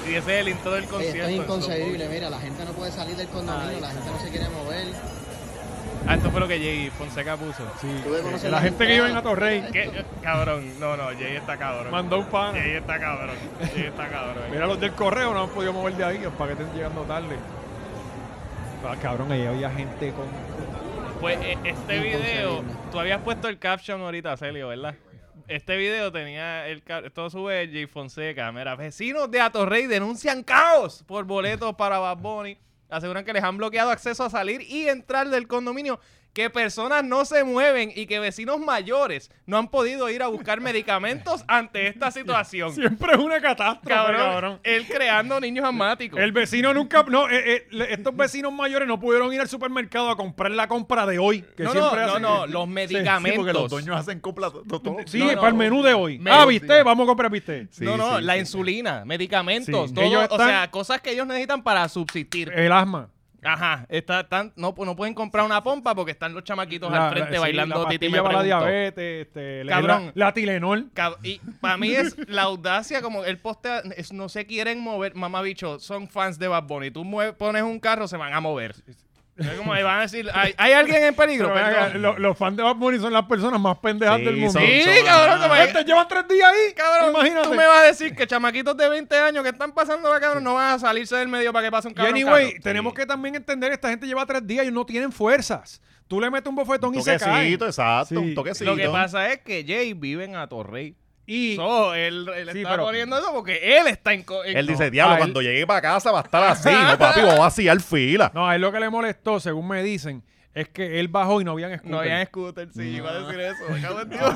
Speaker 3: Y ese es el intro del
Speaker 8: Oye,
Speaker 3: concierto.
Speaker 8: esto es inconcebible,
Speaker 3: esto-
Speaker 8: mira, la gente no puede salir del condominio,
Speaker 4: Ay,
Speaker 8: la gente no se quiere mover.
Speaker 3: Ah, esto fue lo que Jay Fonseca puso.
Speaker 8: Tú debes conocer
Speaker 1: la gente que iba en Atorrey
Speaker 3: ¿Qué? Cabrón, no, no, Jay está cabrón.
Speaker 1: mandó un pan.
Speaker 3: Jay está cabrón. Jay está cabrón.
Speaker 1: Mira, los del correo no han podido mover de ahí, los paquetes llegando tarde. Ah, cabrón, ahí había gente con...
Speaker 3: Pues e- este video, tú habías puesto el caption ahorita, Celio, ¿verdad? Este video tenía el cap- esto sube Jay Fonseca, mira, vecinos de Atorrey denuncian caos por boletos para Bad Bunny, aseguran que les han bloqueado acceso a salir y entrar del condominio, que personas no se mueven y que vecinos mayores no han podido ir a buscar medicamentos ante esta situación.
Speaker 1: Siempre es una catástrofe,
Speaker 3: Cabrón,
Speaker 1: cabrón.
Speaker 3: él creando niños asmáticos.
Speaker 1: El vecino nunca. No, eh, eh, le- estos vecinos mayores no pudieron ir al supermercado a comprar la compra de hoy. Que
Speaker 3: no, no,
Speaker 1: siempre
Speaker 3: no,
Speaker 1: hacen.
Speaker 3: no, los
Speaker 2: Sí, porque los
Speaker 3: medicamentos.
Speaker 2: dueños hacen copla to- to- todo.
Speaker 1: Sí,
Speaker 3: no,
Speaker 1: para el
Speaker 3: no.
Speaker 1: menú de hoy.
Speaker 3: Me-
Speaker 1: ah, viste, vamos a comprar viste.
Speaker 2: Sí,
Speaker 3: no, no,
Speaker 2: sí,
Speaker 3: la
Speaker 2: sí.
Speaker 3: insulina, medicamentos,
Speaker 1: Sí.
Speaker 3: todo,
Speaker 1: Ellos
Speaker 3: o
Speaker 1: están- Eh.
Speaker 3: sea, cosas que ellos necesitan para subsistir.
Speaker 1: El asma.
Speaker 3: Ajá, está, están, no, no pueden comprar una pompa porque están los chamaquitos
Speaker 1: La-
Speaker 3: al frente
Speaker 1: sí,
Speaker 3: bailando
Speaker 1: la
Speaker 3: Titi
Speaker 1: pastilla
Speaker 3: me
Speaker 1: para la
Speaker 3: preguntó.
Speaker 1: diabetes, este, la-
Speaker 3: Cabrón.
Speaker 1: La, la Tilenol.
Speaker 3: Cab- Y para mí es la audacia, como él postea, es- no se quieren mover, mamá bicho, son fans de Bad Bunny, tú mueve- pones un carro, se van a mover. Es como, ahí van a decir, ¿hay, hay alguien en peligro?
Speaker 1: Pero ven acá,
Speaker 3: Perdón.
Speaker 1: lo- los fans de Bad Bunny son las personas más pendejas
Speaker 2: Sí,
Speaker 1: del mundo.
Speaker 2: son-
Speaker 3: Sí,
Speaker 2: son-
Speaker 3: cabrón, como-
Speaker 1: Este, llevan tres días ahí,
Speaker 3: Cabrón,
Speaker 1: Imagínate.
Speaker 3: tú me vas a decir que chamaquitos de 20 años que están pasando acá, cabrón, no van a salirse del medio para que pase un
Speaker 1: Y
Speaker 3: cabrón.
Speaker 1: anyway,
Speaker 3: carro.
Speaker 1: tenemos
Speaker 3: Sí.
Speaker 1: que también entender: esta gente lleva tres días y no tienen fuerzas. Tú le metes un bofetón y se cae.
Speaker 2: Toquecito, exacto.
Speaker 1: Sí.
Speaker 2: Un toquecito.
Speaker 3: Lo que pasa es que Jay vive en Atorrey.
Speaker 1: Y
Speaker 3: So, él, él
Speaker 1: Sí,
Speaker 3: está
Speaker 1: pero-
Speaker 3: poniendo eso porque él está en... co- en-
Speaker 2: Él dice,
Speaker 3: no.
Speaker 2: diablo,
Speaker 1: Ah, él-
Speaker 2: cuando llegue para casa va a estar así, ¿no, papi? Voy a vaciar fila.
Speaker 1: No, a él lo que le molestó, según me dicen, es que él bajó y no habían escuchado.
Speaker 3: No habían scooter, sí, iba a decir eso. me cago en Dios.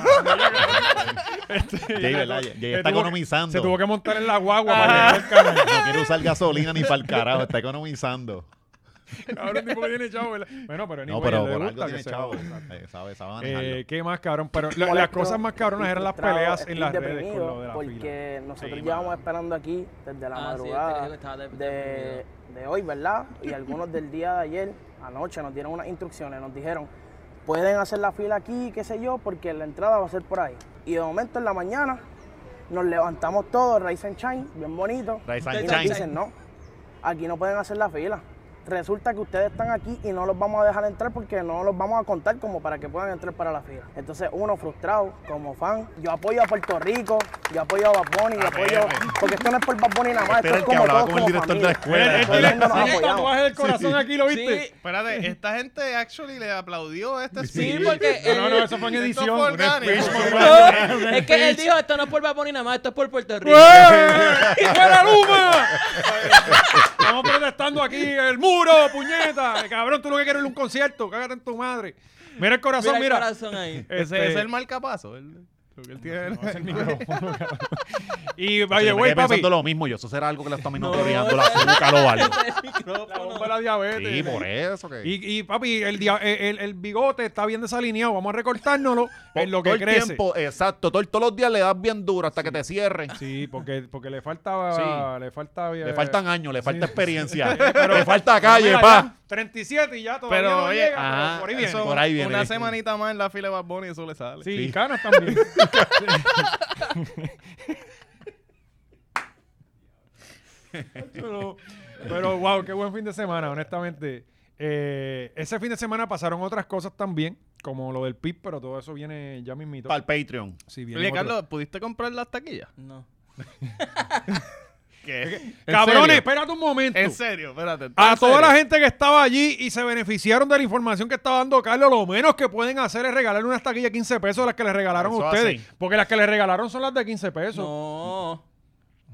Speaker 2: Jay, ¿verdad? Jay está economizando.
Speaker 1: Se tuvo que montar en la guagua para
Speaker 4: Ah.
Speaker 3: Ajá.
Speaker 1: llegar al canal.
Speaker 2: No quiere usar gasolina ni para el carajo, está economizando.
Speaker 1: Cabrón, tipo que tiene chavo, ¿verdad? Bueno, pero
Speaker 2: No,
Speaker 1: anyway,
Speaker 2: pero
Speaker 1: le
Speaker 2: por
Speaker 1: gusta
Speaker 2: algo
Speaker 1: que
Speaker 2: tiene
Speaker 1: se
Speaker 2: chavo.
Speaker 1: joda.
Speaker 2: Eh, Sabe, sabe manejarlo.
Speaker 1: Eh, ¿Qué más, cabrón? Pero la- las cosas más cabronas eran las peleas en las redes con lo de la fila.
Speaker 9: Porque nosotros llevamos esperando aquí desde la
Speaker 4: Ah, sí, este
Speaker 9: madrugada
Speaker 4: creo que estaba de-
Speaker 9: de, de hoy, ¿verdad? Y algunos del día de ayer, anoche, nos dieron unas instrucciones, nos dijeron, pueden hacer la fila aquí, qué sé yo, porque la entrada va a ser por ahí. Y de momento en la mañana nos levantamos todos, Rise and Shine, bien bonito.
Speaker 2: Rise
Speaker 9: y
Speaker 2: and
Speaker 9: nos
Speaker 2: Shine.
Speaker 9: dicen, no, aquí no pueden hacer la fila. Resulta que ustedes están aquí y no los vamos a dejar entrar porque no los vamos a contar como para que puedan entrar para la fila. Entonces, uno frustrado como fan, yo apoyo a Puerto Rico, yo apoyo a Bad Bunny, yo apoyo. Porque esto no es por Bad Bunny nada más,
Speaker 2: Este
Speaker 9: esto
Speaker 2: era
Speaker 9: es
Speaker 2: el que
Speaker 9: como
Speaker 2: hablaba
Speaker 9: todos
Speaker 2: con el
Speaker 9: como
Speaker 2: director de la
Speaker 9: familia.
Speaker 2: escuela.
Speaker 1: Él
Speaker 2: Este
Speaker 9: Todo el
Speaker 1: tiene
Speaker 9: mundo nos
Speaker 1: tiene el
Speaker 9: apoyamos.
Speaker 1: tatuaje del corazón aquí, ¿lo viste?
Speaker 4: Sí,
Speaker 3: Espérate, esta gente actually le aplaudió a este
Speaker 4: Sí,
Speaker 3: speech.
Speaker 4: porque
Speaker 1: No, no,
Speaker 4: él-
Speaker 1: no, eso fue en
Speaker 3: Esto
Speaker 1: edición.
Speaker 3: fue
Speaker 1: Un
Speaker 3: orgánico.
Speaker 1: speech
Speaker 4: No, es que él dijo, esto no es por Bad Bunny nada más, esto es por Puerto Rico.
Speaker 1: ¡Ey! ¡Fuera Luma! Estamos protestando aquí el muro, puñeta. Eh, Cabrón, tú lo que quieres es un concierto. Cágate en tu madre. Mira el corazón,
Speaker 4: Mira el
Speaker 1: mira.
Speaker 4: corazón ahí.
Speaker 3: Ese
Speaker 1: Este,
Speaker 3: ese es el marcapaso. él- lo que él tiene. Eh,
Speaker 1: Y
Speaker 2: Yo
Speaker 1: vaya,
Speaker 2: me
Speaker 1: güey,
Speaker 2: quedé
Speaker 1: papi.
Speaker 2: pensando lo mismo, yo eso será algo que le está
Speaker 4: No,
Speaker 2: minorizando la azúcar o algo.
Speaker 4: El
Speaker 1: La
Speaker 4: micrófono.
Speaker 1: bomba de la diabetes.
Speaker 2: Sí, por eso que.
Speaker 1: Y, y, papi, el, dia- el, el bigote está bien desalineado. Vamos a recortárnoslo
Speaker 2: Por
Speaker 1: en lo
Speaker 2: todo
Speaker 1: que
Speaker 2: el
Speaker 1: crece.
Speaker 2: tiempo, exacto, todo- todos los días le das bien duro hasta que te cierren.
Speaker 1: Sí, porque, porque le falta.
Speaker 2: Sí.
Speaker 1: Le falta.
Speaker 2: Le faltan años, le falta
Speaker 1: Sí.
Speaker 2: experiencia, le falta calle,
Speaker 1: Mira,
Speaker 2: pa.
Speaker 1: ya 37 y ya todavía
Speaker 3: Pero,
Speaker 1: no
Speaker 3: oye, ah,
Speaker 1: llega,
Speaker 2: ajá,
Speaker 1: pero por ahí viene.
Speaker 3: Eso,
Speaker 2: Por ahí viene.
Speaker 3: Una semanita más en la fila de Bad Bunny, eso le sale.
Speaker 1: Sí,
Speaker 2: Sí.
Speaker 1: canas también. pero, pero, wow, qué buen fin de semana, honestamente. Eh, ese fin de semana pasaron otras cosas también, como lo del PIB, pero todo eso viene ya mismito.
Speaker 2: Para el Patreon.
Speaker 1: Sí, viene
Speaker 3: Oye,
Speaker 1: otro-
Speaker 3: Carlos, ¿pudiste comprar las taquillas?
Speaker 4: No.
Speaker 3: ¿Qué?
Speaker 1: Cabrones, espérate un momento.
Speaker 3: En serio, espérate.
Speaker 1: A
Speaker 2: Ah,
Speaker 3: ¿en
Speaker 1: toda
Speaker 3: serio?
Speaker 1: la gente que estaba allí y se beneficiaron de la información que estaba dando Carlos, lo menos que pueden hacer es regalarle unas taquillas de 15 pesos a las que les regalaron
Speaker 2: Eso
Speaker 1: ustedes.
Speaker 2: así.
Speaker 1: Porque las que les regalaron son las de 15 pesos.
Speaker 4: No.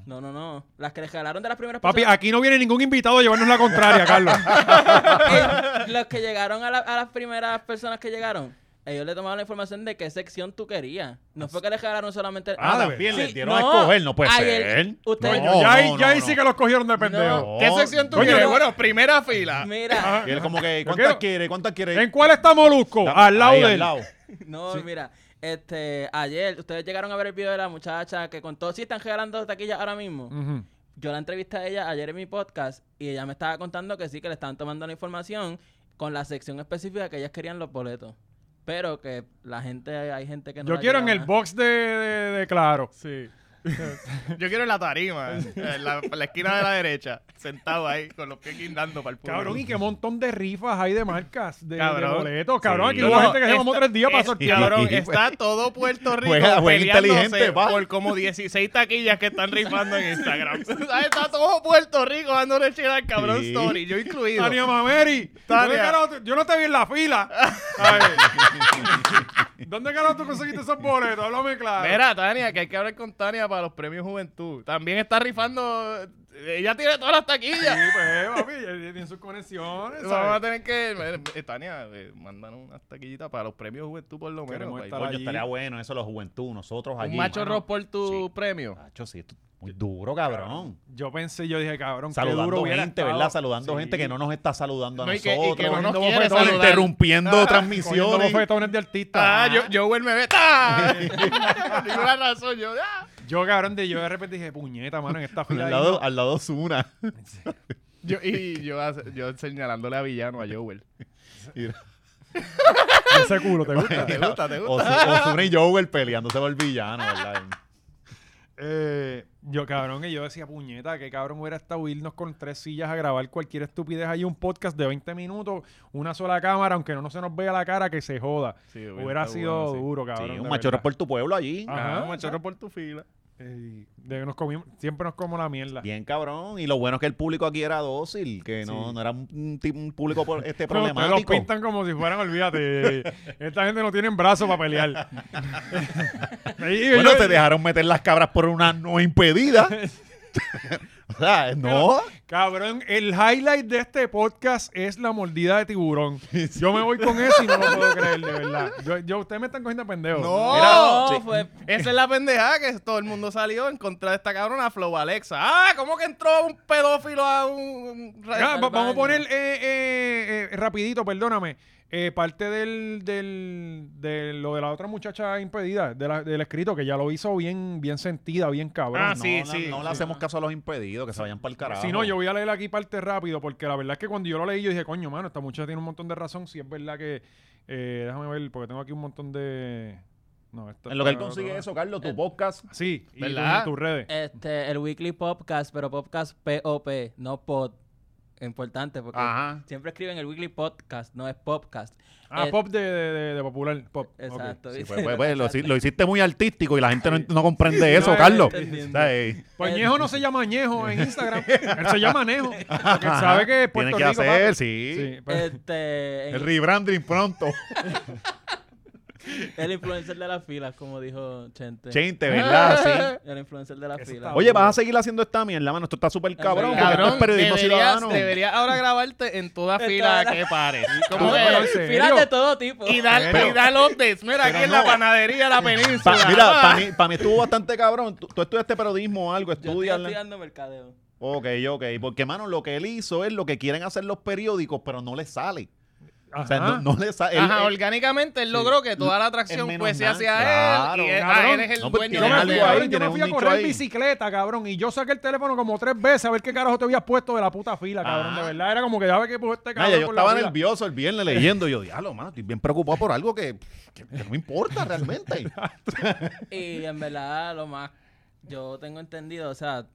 Speaker 4: No, no, no. Las que les regalaron de las primeras
Speaker 1: Papi,
Speaker 4: personas.
Speaker 1: aquí no viene ningún invitado a llevarnos la contraria, Carlos.
Speaker 2: ah.
Speaker 4: Eh, los que llegaron a, la- a las primeras personas que llegaron, ellos le tomaron la información de qué sección tú querías. No fue que les regalaron solamente.
Speaker 2: Ah,
Speaker 1: Ah, de
Speaker 2: también
Speaker 4: Sí,
Speaker 2: les dieron a escoger, no puede
Speaker 4: ayer-
Speaker 2: ser.
Speaker 4: ustedes-
Speaker 2: No,
Speaker 1: ya ahí,
Speaker 2: no,
Speaker 1: ya ahí
Speaker 2: no.
Speaker 1: sí que los cogieron de pendejo.
Speaker 2: No.
Speaker 3: ¿Qué sección tú
Speaker 1: Coño,
Speaker 3: quieres?
Speaker 1: no.
Speaker 3: Bueno, primera fila.
Speaker 4: Mira,
Speaker 2: Y él como
Speaker 1: Yo
Speaker 2: que, ¿cuántas
Speaker 1: quiero-
Speaker 2: quiere? ¿Cuántas quiere?
Speaker 1: ¿En cuál está Molusco?
Speaker 2: Dame-
Speaker 1: Al lado
Speaker 2: ahí,
Speaker 1: de
Speaker 2: al
Speaker 1: él.
Speaker 2: lado.
Speaker 4: no, mira. Este, ayer, ustedes llegaron a ver el video de la muchacha que contó, sí, están regalando taquillas ahora mismo.
Speaker 1: Ujú.
Speaker 4: Yo la entrevisté a ella ayer en mi podcast y ella me estaba contando que sí, que le estaban tomando la información con la sección específica que ellas querían los boletos. Pero que la gente, hay gente que no.
Speaker 1: Yo
Speaker 4: la
Speaker 1: quiero en el
Speaker 4: llegaba.
Speaker 1: box de, de- de Claro.
Speaker 3: Sí. Yo quiero en la tarima, en la, en la esquina de la derecha, sentado ahí con los pies guindando para el público.
Speaker 1: Cabrón, y qué montón de rifas hay de marcas, de, de
Speaker 3: Cabrón.
Speaker 1: boletos. Cabrón,
Speaker 2: Sí.
Speaker 1: aquí hubo
Speaker 3: No,
Speaker 1: gente que se
Speaker 3: está-
Speaker 1: tomó tres días para
Speaker 3: es-
Speaker 1: sortear.
Speaker 3: Cabrón, está todo Puerto Rico
Speaker 2: Juega- juega
Speaker 3: peleándose
Speaker 2: inteligente, pa.
Speaker 3: por como 16 taquillas que están rifando en Instagram. ¿Sabes? está todo Puerto Rico dándole chile al cabrón
Speaker 2: Sí.
Speaker 3: Story, yo incluido.
Speaker 1: Tania Mameri, ¿dónde
Speaker 3: Tania.
Speaker 1: carajo tú- yo no te vi en la fila. Ay. ¿Dónde carajo tú conseguiste esos boletos? Háblame claro.
Speaker 3: Mira, Tania, que hay que hablar con Tania para los premios Juventud. También está rifando... Ella tiene todas las
Speaker 1: Sí,
Speaker 3: taquillas.
Speaker 1: pues, papi, ya- ya tiene sus conexiones.
Speaker 3: Vamos a
Speaker 1: ¿sabes?
Speaker 3: tener que. eh, Tania, eh, mandan unas taquillitas para los premios Juventud, por lo menos.
Speaker 1: Queremos
Speaker 3: pa' ir.
Speaker 1: estar
Speaker 2: Coño,
Speaker 1: allí.
Speaker 2: estaría bueno eso, la juventud, nosotros allí.
Speaker 3: Un macho
Speaker 2: mano.
Speaker 3: rock por tu
Speaker 2: Sí.
Speaker 3: premio.
Speaker 2: Macho, sí, esto es muy duro, cabrón.
Speaker 1: Yo pensé, yo dije, cabrón, qué duro
Speaker 2: Saludando
Speaker 1: hubiera
Speaker 2: gente,
Speaker 1: estado.
Speaker 2: ¿verdad? Saludando
Speaker 1: Sí.
Speaker 2: gente que no nos está saludando a
Speaker 3: No, y que- y que
Speaker 2: nosotros.
Speaker 3: no nos
Speaker 2: cogiendo
Speaker 3: quiere
Speaker 2: bofetones,
Speaker 3: saludar.
Speaker 2: interrumpiendo
Speaker 1: Cogiendo
Speaker 2: transmisiones.
Speaker 1: bofetones de artistas.
Speaker 3: Ah, yo, yo el bebé. ¡Ah! Por ninguna razón, yo. ¡ah!
Speaker 1: Yo, cabrón, de, yo de repente dije, puñeta, mano, en esta fila.
Speaker 2: Al
Speaker 1: ahí
Speaker 2: lado, al lado Zuna.
Speaker 3: Yo- y yo, ah, hace- yo señalándole a villano a Joel.
Speaker 1: no- Ese culo, ¿te gusta?
Speaker 3: ¿Te gusta? ¿Te gusta?
Speaker 2: Osuna y Joel peleándose por el villano, ¿verdad?
Speaker 1: Eh, yo, cabrón, y yo decía, puñeta, que cabrón hubiera estado irnos con tres sillas a grabar cualquier estupidez ahí, un podcast de 20 minutos, una sola cámara, aunque no, no se nos vea la cara, que se joda.
Speaker 3: Sí,
Speaker 1: hubiera
Speaker 3: estado
Speaker 1: sido
Speaker 3: bueno, sí.
Speaker 1: duro,
Speaker 2: Sí,
Speaker 1: cabrón.
Speaker 2: un
Speaker 1: de
Speaker 2: macho
Speaker 1: verdad. Ah.
Speaker 2: rock por tu pueblo allí.
Speaker 1: Ajá.
Speaker 3: Ajá, un machorro por tu fila.
Speaker 1: Eh, de- nos comimos- siempre nos como la mierda.
Speaker 2: Bien cabrón. Y lo bueno es que el público aquí era dócil, que no,
Speaker 1: Sí.
Speaker 2: no era un, ti- un público por- este
Speaker 1: Pero ustedes los
Speaker 2: problemático.
Speaker 1: pintan como si fueran, olvídate. eh, Esta gente no tiene brazos para pelear. Y
Speaker 2: Bueno,
Speaker 1: yo-
Speaker 2: te dejaron meter las cabras por una no impedida. o sea, no.
Speaker 1: Cabrón, el highlight de este podcast es la mordida de tiburón. Yo me voy con eso y no lo puedo creer, de verdad. Yo, yo- ustedes me están cogiendo pendejo.
Speaker 3: No.
Speaker 4: No,
Speaker 2: sí.
Speaker 4: fue
Speaker 3: Esa es la pendejada que todo el mundo salió en contra de esta cabrona Flow Alexa. ¡Ah! ¿Cómo que entró un pedófilo a un. un-
Speaker 1: Ya, va- vamos a
Speaker 4: baño.
Speaker 1: poner eh, eh, eh, rapidito, perdóname. eh, parte del, del, de lo de la otra muchacha impedida, de la- del escrito, que ya lo hizo bien, bien sentida, bien cabrón.
Speaker 3: Ah,
Speaker 2: No,
Speaker 3: sí,
Speaker 2: no,
Speaker 3: sí,
Speaker 2: no
Speaker 3: sí.
Speaker 2: le hacemos caso a los impedidos, que se vayan para el carajo.
Speaker 1: Si no, yo voy a leer aquí parte rápido, porque la verdad es que cuando yo lo leí, yo dije, coño, mano, esta muchacha tiene un montón de razón. Si es verdad que. eh, déjame ver, porque tengo aquí un montón de. No, esta-
Speaker 2: En lo que él
Speaker 1: esta-
Speaker 2: consigue
Speaker 1: otra-
Speaker 2: eso, Eh, Carlos, tu podcast.
Speaker 1: Sí, y
Speaker 3: ¿Verdad?
Speaker 1: en tus redes.
Speaker 4: este, el Weekly Podcast, pero Podcast P-O-P, no Pod. Importante, porque
Speaker 2: Ajá.
Speaker 4: siempre escriben el Weekly Podcast, no es Podcast.
Speaker 1: Ah,
Speaker 4: Eh,
Speaker 1: pop de, de- de- de popular. Pop. ok.
Speaker 4: Exacto.
Speaker 2: Sí,
Speaker 4: ¿viste?
Speaker 2: pues, pues, pues, lo, hici- lo hiciste muy artístico y la gente no, ent- no comprende eso,
Speaker 1: No,
Speaker 2: Carlos.
Speaker 4: no entiendo.
Speaker 2: O sea, eh,
Speaker 1: Pues
Speaker 4: Eh,
Speaker 1: Ñejo no se llama Ñejo en Instagram. Él se llama Nejo. Porque él sabe que es Puerto
Speaker 2: Tiene que
Speaker 1: Rico.
Speaker 2: hacer,
Speaker 1: papi.
Speaker 2: sí. eh,
Speaker 1: Sí, pues, pero-
Speaker 4: Este,
Speaker 2: El rebranding pronto.
Speaker 4: el influencer de las filas, como dijo Chente.
Speaker 2: Chente,
Speaker 4: Ah,
Speaker 2: ¿verdad? Sí.
Speaker 4: El influencer de las
Speaker 1: Eso
Speaker 4: filas.
Speaker 1: está
Speaker 2: Oye, vas a seguir haciendo esta mierda, mano. Esto está súper cabrón. porque esto es periodismo
Speaker 3: deberías,
Speaker 2: ciudadano.
Speaker 3: deberías ahora grabarte en toda
Speaker 4: En
Speaker 3: fila
Speaker 4: toda la-
Speaker 3: que pares.
Speaker 1: Tú,
Speaker 3: Como que-
Speaker 1: pero en serio.
Speaker 4: Filas de todo tipo.
Speaker 3: y dar,
Speaker 1: Pero-
Speaker 3: y dar updates. Mira, aquí
Speaker 2: pero
Speaker 3: en la
Speaker 2: no.
Speaker 3: panadería de
Speaker 2: Pa-
Speaker 3: la península.
Speaker 2: mira,
Speaker 3: Ah.
Speaker 2: para mí, pa' mí estuvo bastante cabrón. Tú, tú estudiaste periodismo o algo,
Speaker 4: Yo estoy
Speaker 2: estudias.
Speaker 4: estudiando mercadeo.
Speaker 2: Ok, ok. Porque, mano, lo que él hizo es lo que quieren hacer los periódicos, pero no le sale.
Speaker 1: Ajá.
Speaker 2: O sea, no, no le sale.
Speaker 3: Ajá, orgánicamente él logró que toda la
Speaker 2: es
Speaker 3: atracción
Speaker 2: menos
Speaker 3: fuese
Speaker 2: nada.
Speaker 3: hacia él.
Speaker 2: Claro,
Speaker 3: Y él, ah,
Speaker 1: cabrón.
Speaker 3: él es el
Speaker 2: No, pues
Speaker 3: dueño
Speaker 1: yo
Speaker 2: tiene
Speaker 1: me
Speaker 3: de
Speaker 1: fui,
Speaker 2: algo
Speaker 1: cabrón,
Speaker 2: ahí,
Speaker 1: yo me
Speaker 2: tiene
Speaker 1: fui
Speaker 2: un
Speaker 1: a
Speaker 2: nicho
Speaker 1: correr
Speaker 2: ahí.
Speaker 1: bicicleta, cabrón, y yo saqué el teléfono como tres veces a ver qué carajo te habías puesto de la puta fila, cabrón.
Speaker 2: Ah.
Speaker 1: De verdad, era como que ya ve que puse este cabrón.
Speaker 2: yo
Speaker 1: por la
Speaker 2: estaba
Speaker 1: fila.
Speaker 2: nervioso el viernes leyendo. Y yo, diablo, mano, estoy bien preocupado por algo que, que- que no me importa realmente.
Speaker 4: Y en verdad, lo más yo tengo entendido, o sea,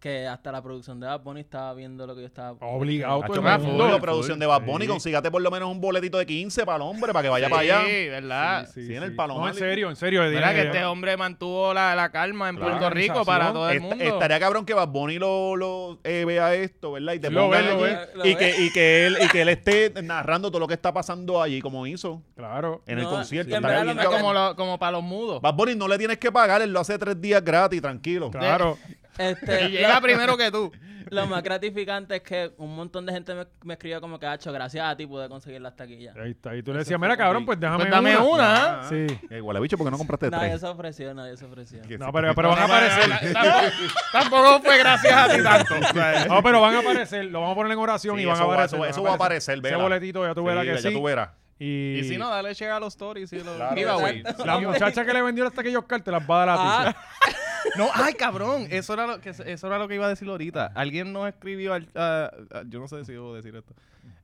Speaker 4: que hasta la producción de Bad Bunny estaba viendo lo que yo estaba.
Speaker 1: Oh. Obligado todo el
Speaker 2: Hacho,
Speaker 1: mundo.
Speaker 2: full, producción de Bad Bunny,
Speaker 1: Sí.
Speaker 2: consígate por lo menos un boletito de 15 para el hombre, para que vaya para allá.
Speaker 3: Sí, ¿verdad?
Speaker 2: ah, Sí, en el Palomar.
Speaker 1: No, en serio, en serio. de
Speaker 3: ¿Verdad que
Speaker 1: dinero.
Speaker 3: este hombre mantuvo la, la calma en
Speaker 1: Claro.
Speaker 3: Puerto Rico para todo el
Speaker 2: Est-
Speaker 3: mundo?
Speaker 2: Estaría cabrón que Bad Bunny lo, lo, eh, vea esto, ¿verdad? Y te
Speaker 1: Lo
Speaker 2: ponga
Speaker 1: ve, lo
Speaker 2: allí
Speaker 4: ve. Lo
Speaker 2: y,
Speaker 4: ve.
Speaker 2: que, y, que él, y que él esté narrando todo lo que está pasando allí, como hizo
Speaker 1: Claro.
Speaker 2: en el
Speaker 4: No,
Speaker 2: concierto.
Speaker 4: y en
Speaker 2: Estaría
Speaker 4: verdad
Speaker 2: bien
Speaker 4: lo
Speaker 3: Es
Speaker 2: cabrón.
Speaker 3: como, lo- como para los mudos.
Speaker 2: Bad Bunny no le tienes que pagar, él lo hace tres días gratis, tranquilo.
Speaker 1: Claro.
Speaker 4: Este,
Speaker 3: Eh, Y llega
Speaker 4: lo-
Speaker 3: primero que tú.
Speaker 4: Lo más gratificante es que un montón de gente me, me escribió como que, hecho gracias a ti pude conseguir las taquillas.
Speaker 1: Ahí está. Y tú le decías, mira, cabrón, pues déjame
Speaker 3: Pues dame una.
Speaker 1: una. Ah, Sí.
Speaker 2: Eh, Igual, bicho, porque no compraste
Speaker 4: Nadie
Speaker 2: tres?
Speaker 4: se ofreció, nadie se ofreció.
Speaker 2: Que
Speaker 1: No,
Speaker 2: se-
Speaker 1: pero, pero van a aparecer.
Speaker 3: Tampoco, tampoco fue gracias a ti tanto. o sea,
Speaker 1: No, pero van a aparecer. Lo vamos a poner en oración
Speaker 2: Sí,
Speaker 1: y van
Speaker 2: eso
Speaker 1: a
Speaker 2: va-
Speaker 1: aparecer.
Speaker 2: eso va-
Speaker 1: van
Speaker 2: eso va a aparecer,
Speaker 1: Ese
Speaker 2: vela.
Speaker 1: boletito ya tú
Speaker 2: Sí,
Speaker 1: verás que
Speaker 2: ya
Speaker 1: sí.
Speaker 2: tú verás.
Speaker 1: Y,
Speaker 3: Y si no, dale check a los stories y los
Speaker 2: Claro.
Speaker 3: giveaway.
Speaker 1: la muchacha que le vendió las taquillas a Oscar te las va a dar
Speaker 2: Ah.
Speaker 1: a ti.
Speaker 3: No, ay, cabrón. Eso era lo que, eso era lo que iba a decir ahorita. Alguien nos escribió. al- a- a- yo no sé si debo decir esto.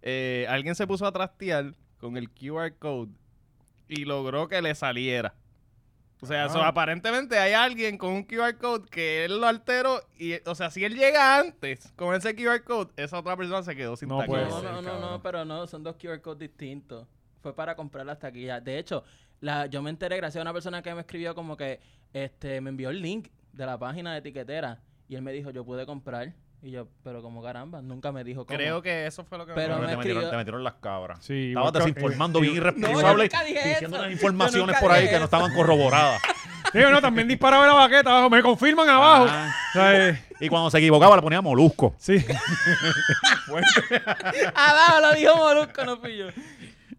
Speaker 3: Eh, alguien se puso a trastear con el QR code y logró que le saliera. O sea,
Speaker 4: Ah.
Speaker 3: so, aparentemente hay alguien con un QR code que él lo alteró y, o sea, si él llega antes con ese QR code, esa otra persona se quedó sin
Speaker 1: No
Speaker 3: taquilla.
Speaker 1: puede
Speaker 4: no,
Speaker 1: ser,
Speaker 4: no, no, no, pero no, son dos QR codes distintos. Fue para comprar las taquillas. De hecho, la, yo me enteré gracias a una persona que me escribió como que este me envió el link de la página de etiquetera y él me dijo, yo pude comprar. Y yo, pero como caramba, nunca me dijo cómo.
Speaker 3: Creo que eso fue lo que
Speaker 4: Pero
Speaker 2: Te
Speaker 4: me
Speaker 2: metieron-
Speaker 4: escribió-
Speaker 2: Te metieron las cabras.
Speaker 1: Sí,
Speaker 2: Estabas
Speaker 1: igual que-
Speaker 2: desinformando
Speaker 1: eh,
Speaker 2: bien
Speaker 4: No,
Speaker 2: irresponsable,
Speaker 4: yo nunca dije
Speaker 2: diciendo
Speaker 4: eso.
Speaker 2: unas
Speaker 4: Yo
Speaker 2: informaciones
Speaker 4: nunca
Speaker 2: por ahí
Speaker 4: dije
Speaker 2: que no estaban corroboradas.
Speaker 1: Digo, no, también disparaba la baqueta abajo. Me confirman abajo.
Speaker 2: Ah.
Speaker 1: O sea, eh,
Speaker 2: Y cuando se equivocaba, le ponía molusco.
Speaker 1: sí.
Speaker 4: Abajo lo dijo Molusco, no fui yo.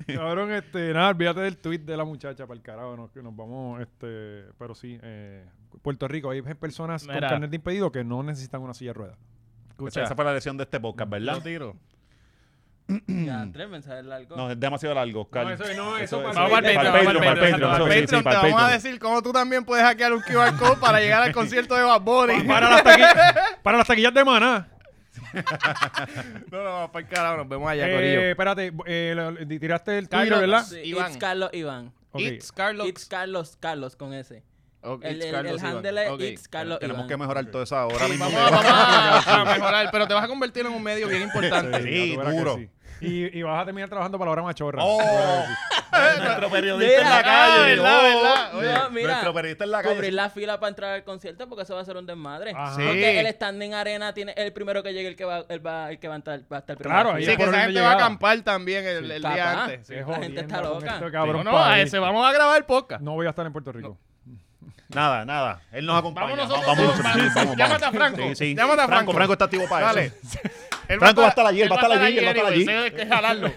Speaker 1: Cabrón, este, nada, olvídate del tweet de la muchacha para el carajo, nos, que nos vamos, este, pero sí, eh, Puerto Rico, hay personas con
Speaker 3: Mira.
Speaker 1: carnet de impedido que no necesitan una silla de ruedas.
Speaker 2: Esa, esa fue la lección de este podcast, ¿verdad?
Speaker 3: Lo tiro.
Speaker 4: Ya, tres mensajes largos.
Speaker 2: No, es demasiado largo, Oscar.
Speaker 1: No, eso no, eso para-
Speaker 3: Vamos para el Patreon, vamos
Speaker 2: para el Patreon,
Speaker 3: Para
Speaker 2: eso
Speaker 3: el
Speaker 2: sí, sí,
Speaker 3: Patreon
Speaker 2: para el
Speaker 3: te vamos a
Speaker 2: Patreon.
Speaker 3: decir cómo tú también puedes hackear un QR code para llegar al concierto de Bad Bunny.
Speaker 1: Para las, taqui- para las taquillas de maná.
Speaker 3: No, no, para el carajo, nos vemos allá,
Speaker 1: Eh, espérate, eh, lo- lo- tiraste el Twitter,
Speaker 3: Carlos,
Speaker 1: ¿verdad?
Speaker 4: Sí,
Speaker 3: Iván.
Speaker 4: It's Carlos Iván.
Speaker 1: Ok.
Speaker 3: It's Carlos.
Speaker 4: It's Carlos, Carlos con ese.
Speaker 3: Ok,
Speaker 4: El,
Speaker 3: it's
Speaker 4: el, el
Speaker 3: Carlos Iván.
Speaker 4: handle es
Speaker 3: Ok.
Speaker 4: It's Carlos
Speaker 2: Tenemos
Speaker 4: Iván.
Speaker 2: que mejorar todo eso ahora mismo.
Speaker 3: Vamos, a, vamos a- a mejorar, pero te vas a convertir en un medio bien importante.
Speaker 2: Sí,
Speaker 1: ya tú verás que
Speaker 2: duro.
Speaker 1: Y, y vas a terminar trabajando para la hora machorra.
Speaker 2: ¡Oh! Nuestro periodista en la
Speaker 4: Mira,
Speaker 3: ah,
Speaker 2: calle.
Speaker 3: ¿verdad,
Speaker 2: oh.
Speaker 3: verdad?
Speaker 4: Oye, No, mira,
Speaker 2: Nuestro periodista en la
Speaker 4: Cubrir
Speaker 2: calle.
Speaker 4: la fila para entrar al concierto porque eso va a ser un desmadre.
Speaker 1: Ajá.
Speaker 3: Sí.
Speaker 4: Porque el standing arena tiene el primero que llegue el que va, el va, el que va a entrar, va a estar primero.
Speaker 1: Claro,
Speaker 4: en la
Speaker 1: ahí
Speaker 3: Sí,
Speaker 1: es
Speaker 4: fila.
Speaker 3: que
Speaker 1: por
Speaker 3: esa
Speaker 1: orden de
Speaker 3: gente va a
Speaker 1: llegada.
Speaker 3: acampar también el, el día
Speaker 4: Capaz.
Speaker 3: antes.
Speaker 1: Qué
Speaker 4: La
Speaker 1: jodienda
Speaker 4: gente está
Speaker 1: con
Speaker 4: loca.
Speaker 1: este cabrón
Speaker 3: No, no,
Speaker 1: país.
Speaker 3: a ese vamos a grabar el podcast.
Speaker 1: No voy a estar en Puerto Rico.
Speaker 2: Nada, nada. Él nos acompaña.
Speaker 3: Vamos nosotros
Speaker 2: Vamos,
Speaker 3: dos,
Speaker 2: vamos,
Speaker 3: vamos.
Speaker 2: vamos.
Speaker 3: Llámate a Franco.
Speaker 2: Sí, sí.
Speaker 3: Llámate a Franco.
Speaker 2: Franco. Franco está activo para
Speaker 3: Dale.
Speaker 2: eso.
Speaker 3: Él
Speaker 2: Franco va a estar allí, él va a estar allí, él va a estar allí.
Speaker 3: anyway, Eso hay que jalarlo.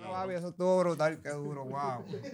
Speaker 10: Guau, eso estuvo brutal, qué duro, wow.